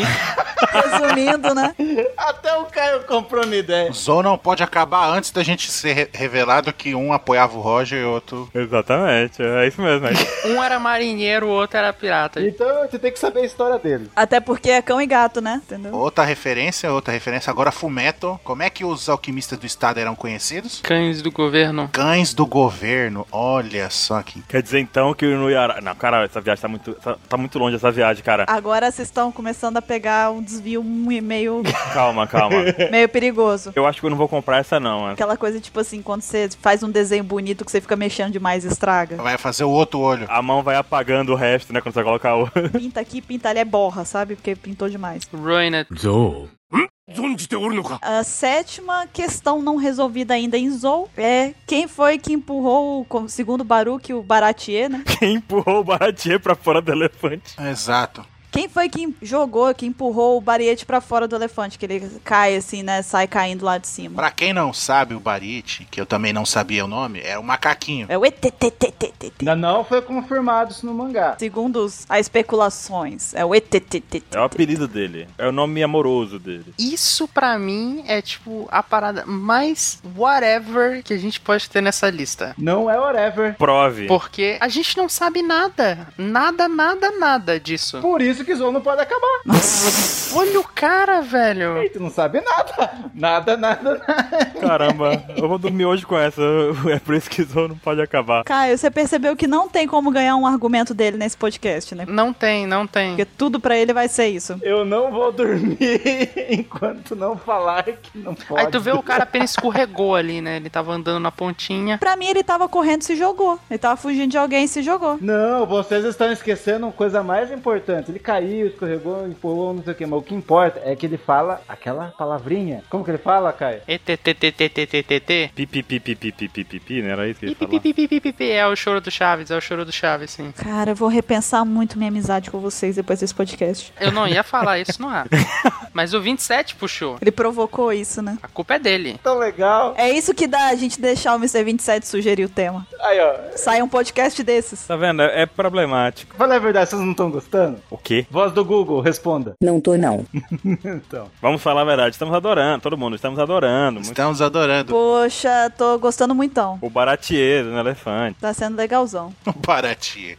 Speaker 2: Resumindo, né?
Speaker 1: Até o Caio comprou minha ideia.
Speaker 3: Zou não pode acabar antes da gente ser re- revelado que um apoiava o Roger e o outro.
Speaker 5: [LAUGHS] Exatamente, é isso mesmo. É isso.
Speaker 4: Um era marinheiro, o outro era pirata.
Speaker 1: Então você tem que saber a história dele.
Speaker 2: Até porque é cão e gato, né? Entendeu?
Speaker 3: Outra referência, outra referência. Agora Fumeto. Como é que os alquimistas do estado eram conhecidos?
Speaker 4: Cães do governo.
Speaker 3: Cães do governo. Olha só que
Speaker 5: [LAUGHS]
Speaker 3: [LAUGHS]
Speaker 5: Quer dizer então que o Inuyara... Não, cara, essa viagem tá muito, tá, tá muito longe, essa viagem, cara.
Speaker 2: Agora vocês estão começando a pegar um desvio meio,
Speaker 5: Calma, [LAUGHS] calma.
Speaker 2: meio perigoso.
Speaker 5: Eu acho que eu não vou comprar essa não, é. mano.
Speaker 2: Aquela coisa, tipo assim, quando você faz um desenho bonito que você fica mexendo demais, estraga.
Speaker 3: vai fazer o outro olho.
Speaker 5: A mão vai apagando o resto, né? Quando você colocar o.
Speaker 2: Pinta aqui, pinta ali, é borra, sabe? Porque pintou demais.
Speaker 4: Ruined.
Speaker 8: ゾウ。ん存じておるのか
Speaker 2: A sétima questão não resolvida ainda em Zou é quem foi que empurrou, o, como- segundo Baruch, o Baratier, né?
Speaker 5: [LAUGHS] Quem empurrou o Baratier pra fora do elefante?
Speaker 3: Exato.
Speaker 2: Quem foi que em- jogou, que empurrou o Bariete pra fora do elefante, que ele cai assim, né? Sai caindo lá de cima.
Speaker 3: Pra quem não sabe, o Barite, que eu também não sabia o nome, era o macaquinho.
Speaker 2: É o ETTTTTT.
Speaker 1: Ainda não foi confirmado isso no mangá.
Speaker 2: Segundo os- as especulações, é o ETTTT.
Speaker 5: É o apelido dele. É o nome amoroso dele.
Speaker 4: Isso pra mim é tipo a parada mais whatever que a gente pode ter nessa lista.
Speaker 1: Não é whatever.
Speaker 5: Prove.
Speaker 4: Porque a gente não sabe nada. Nada, nada, nada disso.
Speaker 1: Por isso que Zou não pode acabar.
Speaker 4: Olha o cara, velho.
Speaker 1: Ei, Tu não sabe nada. Nada, nada, nada.
Speaker 5: Caramba, eu vou dormir hoje com [LAUGHS] essa. É por isso que isso não pode acabar.
Speaker 2: Caio, você percebeu que não tem como ganhar um argumento dele nesse podcast, né?
Speaker 4: Não tem, não tem.
Speaker 2: Porque tudo pra ele vai ser isso.
Speaker 1: Eu não vou dormir [LAUGHS] enquanto não falar que não pode.
Speaker 4: Aí tu vê o cara apenas escorregou ali, né? Ele tava andando na pontinha.
Speaker 2: Pra mim, ele tava correndo e se jogou. Ele tava fugindo de alguém e se jogou.
Speaker 1: Não, vocês estão esquecendo uma coisa mais importante. Ele caiu, escorregou, empurrou, não sei o que. Mas o que importa é que ele fala aquela palavrinha. Como que ele fala, Caio?
Speaker 4: ETTTTTTT.
Speaker 5: Pipi, pipi, pipi, pipi, pipi, né? Era isso que ele falou.
Speaker 4: Pipipipipipipi. É o choro do Chaves, é o choro do Chaves, sim.
Speaker 2: Cara, eu vou repensar muito minha amizade com vocês depois desse podcast.
Speaker 4: Eu não ia falar isso no ar. Mas o 27 puxou.
Speaker 2: Ele provocou isso, né?
Speaker 4: A culpa é dele.
Speaker 1: Tão legal.
Speaker 2: É isso que dá a gente deixar o Mr. 27 sugerir o tema.
Speaker 1: Aí, ó.
Speaker 2: Sai um podcast desses.
Speaker 5: Tá vendo? É problemático.
Speaker 1: Fala a verdade, vocês não estão gostando?
Speaker 5: O quê?
Speaker 1: Voz do Google, responda.
Speaker 7: Não tô não.
Speaker 1: Então.
Speaker 5: Vamos falar a verdade. Estamos adorando, todo mundo. Estamos adorando. Muito.
Speaker 3: Estamos adorando. [LAUGHS]
Speaker 2: Poxa, tô gostando muitão.
Speaker 5: O Baratier no elefante.
Speaker 2: Tá sendo legalzão.
Speaker 3: O Barati.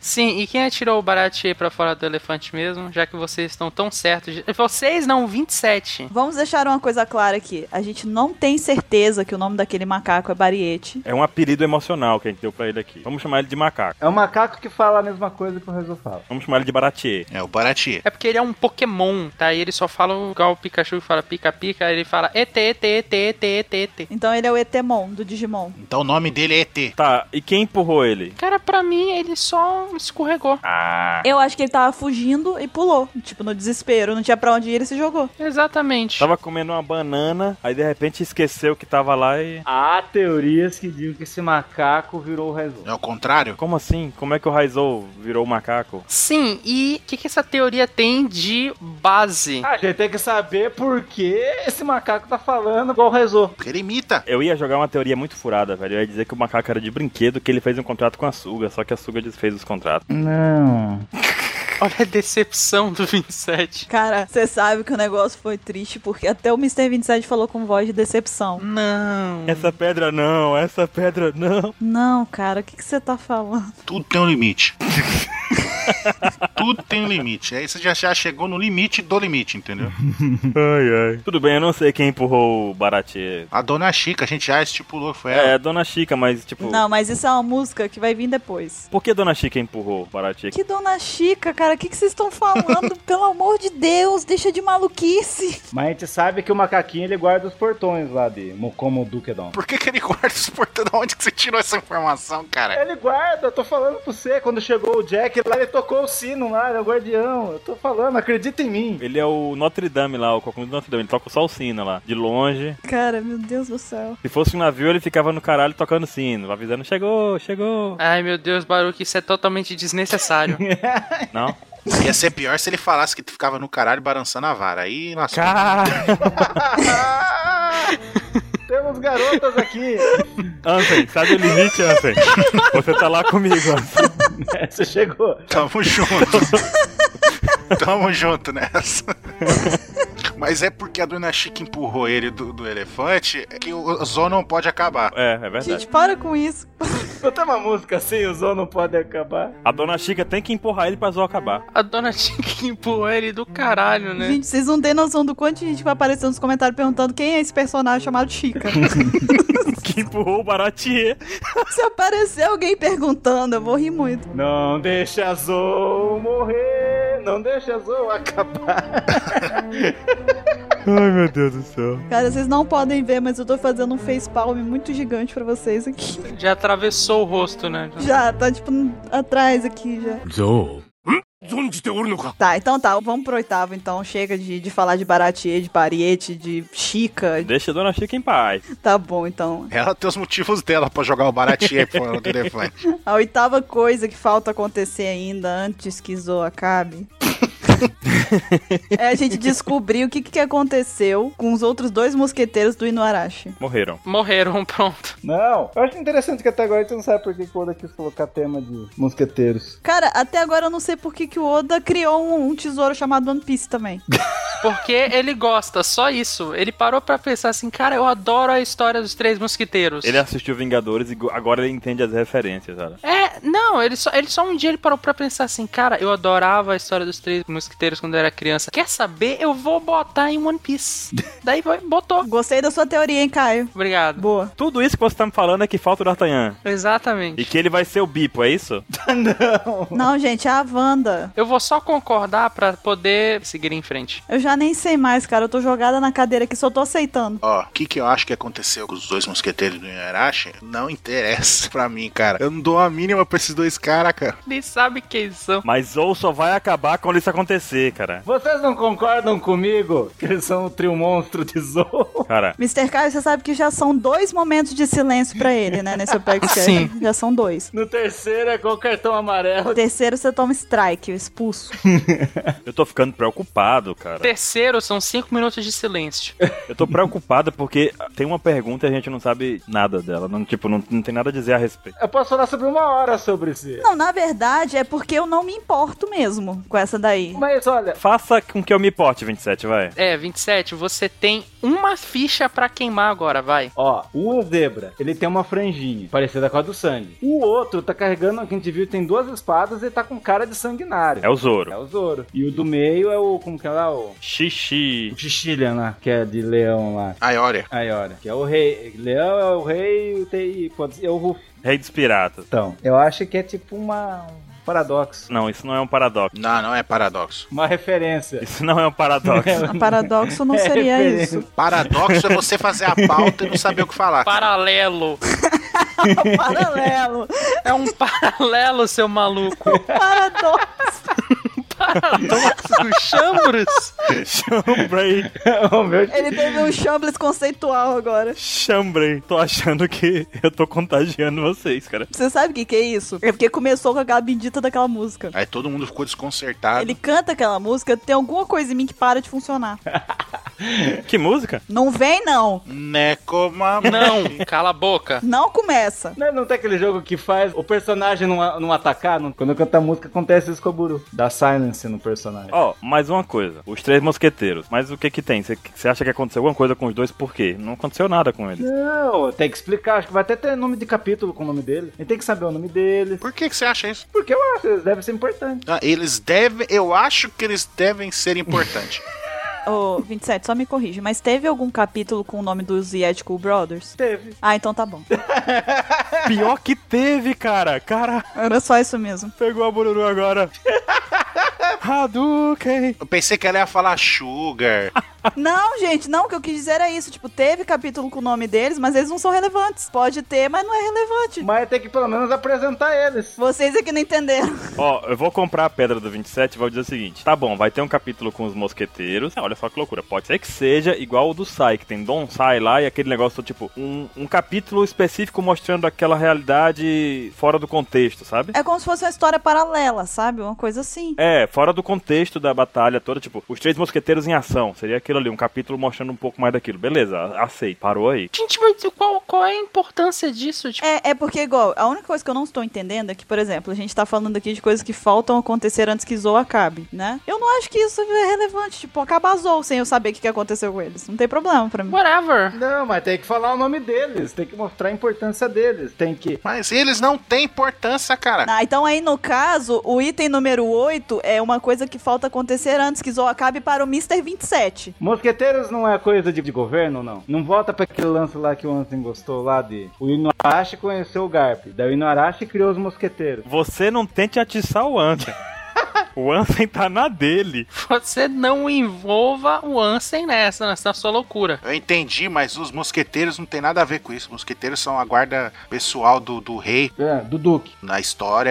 Speaker 4: Sim, e quem atirou o Baratier pra fora do elefante mesmo? Já que vocês estão tão certos. de- Vocês não, o 27.
Speaker 2: Vamos deixar uma coisa clara aqui. A gente não tem certeza que o nome daquele macaco é Bariete.
Speaker 5: É um apelido emocional que a gente deu pra ele aqui. Vamos chamar ele de macaco.
Speaker 1: É um macaco que fala a mesma coisa que o Rezo fala.
Speaker 5: Vamos chamar ele de Baratie.
Speaker 3: É o Barati.
Speaker 4: É porque ele é um Pokémon, tá? E ele só fala igual o Pikachu que fala pica-pica, ele fala ET, ET, ET, ET, ET, ET.
Speaker 2: Então ele é o Etemon do Digimon.
Speaker 3: Então o nome dele é ET.
Speaker 5: Tá, e quem empurrou ele?
Speaker 4: Cara, pra mim, ele só escorregou.
Speaker 5: Ah.
Speaker 2: Eu acho que ele tava fugindo e pulou. Tipo, no desespero, não tinha pra onde ir, ele se jogou.
Speaker 4: Exatamente.
Speaker 5: Tava comendo uma banana, aí de repente esqueceu que tava lá e. "Ah,
Speaker 1: Há teorias que dizem que esse macaco virou o Rezou.
Speaker 3: É o contrário?
Speaker 5: Como assim? Como é que o Raizou virou macaco?
Speaker 4: Sim, e o que, que essa teoria tem de base?
Speaker 1: A gente tem que saber por que esse macaco tá falando igual o Rezou.
Speaker 3: Porque ele imita.
Speaker 5: Eu ia jogar uma teoria muito furada, velho. Eu ia dizer que o macaco era de brinquedo, que ele fez um contrato com a Suga, só que a Suga desfez os contratos.
Speaker 1: Hum. Não.
Speaker 4: [LAUGHS] Olha a decepção do 27.
Speaker 2: Cara, você sabe que o negócio foi triste, porque até o Mr. 27 falou com voz de decepção.
Speaker 4: Não.
Speaker 5: Essa pedra não, essa pedra não.
Speaker 2: Não, cara, o que que você tá falando?
Speaker 3: Tudo tem um limite. [LAUGHS] Tudo tem um limite. Aí você já- já chegou no limite do limite, entendeu?
Speaker 5: Ai, ai. Tudo bem, eu não sei quem empurrou o Baratie.
Speaker 3: A dona Chica, a gente já estipulou, foi ela.
Speaker 5: É, a Dona Chica, mas tipo.
Speaker 2: Não, mas isso é uma música que vai vir depois.
Speaker 5: Por que a Dona Chica empurrou o Baratie?
Speaker 2: Que dona Chica, cara, o que que vocês estão falando? Pelo amor de Deus, deixa de maluquice.
Speaker 1: Mas a gente sabe que o macaquinho ele guarda os portões lá de Mocomo Dukedon.
Speaker 3: Por que, que ele guarda os portões? De onde que você tirou essa informação, cara?
Speaker 1: Ele guarda, eu tô falando pra você. Quando chegou o Jack lá, ele tocou o sino lá, ele é o guardião. Eu tô falando, acredita em mim.
Speaker 5: Ele é o Notre Dame lá, o Cocoon do Notre Dame. Ele toca só o sino lá, de longe.
Speaker 2: Cara, meu Deus do céu.
Speaker 5: Se fosse um navio, ele ficava no caralho tocando sino, avisando: chegou, chegou.
Speaker 4: Ai, meu Deus, Baruque, isso é totalmente desnecessário.
Speaker 5: [LAUGHS] Não?
Speaker 3: Ia ser pior se ele falasse que tu ficava no caralho balançando a vara. Aí, nossa.
Speaker 5: Caralho!
Speaker 1: Temos garotas [LAUGHS] aqui.
Speaker 5: Ansem, sabe o limite, [LAUGHS] Ansem? Você tá lá comigo, Ansem.
Speaker 1: É, Você chegou.
Speaker 3: Tamo junto. Tamo junto nessa. Mas é porque a dona Chica empurrou ele do, do elefante é que o o Zon não pode acabar.
Speaker 5: É, é verdade.
Speaker 2: Gente, para com isso.
Speaker 1: Não tem uma música assim, o Zon não pode acabar.
Speaker 5: A Dona Chica tem que empurrar ele pra zoar [LAUGHS] acabar.
Speaker 4: [LAUGHS] A dona Chica empurrou ele do caralho, né?
Speaker 2: Gente, vocês não têm noção do quanto de gente vai aparecer nos comentários perguntando quem é esse personagem chamado Chica.
Speaker 5: Que empurrou o Baratie.
Speaker 2: Se aparecer alguém perguntando, eu vou rir muito.
Speaker 1: Não deixa a Zon morrer. Não deixa a Zon acabar.
Speaker 5: Ai, meu Deus do céu.
Speaker 2: Cara, vocês não podem ver, mas eu tô fazendo um facepalm muito gigante pra vocês aqui. [LAUGHS]
Speaker 4: Já atravessou o rosto, né?
Speaker 2: Já, tá tipo atrás aqui já.
Speaker 8: ゾウ。ん存じておるのか
Speaker 2: Tá, então tá, vamos pro oitavo então. Chega de, de falar de Baratier, de Pariete, de Chica.
Speaker 5: Deixa a Dona Chica em paz.
Speaker 2: Tá bom, então.
Speaker 3: Ela tem os motivos dela pra jogar o Baratie fora do elefante.
Speaker 2: A oitava coisa que falta acontecer ainda antes que Zoa acabe. é a gente descobrir o que, que aconteceu com os outros dois mosqueteiros do Inuarashi.
Speaker 5: Morreram.
Speaker 4: Morreram, pronto.
Speaker 1: Não, eu acho interessante que até agora a gente não sabe por que que o Oda quis colocar tema de mosqueteiros.
Speaker 2: Cara, até agora eu não sei por que, que o Oda criou um, um tesouro chamado One Piece também.
Speaker 4: Porque ele gosta, só isso. Ele parou pra pensar assim, cara, eu adoro a história dos Três Mosquiteiros.
Speaker 5: Ele assistiu Vingadores e go- agora ele entende as referências, cara.
Speaker 4: É, não, ele só, ele só um dia ele parou pra pensar assim, cara, eu adorava a história dos Três Mosquiteiros quando eu era criança. Quer saber? Eu vou botar em One Piece. Daí foi, botou.
Speaker 2: Gostei da sua teoria, hein, Caio?
Speaker 4: Obrigado.
Speaker 2: Boa.
Speaker 5: Tudo isso que você tá me falando é que falta o D'Artagnan.
Speaker 4: Exatamente.
Speaker 5: E que ele vai ser o Bipo, é isso?
Speaker 2: Não, gente, é a Wanda.
Speaker 4: Eu vou só concordar pra poder seguir em frente.
Speaker 2: Eu já nem sei mais, cara. Eu tô jogada na cadeira aqui, só tô aceitando.
Speaker 3: Ó, o que, que eu acho que aconteceu com os dois mosqueteiros do Inuyasha não interessa pra mim, cara. Eu não dou a mínima pra esses dois caras, cara.
Speaker 4: Nem sabe quem são.
Speaker 5: Mas ou só vai acabar quando isso acontecer, cara.
Speaker 1: Vocês não concordam comigo que eles são o trio monstro de Zon?
Speaker 5: Cara,
Speaker 2: Mr. Caio, você sabe que já são dois momentos de silêncio pra ele, né? Nesse Opex
Speaker 4: Sim.
Speaker 2: Já são dois.
Speaker 1: [LAUGHS] No terceiro é com o cartão amarelo.
Speaker 2: Terceiro, você toma strike, expulso.
Speaker 5: eu tô ficando preocupado, cara.
Speaker 4: Terceiro são cinco minutos de silêncio. [LAUGHS]
Speaker 5: Eu tô preocupado porque tem uma pergunta e a gente não sabe nada dela. Não, tipo, não, não tem nada a dizer a respeito.
Speaker 1: Eu posso falar sobre uma hora sobre isso.
Speaker 2: Não, na verdade, é porque eu não me importo mesmo com essa daí.
Speaker 1: Mas olha,
Speaker 5: Faça com que eu me porte, 27, vai.
Speaker 4: É, 27, você tem uma ficha pra queimar agora, vai.
Speaker 1: ó, o zebra, ele tem uma franjinha parecida com a do sangue. O outro tá carregando, a gente viu, tem duas espadas e tá com cara de sanguinário.
Speaker 5: É o Zoro.
Speaker 1: É o Zoro. E o do meio é o, como que é lá, o...
Speaker 5: Xixi.
Speaker 1: O Xixilha lá, que é de leão lá.
Speaker 3: Aí, olha.
Speaker 1: Aí, olha, que é o rei. Leão é o rei e o TI. Pode ser é o Ruf.
Speaker 5: Rei dos Piratas.
Speaker 1: Então, eu acho que é tipo uma. Paradoxo.
Speaker 5: Não, isso não é um paradoxo. [LAUGHS]
Speaker 3: Não, não é paradoxo.
Speaker 1: Uma referência.
Speaker 5: Isso não é um paradoxo.
Speaker 2: Um paradoxo
Speaker 1: [LAUGHS]
Speaker 2: não
Speaker 1: É
Speaker 2: seria
Speaker 1: referência.
Speaker 2: isso.
Speaker 3: Paradoxo é você fazer a pauta e não saber o que falar.
Speaker 4: Paralelo.
Speaker 2: [LAUGHS] Paralelo.
Speaker 4: É um [LAUGHS] paralelo, seu maluco.
Speaker 2: Paradoxo.
Speaker 4: Paradoxo do Chambres.
Speaker 5: Chambrei.
Speaker 1: [LAUGHS] O meu-
Speaker 2: Ele teve um chambles conceitual agora.
Speaker 5: Chambrei. Tô achando que eu tô contagiando vocês, cara.
Speaker 2: Você sabe o que, que é isso? É porque começou com aquela bendita daquela música.
Speaker 3: Aí todo mundo ficou desconcertado.
Speaker 2: Ele canta aquela música, tem alguma coisa em mim que para de funcionar.
Speaker 5: Que música?
Speaker 2: Não vem, não.
Speaker 3: Né, Necomamo.
Speaker 4: Não, cala a boca.
Speaker 2: Não começa.
Speaker 1: né, Não, não tem aquele jogo que faz o personagem não, a- não atacar? Não- Quando canta a música, acontece isso com o Buru. Dá silence no personagem.
Speaker 5: Ó, mais uma coisa. Os três mosqueteiros. Mas o que que tem? Você acha que aconteceu alguma coisa com os dois? Por quê? Não aconteceu nada com eles.
Speaker 1: Não, tem que explicar. Acho que vai até ter nome de capítulo com o nome dele. Ele tem que saber o nome dele.
Speaker 3: Por que, que você acha isso?
Speaker 1: Porque eu acho, eles devem ser importantes.
Speaker 3: Ah, eles devem. Eu acho que eles devem ser importantes.
Speaker 2: Ô, 27, só me corrige, mas teve algum capítulo com o nome dos Yetical Brothers?
Speaker 1: Teve.
Speaker 2: Ah, então tá bom.
Speaker 5: Pior que teve, cara. Cara,
Speaker 2: Era só isso mesmo.
Speaker 5: pegou a Bururu agora. Hadouken.
Speaker 3: Eu pensei que ela ia falar sugar.
Speaker 2: Não, gente, não, o que eu quis dizer era isso. Tipo, teve capítulo com o nome deles, mas eles não são relevantes. Pode ter, mas não é relevante.
Speaker 1: Mas tem que pelo menos apresentar eles.
Speaker 2: Vocês é que não entenderam.
Speaker 5: Ó, eu vou comprar a pedra do 27 e vou dizer o seguinte: tá bom, vai ter um capítulo com os mosqueteiros. Ah, Olha só que loucura. Pode ser que seja igual o do Sai, que tem Don Sai lá e aquele negócio, tipo, um, um capítulo específico mostrando aquela realidade fora do contexto, sabe?
Speaker 2: É como se fosse uma história paralela, sabe? Uma coisa assim.
Speaker 5: É, fora do contexto da batalha toda, tipo, os três mosqueteiros em ação. Seria aquilo ali, um capítulo mostrando um pouco mais daquilo. Beleza, a- aceito. Parou aí.
Speaker 4: Gente, mas qual, qual é a importância disso? Tipo,
Speaker 2: É, é porque, igual, a única coisa que eu não estou entendendo é que, por exemplo, a gente tá falando aqui de coisas que faltam acontecer antes que Zou acabe, né? Eu não acho que isso é relevante, tipo, acabar Zou sem eu saber o que que aconteceu com eles. Não tem problema pra mim.
Speaker 4: whatever.
Speaker 1: Não, mas tem que falar o nome deles. Tem que mostrar a importância deles. Tem que.
Speaker 3: Mas eles não têm importância, cara.
Speaker 2: Ah, então aí, no caso, o item número 8 é uma coisa que falta acontecer antes que Zou acabe para o Mr. 27.
Speaker 1: Mosqueteiros não é coisa de, de governo, não. Não volta pra aquele lance lá que o Ansem gostou lá de. O Inuarashi conheceu o Garp. Daí o Inuarashi criou os mosqueteiros.
Speaker 5: Você não tente atiçar o Ansem. [LAUGHS] o Ansem tá na dele.
Speaker 4: Você não envolva o Ansem nessa, nessa sua loucura.
Speaker 3: Eu entendi, mas os mosqueteiros não tem nada a ver com isso. Mosqueteiros são a guarda pessoal do, do rei.
Speaker 1: É, do Duque.
Speaker 3: Na história,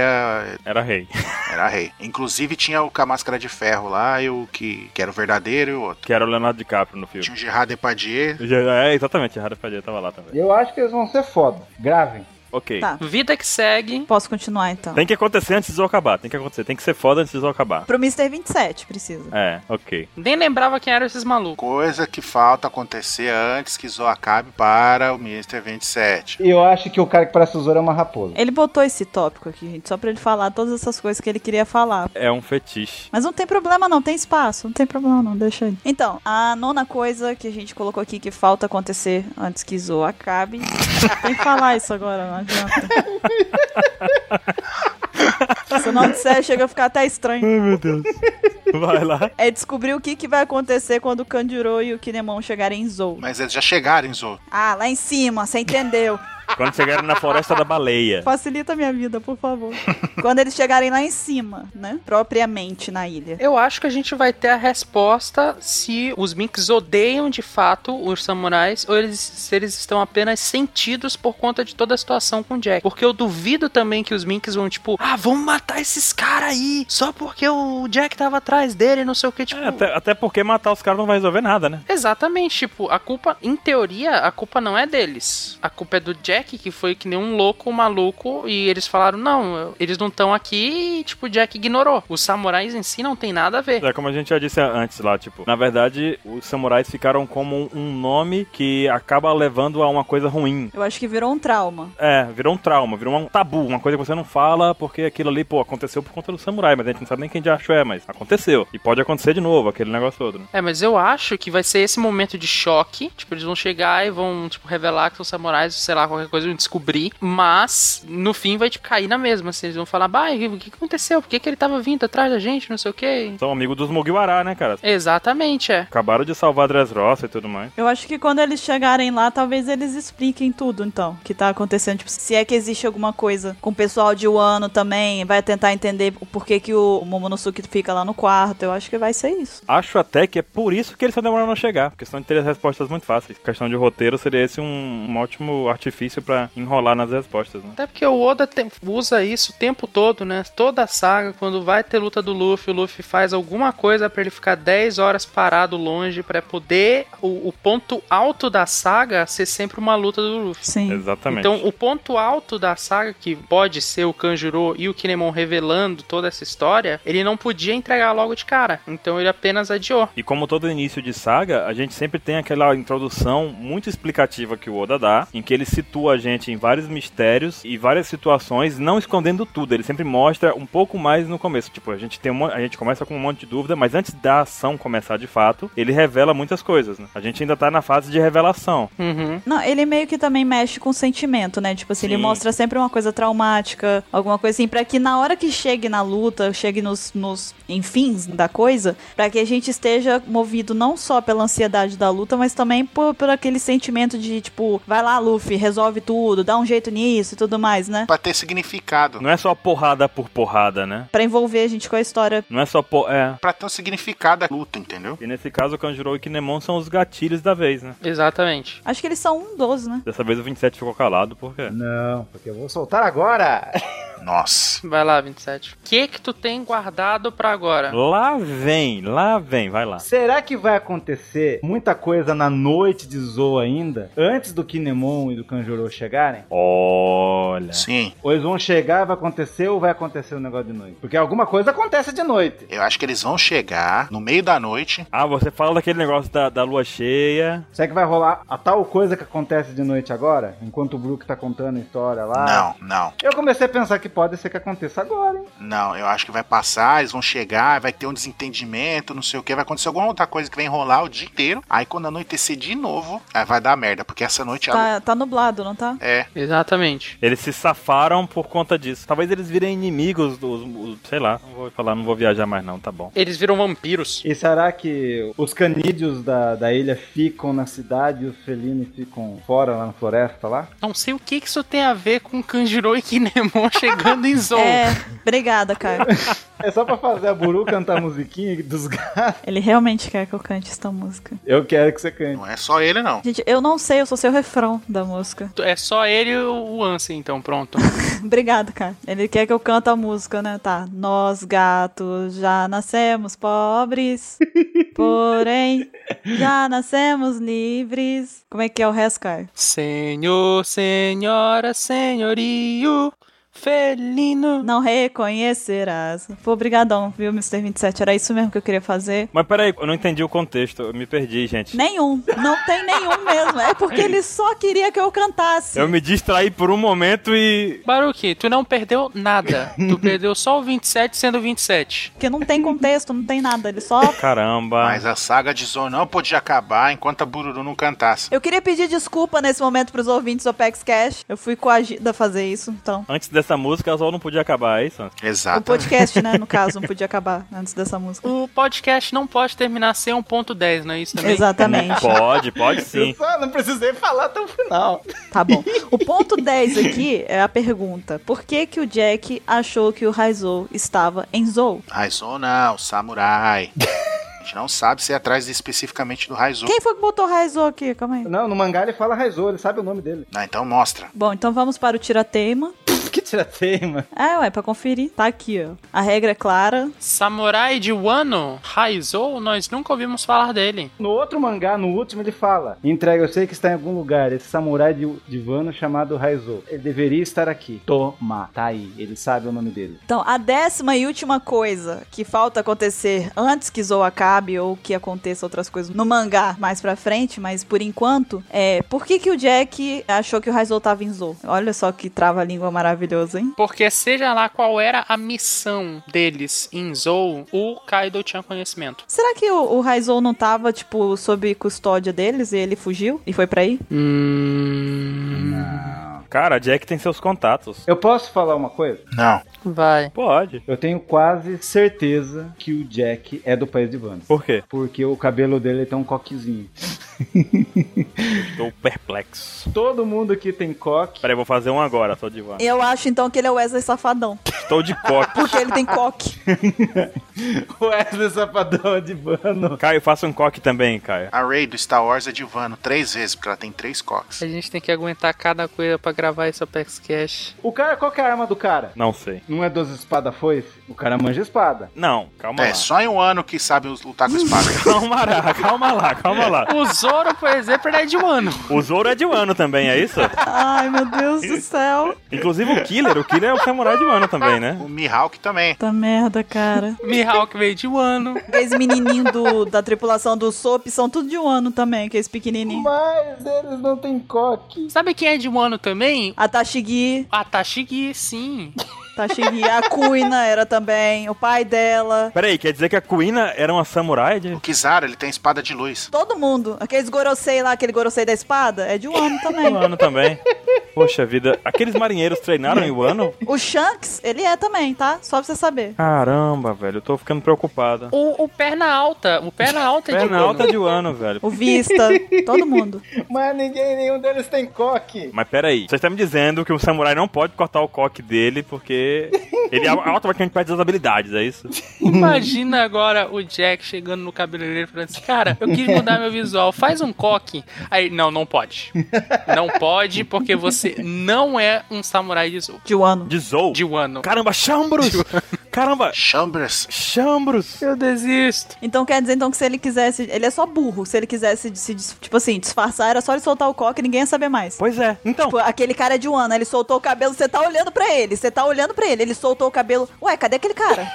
Speaker 5: Era rei.
Speaker 3: era rei. Inclusive tinha o com a máscara de ferro lá, e o que, que era o verdadeiro e o outro.
Speaker 5: Que era o Leonardo DiCaprio no filme.
Speaker 3: Tinha o Gerard Depardieu.
Speaker 5: É, exatamente, Rara Fadia tava lá também.
Speaker 1: Eu acho que eles vão ser foda. Gravem.
Speaker 5: Ok.
Speaker 2: Tá.
Speaker 4: Vida que segue.
Speaker 2: Posso continuar, então?
Speaker 5: Tem que acontecer antes de eu acabar, tem que acontecer, tem que ser foda antes de eu acabar.
Speaker 2: Pro Mr. 27, precisa.
Speaker 5: É, ok.
Speaker 4: Nem lembrava quem eram esses malucos.
Speaker 3: Coisa que falta acontecer antes que Zo acabe para o Mr. 27.
Speaker 1: E eu acho que o cara que parece o Zoro é uma raposa.
Speaker 2: Ele botou esse tópico aqui, gente, só pra ele falar todas essas coisas que ele queria falar.
Speaker 5: É um fetiche. [LAUGHS]
Speaker 2: Mas não tem problema não, tem espaço, não tem problema não, deixa aí. Então, a nona coisa que a gente colocou aqui que falta acontecer antes que Zou acabe. [LAUGHS] tem que falar isso agora, não adianta. [LAUGHS] Se eu não disser, chega a ficar até estranho.
Speaker 5: Ai, meu Deus. Vai lá.
Speaker 2: É descobrir o que, que vai acontecer quando o Kanjuro e o Kinemon chegarem em Zou.
Speaker 3: Mas eles já chegaram, em Zo.
Speaker 2: Ah, lá em cima, você entendeu.
Speaker 5: Quando chegaram na floresta da baleia.
Speaker 2: Facilita a minha vida, por favor. Quando eles chegarem lá em cima, né? Propriamente na ilha.
Speaker 4: Eu acho que a gente vai ter a resposta se os Minks odeiam de fato os samurais ou eles, se eles estão apenas sentidos por conta de toda a situação com o Jack. Porque eu duvido também que os Minks vão, tipo, ah, vamos matar esses caras aí só porque o Jack tava atrás dele, não sei o que, tipo.
Speaker 5: É, até, até porque matar os caras não vai resolver nada, né?
Speaker 4: Exatamente, tipo, a culpa, em teoria, a culpa não é deles. A culpa é do Jack, que foi que nem um louco um maluco, e eles falaram, não, eu- eles não estão aqui, e, tipo, o Jack ignorou. Os samurais em si não tem nada a ver.
Speaker 5: É como a gente já disse antes lá, tipo, na verdade, os samurais ficaram como um- um nome que acaba levando a uma coisa ruim.
Speaker 2: Eu acho que virou um trauma.
Speaker 5: É, virou um trauma, virou um tabu, uma coisa que você não fala, porque aquilo ali, pô, aconteceu por conta do samurai, mas a gente não sabe nem quem de acho é, mas aconteceu. E pode acontecer de novo, aquele negócio todo, né?
Speaker 4: É, mas eu acho que vai ser esse momento de choque. Tipo, eles vão chegar e vão, tipo, revelar que são samurais, sei lá, qualquer qualquer coisa vão descobrir, mas no fim vai te cair na mesma. Assim, eles vão falar, bah, o que aconteceu? Por que, que ele tava vindo atrás da gente? Não sei o quê.
Speaker 5: São amigos dos Mugiwara, né, cara?
Speaker 4: Exatamente, é.
Speaker 5: Acabaram de salvar Dressrosa e tudo mais.
Speaker 2: Eu acho que quando eles chegarem lá, talvez eles expliquem tudo, então, que tá acontecendo. Tipo, se é que existe alguma coisa com o pessoal de Wano também, vai tentar entender o porquê que o Momonosuke fica lá no quarto. Eu acho que vai ser isso.
Speaker 5: Acho até que é por isso que eles estão demorando a chegar, porque são três respostas muito fáceis. Questão de roteiro seria esse um, um ótimo artifício pra enrolar nas respostas, né?
Speaker 4: Até porque o Oda tem- usa isso o tempo todo, né? Toda a saga, quando vai ter luta do Luffy, o Luffy faz alguma coisa pra ele ficar 10 horas parado longe pra poder o, o ponto alto da saga ser sempre uma luta do Luffy.
Speaker 2: Sim.
Speaker 5: Exatamente.
Speaker 4: Então, o ponto alto da saga, que pode ser o Kanjuro e o Kinemon revelando toda essa história, ele não podia entregar logo de cara. Então, ele apenas adiou.
Speaker 5: E como todo início de saga, a gente sempre tem aquela introdução muito explicativa que o Oda dá, em que ele situa a gente em vários mistérios e várias situações, não escondendo tudo. Ele sempre mostra um pouco mais no começo. Tipo, a gente tem um, mon- a gente começa com um monte de dúvida, mas antes da ação começar de fato, ele revela muitas coisas, né? A gente ainda tá na fase de revelação.
Speaker 4: Uhum.
Speaker 2: Não, ele meio que também mexe com o sentimento, né? Tipo assim, ele
Speaker 5: Sim.
Speaker 2: mostra sempre uma coisa traumática, alguma coisa assim, pra que na hora que chegue na luta, chegue nos, nos enfins da coisa, pra que a gente esteja movido não só pela ansiedade da luta, mas também por, por aquele sentimento de, tipo, vai lá, Luffy, resolve tudo, dá um jeito nisso e tudo mais, né?
Speaker 3: Pra ter significado.
Speaker 5: Não é só porrada por porrada, né?
Speaker 2: Pra envolver a gente com a história.
Speaker 5: Não é só por... É.
Speaker 3: Pra ter um significado a luta, entendeu?
Speaker 5: E nesse caso, o Kanjuro e o Kinemon são os gatilhos da vez, né?
Speaker 4: Exatamente.
Speaker 2: Acho que eles são um dos, né?
Speaker 5: Dessa vez o 27 ficou calado, por quê?
Speaker 1: Não, porque eu vou soltar agora.
Speaker 3: Nossa.
Speaker 4: Vai lá, 27. O que que tu tem guardado pra agora?
Speaker 5: Lá vem, lá vem, vai
Speaker 1: Ah.
Speaker 5: lá.
Speaker 1: Será que vai acontecer muita coisa na noite de Zou ainda? Antes do Kinemon e do Kanjuro chegarem?
Speaker 5: Olha.
Speaker 3: Sim,
Speaker 1: Ou eles vão um chegar, vai acontecer ou vai acontecer o negócio de noite? Porque alguma coisa acontece de noite.
Speaker 3: eu acho que eles vão chegar no meio da noite.
Speaker 5: Ah, você fala daquele negócio da, da lua cheia.
Speaker 1: Será que vai rolar a tal coisa que acontece de noite agora? Enquanto o Brook tá contando a história lá?
Speaker 3: Não, não,
Speaker 1: Eu comecei a pensar que pode ser que aconteça agora, hein?
Speaker 3: não. Eu acho que vai passar, eles vão chegar, vai ter um desentendimento, não sei o que. Vai acontecer alguma outra coisa que vai enrolar o dia inteiro. Aí quando anoitecer de novo, aí vai dar merda, porque essa noite é a
Speaker 2: Tá, tá nublado, não tá?
Speaker 3: lu- É,
Speaker 4: Exatamente.
Speaker 5: Eles se safaram por conta disso. Talvez eles virem inimigos dos. os- sei lá, não vou falar, não vou viajar mais não, tá bom.
Speaker 4: Eles viram vampiros.
Speaker 1: E será que os canídeos da, da ilha ficam na cidade e os felinos ficam fora, lá na floresta, lá?
Speaker 4: Não sei o que que isso tem a ver com Kanjuro e Kinemon [LAUGHS] chegando em Zou.
Speaker 2: É, obrigada, Caio.
Speaker 1: É só pra fazer a Buru cantar a musiquinha dos gatos.
Speaker 2: Ele realmente quer que eu cante essa música.
Speaker 1: Eu quero que você cante.
Speaker 3: não é só ele, não.
Speaker 2: Gente, eu não sei, eu sou seu refrão da música.
Speaker 4: É só ele e o Ansem, então, pronto.
Speaker 2: Obrigado, cara. Ele quer que eu canto a música, né? Tá. Nós gatos já nascemos pobres, porém já nascemos livres. Como é que é o resto, cara?
Speaker 4: Senhor, senhora, senhorio, felino.
Speaker 2: Não reconhecerás. Pô, Obrigadão, viu, Mr. 27? Era isso mesmo que eu queria fazer.
Speaker 5: Mas peraí, eu não entendi o contexto, eu me perdi, gente.
Speaker 2: Nenhum. Não tem nenhum mesmo. É porque ele só queria que eu cantasse.
Speaker 5: Eu me distraí por um momento e.
Speaker 4: Baruki, tu não perdeu nada. Tu perdeu só o 27 sendo 27.
Speaker 2: Porque não tem contexto, não tem nada. Ele só
Speaker 5: Caramba.
Speaker 3: Mas a saga de Zoro não podia acabar enquanto a Bururu não cantasse.
Speaker 2: Eu queria pedir desculpa nesse momento pros ouvintes do Opex Cash. Eu fui coagida a fazer isso, então.
Speaker 5: Antes dessa música, a Sol não podia acabar, é isso?
Speaker 2: O
Speaker 3: Exato.
Speaker 2: podcast, né, no caso, não podia acabar antes dessa música.
Speaker 4: O podcast não pode terminar sem 1.10, não é isso também?
Speaker 2: Exatamente.
Speaker 5: [LAUGHS]
Speaker 3: [LAUGHS]
Speaker 5: Pode, pode sim.
Speaker 1: Eu só não precisei falar até o final.
Speaker 2: Tá bom. O ponto 10 aqui é a pergunta: por que que o Jack achou que o Raizou estava em Zou?
Speaker 3: Raizou não, samurai. A gente não sabe se é atrás especificamente do Raizou.
Speaker 2: Quem foi que botou Raizou aqui? Calma aí.
Speaker 1: Não, no mangá ele fala Raizou, ele sabe o nome dele.
Speaker 3: Ah, então mostra.
Speaker 2: Bom, então vamos para o tirateima.
Speaker 1: Que tiratema.
Speaker 2: É, ué, pra conferir. Tá aqui, ó. A regra é clara.
Speaker 4: Samurai de Wano, Raizou, nós nunca ouvimos falar dele.
Speaker 1: No outro mangá, no último, ele fala: Entrega, eu sei que está em algum lugar. Esse samurai de, de Wano chamado Raizou. Ele deveria estar aqui. Toma, tá aí. Ele sabe o nome dele.
Speaker 2: Então, a décima e última coisa que falta acontecer antes que Zou acabe ou que aconteça outras coisas no mangá mais pra frente, mas por enquanto, é por que, que o Jack achou que o Raizou tava em Zou? Olha só que trava-língua maravilhoso, hein?
Speaker 4: Porque seja lá qual era a missão deles em Zou, o Kaido tinha conhecimento.
Speaker 2: Será que o, o Raizou não tava, tipo, sob custódia deles e ele fugiu e foi pra aí?
Speaker 4: Hum...
Speaker 5: Cara, a Jack tem seus contatos.
Speaker 1: Eu posso falar uma coisa?
Speaker 3: Não.
Speaker 4: Vai.
Speaker 5: Pode.
Speaker 1: Eu tenho quase certeza que o Jack é do país de Vans.
Speaker 5: Por quê?
Speaker 1: Porque o cabelo dele tem um coquezinho. [LAUGHS]
Speaker 5: Estou perplexo.
Speaker 1: Todo mundo aqui tem coque. [LAUGHS]
Speaker 5: Peraí, vou fazer um agora, só de vaca.
Speaker 2: Eu acho então que ele é o Wesley Safadão.
Speaker 5: Estou de
Speaker 2: [LAUGHS]
Speaker 5: coque.
Speaker 2: Porque ele tem coque.
Speaker 1: Wesley Safadão é de Vano.
Speaker 5: Caio, faça um coque também, Caio.
Speaker 3: A Ray do Star Wars é de Vano três vezes, porque ela tem três coques.
Speaker 4: A gente tem que aguentar cada coisa pra gravar esse Apex Cash.
Speaker 1: O cara, qual que é a arma do cara?
Speaker 5: Não sei.
Speaker 1: Não é 12 espadas foice? O cara manja espada.
Speaker 5: Não, calma
Speaker 3: É,
Speaker 5: lá.
Speaker 3: só em um ano que sabe lutar com espada.
Speaker 5: [LAUGHS] Calma lá, calma lá, calma lá.
Speaker 4: O Zoro, por exemplo, ele é de um ano.
Speaker 5: O Zoro é de Wano também, é isso?
Speaker 2: Ai, meu Deus do céu.
Speaker 5: Inclusive o Killer, o Killer é o samurai de Wano também, né?
Speaker 3: o Mihawk também.
Speaker 2: Tá merda, cara.
Speaker 4: Mihawk veio de um ano.
Speaker 2: Aqueles menininhos do- da tripulação do SOP são tudo de um ano também, aqueles pequenininhos.
Speaker 1: Mas eles não têm coque.
Speaker 4: Sabe quem é de um ano também?
Speaker 2: A Tashigi,
Speaker 4: A Tashigi, sim.
Speaker 2: Tashigi, a Kuina era também, o pai dela,
Speaker 5: Peraí, quer dizer que a Kuina era uma samurai? De...
Speaker 3: O Kizaru, ele tem espada de luz.
Speaker 2: todo mundo. Aqueles Gorosei lá, aquele Gorosei da espada, é de um ano também.
Speaker 5: Wano também. Poxa vida, aqueles marinheiros treinaram em Wano?
Speaker 2: O Shanks, ele é também, tá? Só pra você saber.
Speaker 5: Caramba, velho, eu tô ficando preocupado.
Speaker 4: O, o Perna Alta. O Perna Alta é de um
Speaker 5: Perna
Speaker 4: ano.
Speaker 5: alta de Wano, velho.
Speaker 2: O Vista, todo mundo.
Speaker 1: Mas ninguém, nenhum deles tem coque.
Speaker 5: Mas peraí, vocês estão me dizendo que o samurai não pode cortar o coque dele porque ele é automaticamente perde as habilidades, é isso?
Speaker 4: Imagina agora o Jack chegando no cabeleireiro e falando assim: Cara, eu quis mudar meu visual, faz um coque. Aí, não, não pode. Não pode, porque você não é um samurai de Zou.
Speaker 2: De um ano.
Speaker 5: De Zou.
Speaker 4: De Wano.
Speaker 5: Caramba, Chambros! Caramba,
Speaker 3: Chambers.
Speaker 5: Chambros!
Speaker 4: Eu desisto.
Speaker 2: Então quer dizer então que se ele quisesse. Ele é só burro. Se ele quisesse se, dis- tipo assim, disfarçar, era só ele soltar o coque e ninguém ia saber mais.
Speaker 5: Pois é, então.
Speaker 2: Tipo, aquele cara é de um ano, ele soltou o cabelo, você tá olhando pra ele, você tá olhando pra ele, ele soltou o cabelo. Ué, cadê aquele cara?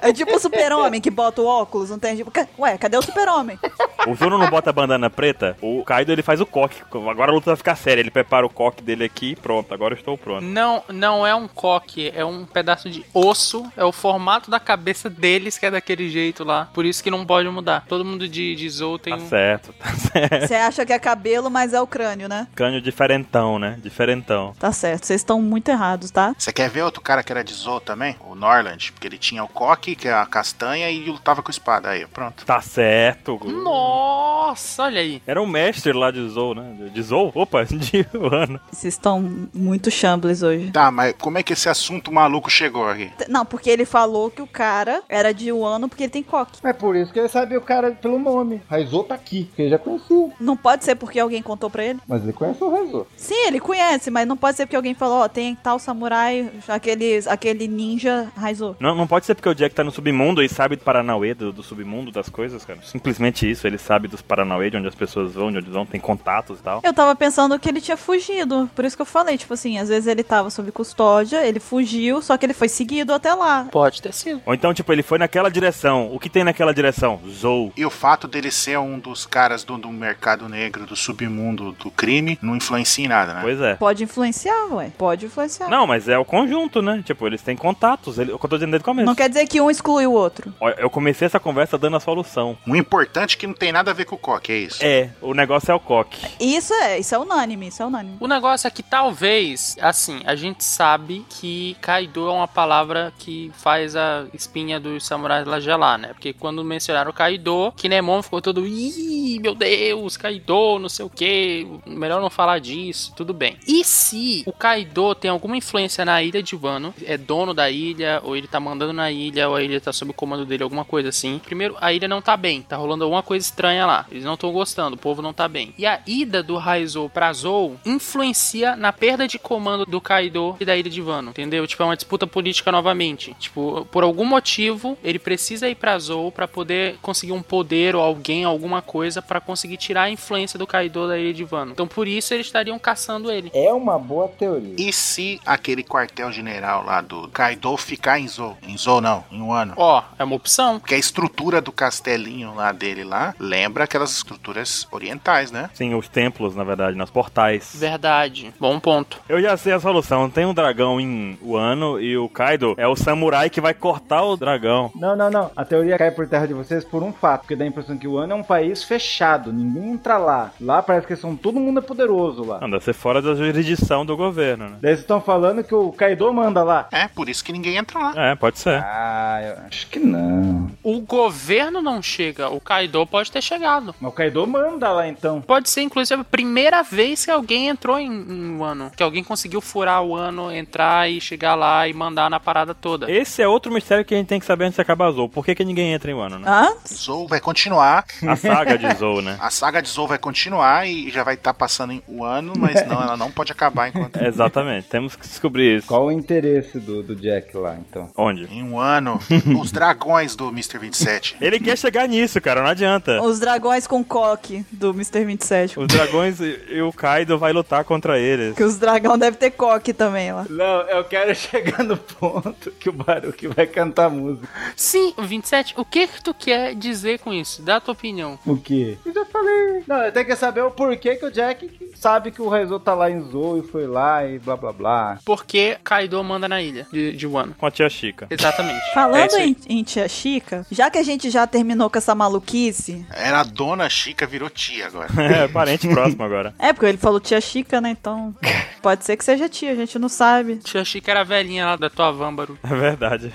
Speaker 2: É tipo o super-homem que bota o óculos, não tem tipo. "Ca- Ué, cadê o super-homem?
Speaker 5: O Zoro não bota a bandana preta, o Kaido ele faz o coque. Agora a luta vai ficar séria, ele prepara o coque dele aqui, pronto, agora eu estou pronto.
Speaker 4: Não, não é um coque, é um pedaço de osso, é o formato da cabeça deles que é daquele jeito lá. Por isso que não pode mudar. Todo mundo de, de Zou tem
Speaker 5: Tá
Speaker 4: um.
Speaker 5: certo, tá [LAUGHS] certo.
Speaker 2: Você acha que é cabelo, mas é o crânio, né?
Speaker 5: Crânio diferentão, né? Diferentão.
Speaker 2: Tá certo, vocês estão muito errados, tá?
Speaker 3: Você quer ver outro cara que era de Zou também? O Norland, porque ele tinha o coque, que é a castanha, e lutava com espada. Aí, pronto.
Speaker 5: Tá certo.
Speaker 4: Nossa, olha aí.
Speaker 5: Era um mestre lá de Zou, né? De- De Zou? Opa, [LAUGHS] de Wano.
Speaker 2: Vocês estão muito chambles hoje.
Speaker 3: Tá, mas como é que esse assunto maluco chegou aqui?
Speaker 2: T- Não, porque ele falou que o cara era de um ano porque ele tem coque.
Speaker 1: É por isso que ele sabe o cara pelo nome. Raizou tá aqui, que ele já conhecia.
Speaker 2: Não pode ser porque alguém contou pra ele?
Speaker 1: Mas ele conhece o Raizou.
Speaker 2: Sim, ele conhece, mas não pode ser porque alguém falou, ó, tem tal samurai, aquele, aquele ninja Raizou.
Speaker 5: Não, não pode ser porque o Jack tá no submundo e sabe do Paranauê, do, do submundo, das coisas, cara. Simplesmente isso, ele sabe dos Paranauê, de onde as pessoas vão, de onde vão, tem contatos e tal.
Speaker 2: Eu tava pensando que ele tinha fugido. Por isso que eu falei, tipo assim, às vezes ele tava sob custódia, ele fugiu, só que ele foi seguido até lá.
Speaker 4: Pode ter sido.
Speaker 5: Ou então, tipo, ele foi naquela direção. O que tem naquela direção? Zou.
Speaker 3: E o fato dele ser um dos caras do, do mercado negro, do submundo do crime, não influencia em nada, né?
Speaker 5: Pois é.
Speaker 2: Pode influenciar, ué. Pode influenciar.
Speaker 5: Não, mas é o conjunto, né? Tipo, eles têm contatos. Ele, eu tô dizendo desde o começo.
Speaker 2: Não quer dizer que um exclui o outro.
Speaker 5: Ó, Eu comecei essa conversa dando a solução.
Speaker 3: O importante é que não tem nada a ver com o coque, é isso.
Speaker 5: É, o negócio é o coque.
Speaker 2: Isso é, isso é unânime, isso é unânime.
Speaker 4: O negócio é que talvez, assim, a gente sabe que Kaido é uma palavra que faz a espinha dos samurais lá gelar, né? Porque quando mencionaram Kaido, Kinemon ficou todo, ih, meu Deus, Kaido, não sei o que, melhor não falar disso, tudo bem. E se o Kaido tem alguma influência na ilha de Wano, é dono da ilha, ou ele tá mandando na ilha, ou a ilha tá sob o comando dele, alguma coisa assim. Primeiro, a ilha não tá bem, tá rolando alguma coisa estranha lá. Eles não estão gostando, o povo não tá bem. E a ida do Raizou pra Zou influencia na perda de comando do Kaido e da ilha de Wano, entendeu? Tipo, é uma disputa política novamente. Tipo, por algum motivo, ele precisa ir pra Zou pra poder conseguir um poder ou alguém, alguma coisa, pra conseguir tirar a influência do Kaido da ilha de Wano. Então, por isso, eles estariam caçando ele.
Speaker 1: É uma boa teoria.
Speaker 3: E se aquele quartel-general lá do Kaido ficar em Zou? Em Zou não, em um ano.
Speaker 4: Ó, é uma opção.
Speaker 3: Porque a estrutura do castelinho lá dele lá lembra aquelas estruturas orientais, né?
Speaker 5: Sim, os templos, na verdade, nos portais.
Speaker 9: Verdade. Bom ponto.
Speaker 5: Eu já sei a solução. Tem um dragão em Wano e o Kaido é o samurai que vai cortar o dragão.
Speaker 1: Não, não, não. A teoria cai por terra de vocês por um fato, porque dá a impressão que o Wano é um país fechado, ninguém entra lá. Lá parece que são todo mundo é poderoso lá.
Speaker 5: Não, deve ser fora da jurisdição do governo, né?
Speaker 1: Daí vocês estão falando que o Kaido manda lá.
Speaker 3: É, por isso que ninguém entra lá.
Speaker 5: É, pode ser.
Speaker 1: Ah, eu acho que não.
Speaker 9: O governo não chega, o Kaido pode ter chegado.
Speaker 1: Mas o Kaido manda lá então.
Speaker 9: Pode ser, inclusive, a primeira vez que alguém entrou em, em Wano. Que alguém conseguiu furar o ano, entrar e chegar lá e mandar na parada toda.
Speaker 5: Esse é outro mistério que a gente tem que saber antes de acabar Zou. Por que, que ninguém entra em
Speaker 2: [LAUGHS]
Speaker 5: Wano, né?
Speaker 2: Hã?
Speaker 3: Zou vai continuar.
Speaker 5: A saga de Zou, né?
Speaker 3: A saga de Zou vai continuar e já vai estar passando em um ano, mas não, ela não pode acabar
Speaker 5: [LAUGHS]
Speaker 3: enquanto.
Speaker 5: É. Exatamente, temos que descobrir isso.
Speaker 1: Qual o interesse do, do Jack lá então?
Speaker 5: Onde?
Speaker 3: Em um ano, os dragões do Mr. 27.
Speaker 5: Ele quer chegar nisso, cara, não adianta.
Speaker 2: Os dragões com coque do Mr. 27.
Speaker 5: Os dragões e e o Kaido vai lutar contra eles.
Speaker 2: Que os dragão devem ter coque também lá.
Speaker 1: Não, eu quero [LAUGHS] chegar no ponto que o Baruque vai cantar música.
Speaker 9: Sim, 27, o que que tu quer dizer com isso? Dá a tua opinião.
Speaker 1: O quê? Eu já falei. Não, eu tenho que saber o porquê que o Jack sabe que o Raizo tá lá em Zou e foi lá e blá blá blá.
Speaker 9: Porque Kaido manda na ilha de, de Wano.
Speaker 5: Com a tia Chica.
Speaker 9: [LAUGHS]
Speaker 5: [LAUGHS]
Speaker 9: Exatamente. É
Speaker 2: Falando
Speaker 9: isso aí.
Speaker 2: em, em Tia Chica, já que a gente já terminou com essa maluquice,
Speaker 3: Era a dona Chica, virou tia agora.
Speaker 5: É, parente próximo agora.
Speaker 2: é porque ele falou Tia Chica,
Speaker 9: [LAUGHS]
Speaker 2: né? Então pode ser que seja tia, a gente não sabe.
Speaker 9: Tia Chica era a velhinha lá da tua Vâmbaro.
Speaker 5: É verdade.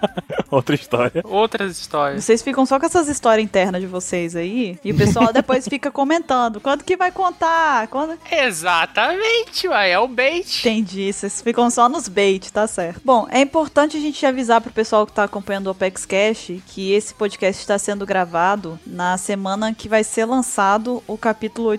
Speaker 5: [LAUGHS] Outra história.
Speaker 9: Outras histórias.
Speaker 2: Vocês ficam só com essas histórias internas de vocês aí e o pessoal depois fica comentando quando que vai contar, quando
Speaker 9: [LAUGHS] Exatamente, uai. É o bait.
Speaker 2: Entendi, vocês ficam só nos bait, tá certo. Bom, é importante a gente avisar pro pessoal que tá acompanhando o Opex Cash que esse podcast está sendo gravado na semana que vai ser lançado o capítulo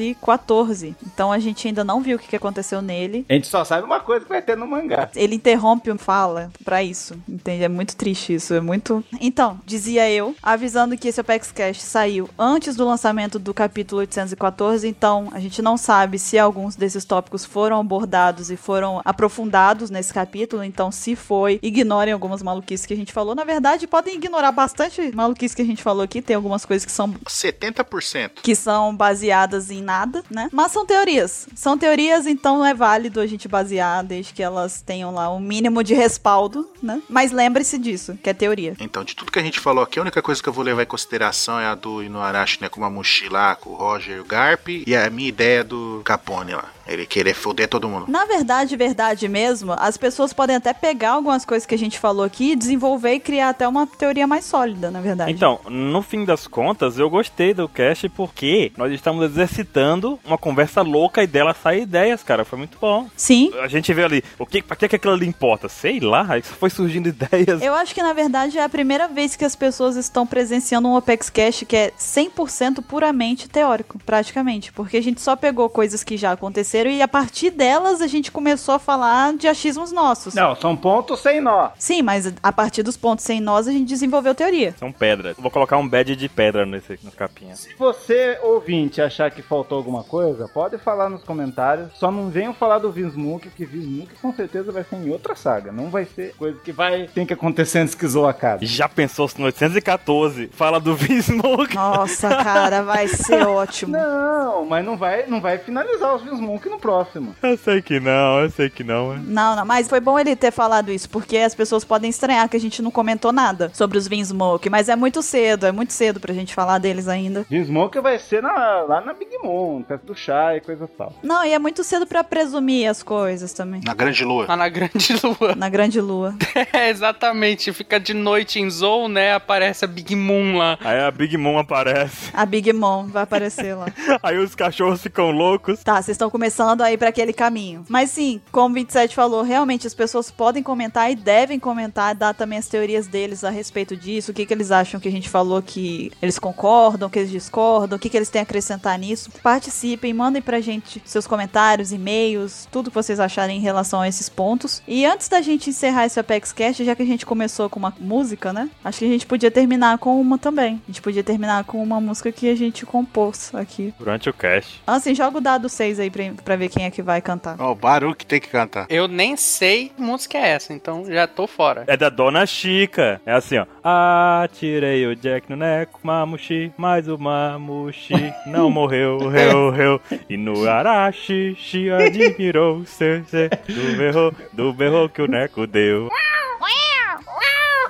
Speaker 2: 814. Então a gente ainda não viu o que que aconteceu nele.
Speaker 1: A gente só sabe uma coisa que vai ter no mangá.
Speaker 2: Ele interrompe uma fala pra isso. Entende? É muito triste isso. É muito. Então, dizia eu, avisando que esse Opex Cash saiu antes do lançamento do capítulo 814. Então, a gente não sabe se alguns desses tópicos foram abordados e foram aprofundados nesse capítulo. Então, se foi, ignorem algumas maluquices que a gente falou. Na verdade, podem ignorar bastante maluquice que a gente falou aqui. Tem algumas coisas que são
Speaker 3: 70%.
Speaker 2: que são baseadas em nada, né? Mas são teorias. São teorias, então é válido a gente basear desde que elas tenham lá um mínimo de respaldo, né? Mas lembre-se disso, que é teoria.
Speaker 3: Então, de tudo que a gente falou aqui, a única coisa que eu vou levar em consideração é a do Inuarashi, né, com uma mochila com o Roger e o Garp, e a minha ideia do Capone lá. Ele querer foder todo mundo.
Speaker 2: Na verdade, verdade mesmo, as pessoas podem até pegar algumas coisas que a gente falou aqui e desenvolver e criar até uma teoria mais sólida, na verdade.
Speaker 5: Então, no fim das contas, eu gostei do cast porque nós estamos exercitando uma conversa louca e dela sai ideias, cara. Foi muito bom.
Speaker 2: Sim.
Speaker 5: A gente vê ali, o que, pra que, que aquilo ali importa? Sei lá, aí só foi surgindo ideias.
Speaker 2: Eu acho que, na verdade, é a primeira vez que as pessoas estão presenciando um Opex Cash que é 100% puramente teórico, praticamente. Porque a gente só pegou coisas que já aconteceram e a partir delas a gente começou a falar de achismos nossos.
Speaker 1: Não, são pontos sem nó.
Speaker 2: Sim, mas a partir dos pontos sem nós a gente desenvolveu teoria.
Speaker 5: São pedras. Vou colocar um badge de pedra nesse, na capinha.
Speaker 1: Se você, ouvinte, achar que faltou alguma coisa, pode falar nos comentários. Só não venham falar do Vismuk, que Vismuk com certeza vai ser em outra saga. Não vai ser coisa que vai tem que acontecer antes que zoa a casa.
Speaker 5: Já pensou se no 814 fala do Vismuk? [LAUGHS]
Speaker 2: Nossa, cara, vai ser ótimo.
Speaker 1: Não, mas não vai, não vai finalizar os Vismuk no próximo.
Speaker 5: Eu sei que não, eu sei que não. né?
Speaker 2: Não, não, mas foi bom ele ter falado isso, porque as pessoas podem estranhar que a gente não comentou nada sobre os Vinsmoke, mas é muito cedo, é muito cedo pra gente falar deles ainda.
Speaker 1: Vismuk vai ser na- lá na Big Mom, perto do chá e coisa tal.
Speaker 2: Não, e é muito cedo pra presumir as coisas também.
Speaker 3: Na grande lua.
Speaker 9: Lá na grande [LAUGHS] lua.
Speaker 2: Na grande lua.
Speaker 9: É, exatamente. Fica de noite em Zou, né? Aparece a Big Moon lá.
Speaker 5: Aí a Big Mom aparece. [LAUGHS]
Speaker 2: A Big Mom vai aparecer lá.
Speaker 5: Aí os cachorros ficam loucos.
Speaker 2: Tá, vocês estão começando aí pra aquele caminho. Mas sim, como o 27 falou, realmente as pessoas podem comentar e devem comentar, dar também as teorias deles a respeito disso, o que, que eles acham que a gente falou que eles concordam, que eles discordam, o que, que eles têm a acrescentar nisso. Participem, mandem pra gente seus comentários, e-mails, tudo que vocês acharem em relação a esses pontos. E antes da gente encerrar esse Apex Cast, já que a gente começou com uma música, né? Acho que a gente podia terminar com uma também. A gente podia terminar com uma música que a gente compôs aqui.
Speaker 5: Durante o cast.
Speaker 2: Assim, joga o dado 6 aí pra, tempo pra ver quem é que vai cantar.
Speaker 3: Ó, o Baruque tem que cantar.
Speaker 9: Eu nem sei que música é essa, então já tô fora.
Speaker 5: É da Dona Chica. É assim, ó. Ah, tirei o Jack no neco, mamushi, mas o mamushi não morreu, reu, reu. E no Arashi, Shi admirou, [LAUGHS] se, se, do berro, do berro que o neco deu.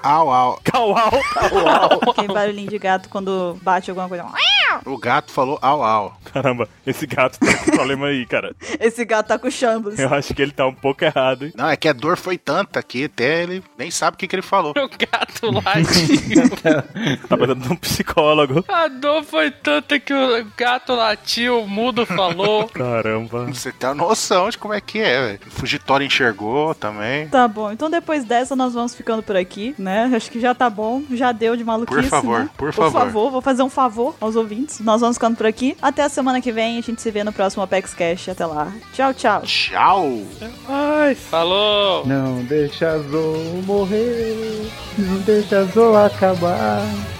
Speaker 3: Au, au.
Speaker 5: Cauau, cauau.
Speaker 2: Aquele
Speaker 3: [LAUGHS]
Speaker 2: barulhinho de gato quando bate alguma coisa.
Speaker 3: O gato falou au, au.
Speaker 5: Caramba, esse gato tem um problema aí, cara.
Speaker 2: Esse gato tá com chambres.
Speaker 5: Eu acho que ele tá um pouco errado, hein?
Speaker 3: Não, é que a dor foi tanta que até ele nem sabe o que, que ele falou.
Speaker 9: [LAUGHS] O gato latiu.
Speaker 5: Tá precisando de um psicólogo.
Speaker 9: A dor foi tanta que o gato latiu, o mudo falou.
Speaker 5: Caramba.
Speaker 3: Você tem a noção de como é que é, velho. Fugitório enxergou também.
Speaker 2: Tá bom, então depois dessa nós vamos ficando por aqui, né? Acho que já tá bom, já deu de maluquice.
Speaker 3: Por favor,
Speaker 2: né?
Speaker 3: por favor.
Speaker 2: Por favor, vou fazer um favor aos ouvintes. Nós vamos ficando por aqui. Até a semana que vem, a gente se vê no próximo Apex Cash. Até lá. Tchau, tchau.
Speaker 3: Tchau.
Speaker 5: Ai,
Speaker 9: Falou!
Speaker 1: Não deixa Zou morrer, não deixa Zou acabar.